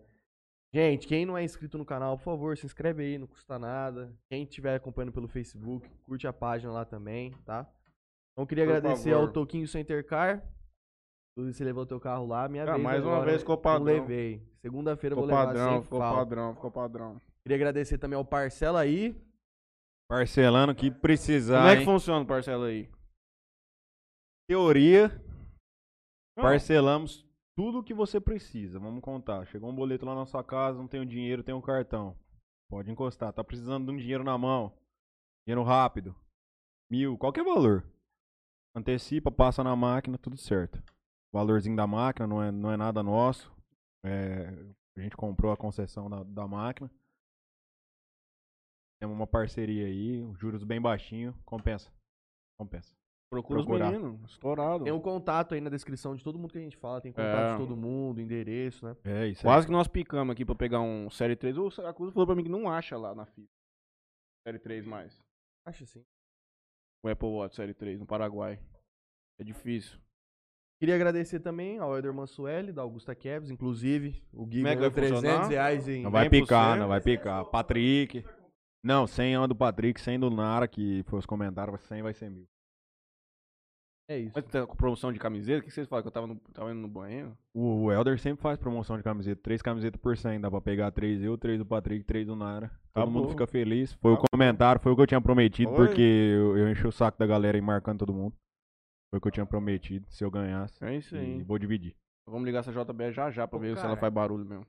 Speaker 1: Gente, quem não é inscrito no canal, por favor, se inscreve aí, não custa nada. Quem estiver acompanhando pelo Facebook, curte a página lá também, tá? Então queria
Speaker 2: Por
Speaker 1: agradecer
Speaker 2: favor.
Speaker 1: ao Toquinho Center Car. Tudo você levou teu carro lá, minha
Speaker 2: Ah,
Speaker 1: vez
Speaker 2: mais uma
Speaker 1: agora.
Speaker 2: vez ficou
Speaker 1: Não
Speaker 2: padrão.
Speaker 1: levei. Segunda-feira eu vou
Speaker 2: Ficou
Speaker 1: levar
Speaker 2: padrão,
Speaker 1: sem
Speaker 2: ficou
Speaker 1: falta.
Speaker 2: padrão, ficou padrão.
Speaker 1: Queria agradecer também ao Parcela aí.
Speaker 3: Parcelando que precisar.
Speaker 2: Como é que
Speaker 3: Tá, hein?
Speaker 2: funciona o parcelo aí?
Speaker 3: Teoria, Ah.
Speaker 2: Não.
Speaker 3: parcelamos tudo que você precisa. Vamos contar. Chegou um boleto lá na sua casa, não tem o dinheiro, tem um cartão. Pode encostar. Tá precisando de um dinheiro na mão. Dinheiro rápido. Mil, qualquer valor. Antecipa, passa na máquina, tudo certo. Valorzinho da máquina não é, não é nada nosso. É, a gente comprou a concessão da, da máquina. Temos uma parceria aí, juros bem baixinho, compensa. Compensa.
Speaker 2: Procura os
Speaker 3: Procurar.
Speaker 2: meninos, estourado.
Speaker 1: Tem o contato aí na descrição de todo mundo que a gente fala, tem
Speaker 2: Hum.
Speaker 1: contato
Speaker 2: É.
Speaker 1: de todo mundo, endereço, né?
Speaker 3: É isso aí.
Speaker 2: Quase que nós picamos aqui pra pegar um Série 3. O Saracusa falou pra mim que não acha lá na FIFA. Série 3 mais.
Speaker 1: Acho sim.
Speaker 2: O Apple Watch Série 3 no Paraguai. É difícil.
Speaker 1: Queria agradecer também ao Eder Mansueli, da Augusta Kevs, inclusive o Gui
Speaker 2: Como é que
Speaker 1: ganhou
Speaker 2: vai funcionar?
Speaker 1: 300 reais em...
Speaker 3: Não vai
Speaker 2: Bem
Speaker 3: picar,
Speaker 2: possível.
Speaker 3: não vai picar. Patrick. Não, 100 é uma do Patrick, 100 do Nara, que foi os comentários, 100 vai ser mil.
Speaker 1: É isso.
Speaker 2: Mas tá com promoção de camiseta, o que vocês falam? Que eu tava, no- tava indo no banheiro?
Speaker 3: O, o Elder sempre faz promoção de camiseta, três camisetas por 100, dá pra pegar três eu, três do Patrick, três do Nara. Todo
Speaker 2: Acabou.
Speaker 3: mundo fica feliz. Foi o comentário, foi o que eu tinha prometido,
Speaker 2: Oi.
Speaker 3: porque eu, eu enchi o saco da galera e marcando todo mundo. Foi o que eu tinha prometido, se eu ganhasse.
Speaker 2: É isso
Speaker 3: E
Speaker 2: aí.
Speaker 3: vou dividir.
Speaker 2: Vamos ligar essa JBL já já pra
Speaker 4: Ô,
Speaker 2: ver se
Speaker 4: cara.
Speaker 2: ela faz barulho mesmo.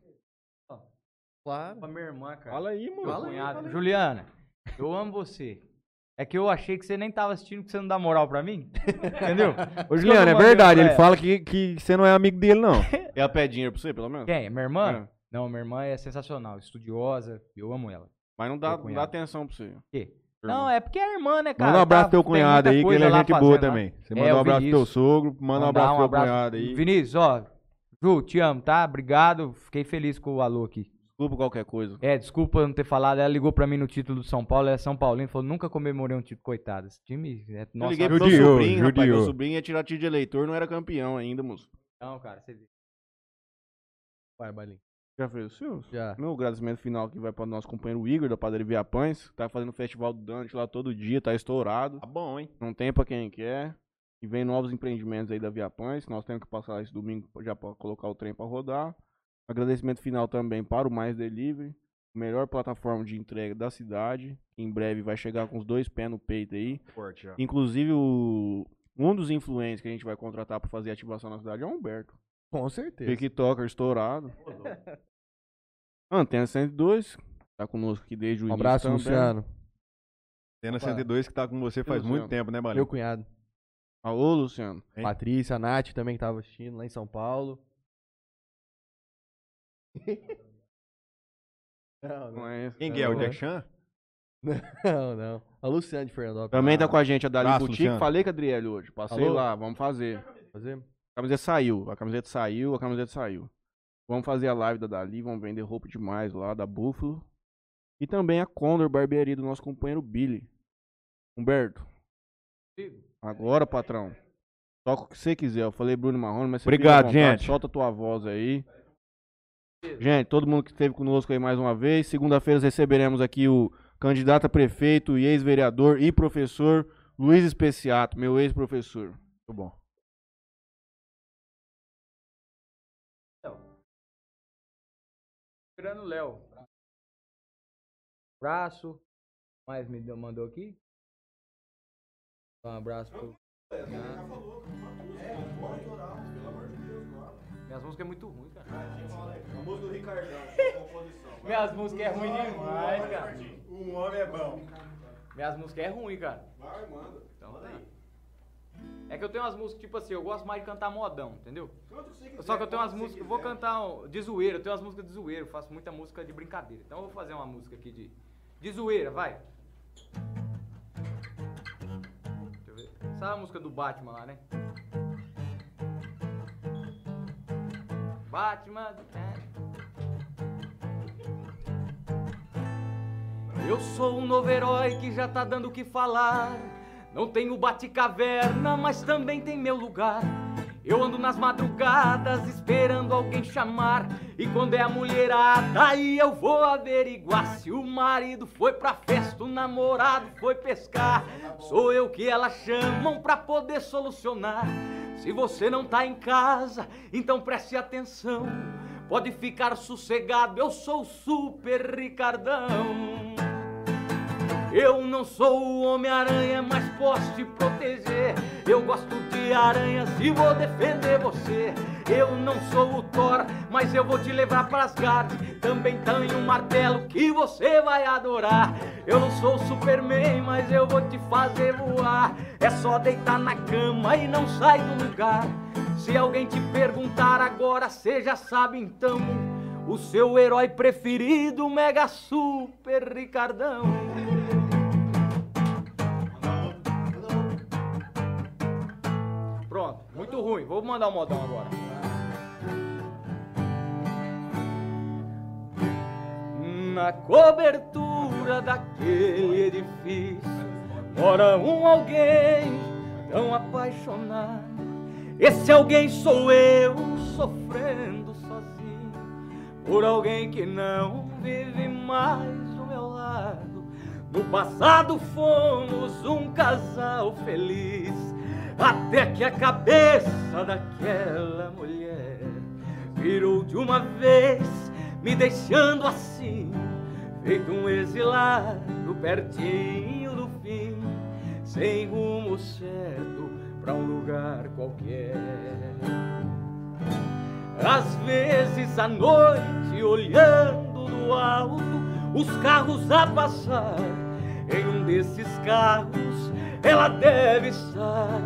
Speaker 1: Claro.
Speaker 4: minha irmã, cara.
Speaker 3: Fala aí, mano.
Speaker 4: Meu cunhado. Juliana, eu amo você. É que eu achei que você nem tava assistindo porque você não dá moral pra mim.
Speaker 3: *laughs*
Speaker 4: Entendeu? Ô,
Speaker 3: Juliano, é
Speaker 4: eu mandei
Speaker 3: verdade,
Speaker 4: pra
Speaker 3: ele
Speaker 4: ela.
Speaker 3: fala que, que você não é amigo dele, não.
Speaker 2: Ela pede dinheiro pra você, pelo menos?
Speaker 4: Quem? É Minha irmã?
Speaker 3: Ah.
Speaker 2: É.
Speaker 4: Não, minha irmã é sensacional, estudiosa, eu amo ela.
Speaker 2: Mas não dá,
Speaker 4: Meu
Speaker 2: não dá
Speaker 4: cunhado.
Speaker 2: atenção pra você.
Speaker 4: quê?
Speaker 2: Irmã.
Speaker 4: Não, é porque é irmã, né, cara?
Speaker 3: Manda um abraço pro teu
Speaker 4: tem
Speaker 3: cunhado
Speaker 4: muita
Speaker 3: aí, que ele
Speaker 4: coisa
Speaker 3: é
Speaker 4: lá
Speaker 3: gente boa
Speaker 4: fazendo lá.
Speaker 3: também. Você
Speaker 4: É,
Speaker 3: manda um
Speaker 4: o
Speaker 3: abraço pro teu
Speaker 4: Vinícius.
Speaker 3: sogro, manda um
Speaker 4: Mandar
Speaker 3: abraço pro teu
Speaker 4: abraço.
Speaker 3: cunhado aí.
Speaker 4: Vinícius, ó. Ju, te amo, tá? Obrigado. Fiquei feliz com o alô aqui.
Speaker 2: Desculpa qualquer coisa.
Speaker 4: É, desculpa eu não ter falado. Ela ligou pra mim no título do São Paulo. Ela é São Paulino. Falou, nunca comemorei um título. Coitado, esse time é
Speaker 2: Eu
Speaker 4: nosso.
Speaker 2: liguei pro meu
Speaker 3: judiou,
Speaker 2: sobrinho, rapaz. Meu
Speaker 3: judiou.
Speaker 2: sobrinho ia tirar tiro de eleitor, não era campeão ainda, moço.
Speaker 4: Não, cara, você vê.
Speaker 1: Vai, Balinho.
Speaker 2: Já fez os seus?
Speaker 1: Já.
Speaker 2: Meu agradecimento final aqui vai para o nosso companheiro Igor, da Padaria Via Pães, que tá fazendo o Festival do Dante lá todo dia, tá estourado.
Speaker 3: Tá bom, hein?
Speaker 2: Não tem pra quem quer. E vem novos empreendimentos aí da Via Pães. Nós temos que passar esse domingo já para colocar o trem para rodar. Agradecimento final também para o Mais Delivery, melhor plataforma de entrega da cidade. Em breve vai chegar com os dois pés no peito aí.
Speaker 3: Forte já.
Speaker 2: Inclusive, o- um dos influentes que a gente vai contratar para fazer ativação na cidade é o Humberto.
Speaker 1: Com certeza.
Speaker 2: TikToker estourado. Antena 102, tá conosco aqui desde o
Speaker 1: Um
Speaker 2: início.
Speaker 1: abraço,
Speaker 2: também.
Speaker 1: Luciano.
Speaker 3: Tena
Speaker 1: Opa.
Speaker 3: 102 que tá com você faz
Speaker 2: Luciano.
Speaker 3: muito tempo, né, Balinho?
Speaker 1: Meu cunhado.
Speaker 2: Alô, Luciano.
Speaker 3: Hein?
Speaker 1: Patrícia, a Nath também que tava assistindo lá em São Paulo. *laughs* não, não,
Speaker 2: Conhece.
Speaker 3: Quem
Speaker 4: Uhum.
Speaker 3: que é? O Jack Chan?
Speaker 1: não, não. A Luciana de Fernandópolis. Ah,
Speaker 2: Também tá com a gente a Dali
Speaker 3: Abraço,
Speaker 2: Boutique.
Speaker 3: Luciano.
Speaker 2: Falei com a Adriele hoje. Passei
Speaker 1: Alô?
Speaker 2: lá, vamos fazer.
Speaker 1: Fazer?
Speaker 2: A camiseta saiu, a camiseta saiu, a camiseta saiu. Vamos fazer a live da Dali, vamos vender roupa demais lá da Buffalo. E também a Condor Barbearia do nosso companheiro Billy. Humberto. Agora, patrão. Toca o que você quiser. Eu falei Bruno Marrone, mas você fica à
Speaker 3: Obrigado,
Speaker 2: vontade,
Speaker 3: gente.
Speaker 2: Solta a tua voz aí. Gente, todo mundo que esteve conosco aí mais uma vez. Segunda-feira receberemos aqui o candidato a prefeito e ex-vereador e professor Luiz Especiato, meu ex-professor.
Speaker 3: Muito bom.
Speaker 6: Tirando o Léo. Abraço. Mais me deu- mandou aqui. Um abraço pro. Minhas músicas é muito ruim, cara. Minhas músicas é ruim demais, cara.
Speaker 3: O homem é bom.
Speaker 6: Minhas músicas é ruim, cara.
Speaker 3: Vai, manda.
Speaker 6: Então tá. É que eu tenho umas músicas, tipo assim, eu gosto mais de cantar modão, entendeu? Só que eu tenho umas músicas, eu vou cantar um- de zoeira, eu tenho umas músicas de zoeira, eu faço muita música de brincadeira. Então eu vou fazer uma música aqui de, de zoeira, vai. Deixa eu ver. Sabe a música do Batman lá, né? Batman. né? é. Eu sou um novo herói que já tá dando o que falar. Não tenho bate-caverna, mas também tem meu lugar. Eu ando nas madrugadas esperando alguém chamar. E quando é a mulherada, aí eu vou averiguar se o marido foi pra festa, o namorado foi pescar. Sou eu que elas chamam pra poder solucionar. Se você não tá em casa, então preste atenção. Pode ficar sossegado, eu sou o super Ricardão. Eu não sou o Homem-Aranha, mas posso te proteger. Eu gosto de aranhas e vou defender você. Eu não sou o Thor, mas eu vou te levar pras gardes. Também tenho um martelo que você vai adorar. Eu não sou o Superman, mas eu vou te fazer voar. É só deitar na cama e não sai do lugar. Se alguém te perguntar agora, você já sabe então. O seu herói preferido, Mega Super Ricardão. Pronto, muito ruim. Vou mandar o modão agora. Na cobertura daquele edifício mora um alguém tão apaixonado. Esse alguém sou eu sofrendo sozinho por alguém que não vive mais do meu lado. No passado fomos um casal feliz, até que a cabeça daquela mulher virou de uma vez, me deixando assim, feito um exilado pertinho do fim, sem rumo certo pra um lugar qualquer. Às vezes à noite, olhando do alto, os carros a passar. Em um desses carros, ela deve estar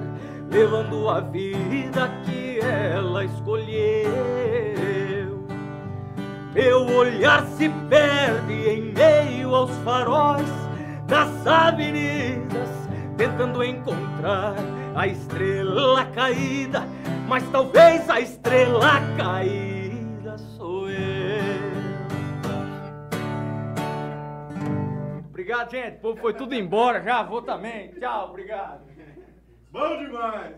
Speaker 6: levando a vida que ela escolheu. Meu olhar se perde em meio aos faróis das avenidas, tentando encontrar a estrela caída, mas talvez a estrela caída sou eu. Obrigado, gente. O povo foi tudo embora já. Vou também. Tchau, obrigado.
Speaker 3: Bom demais!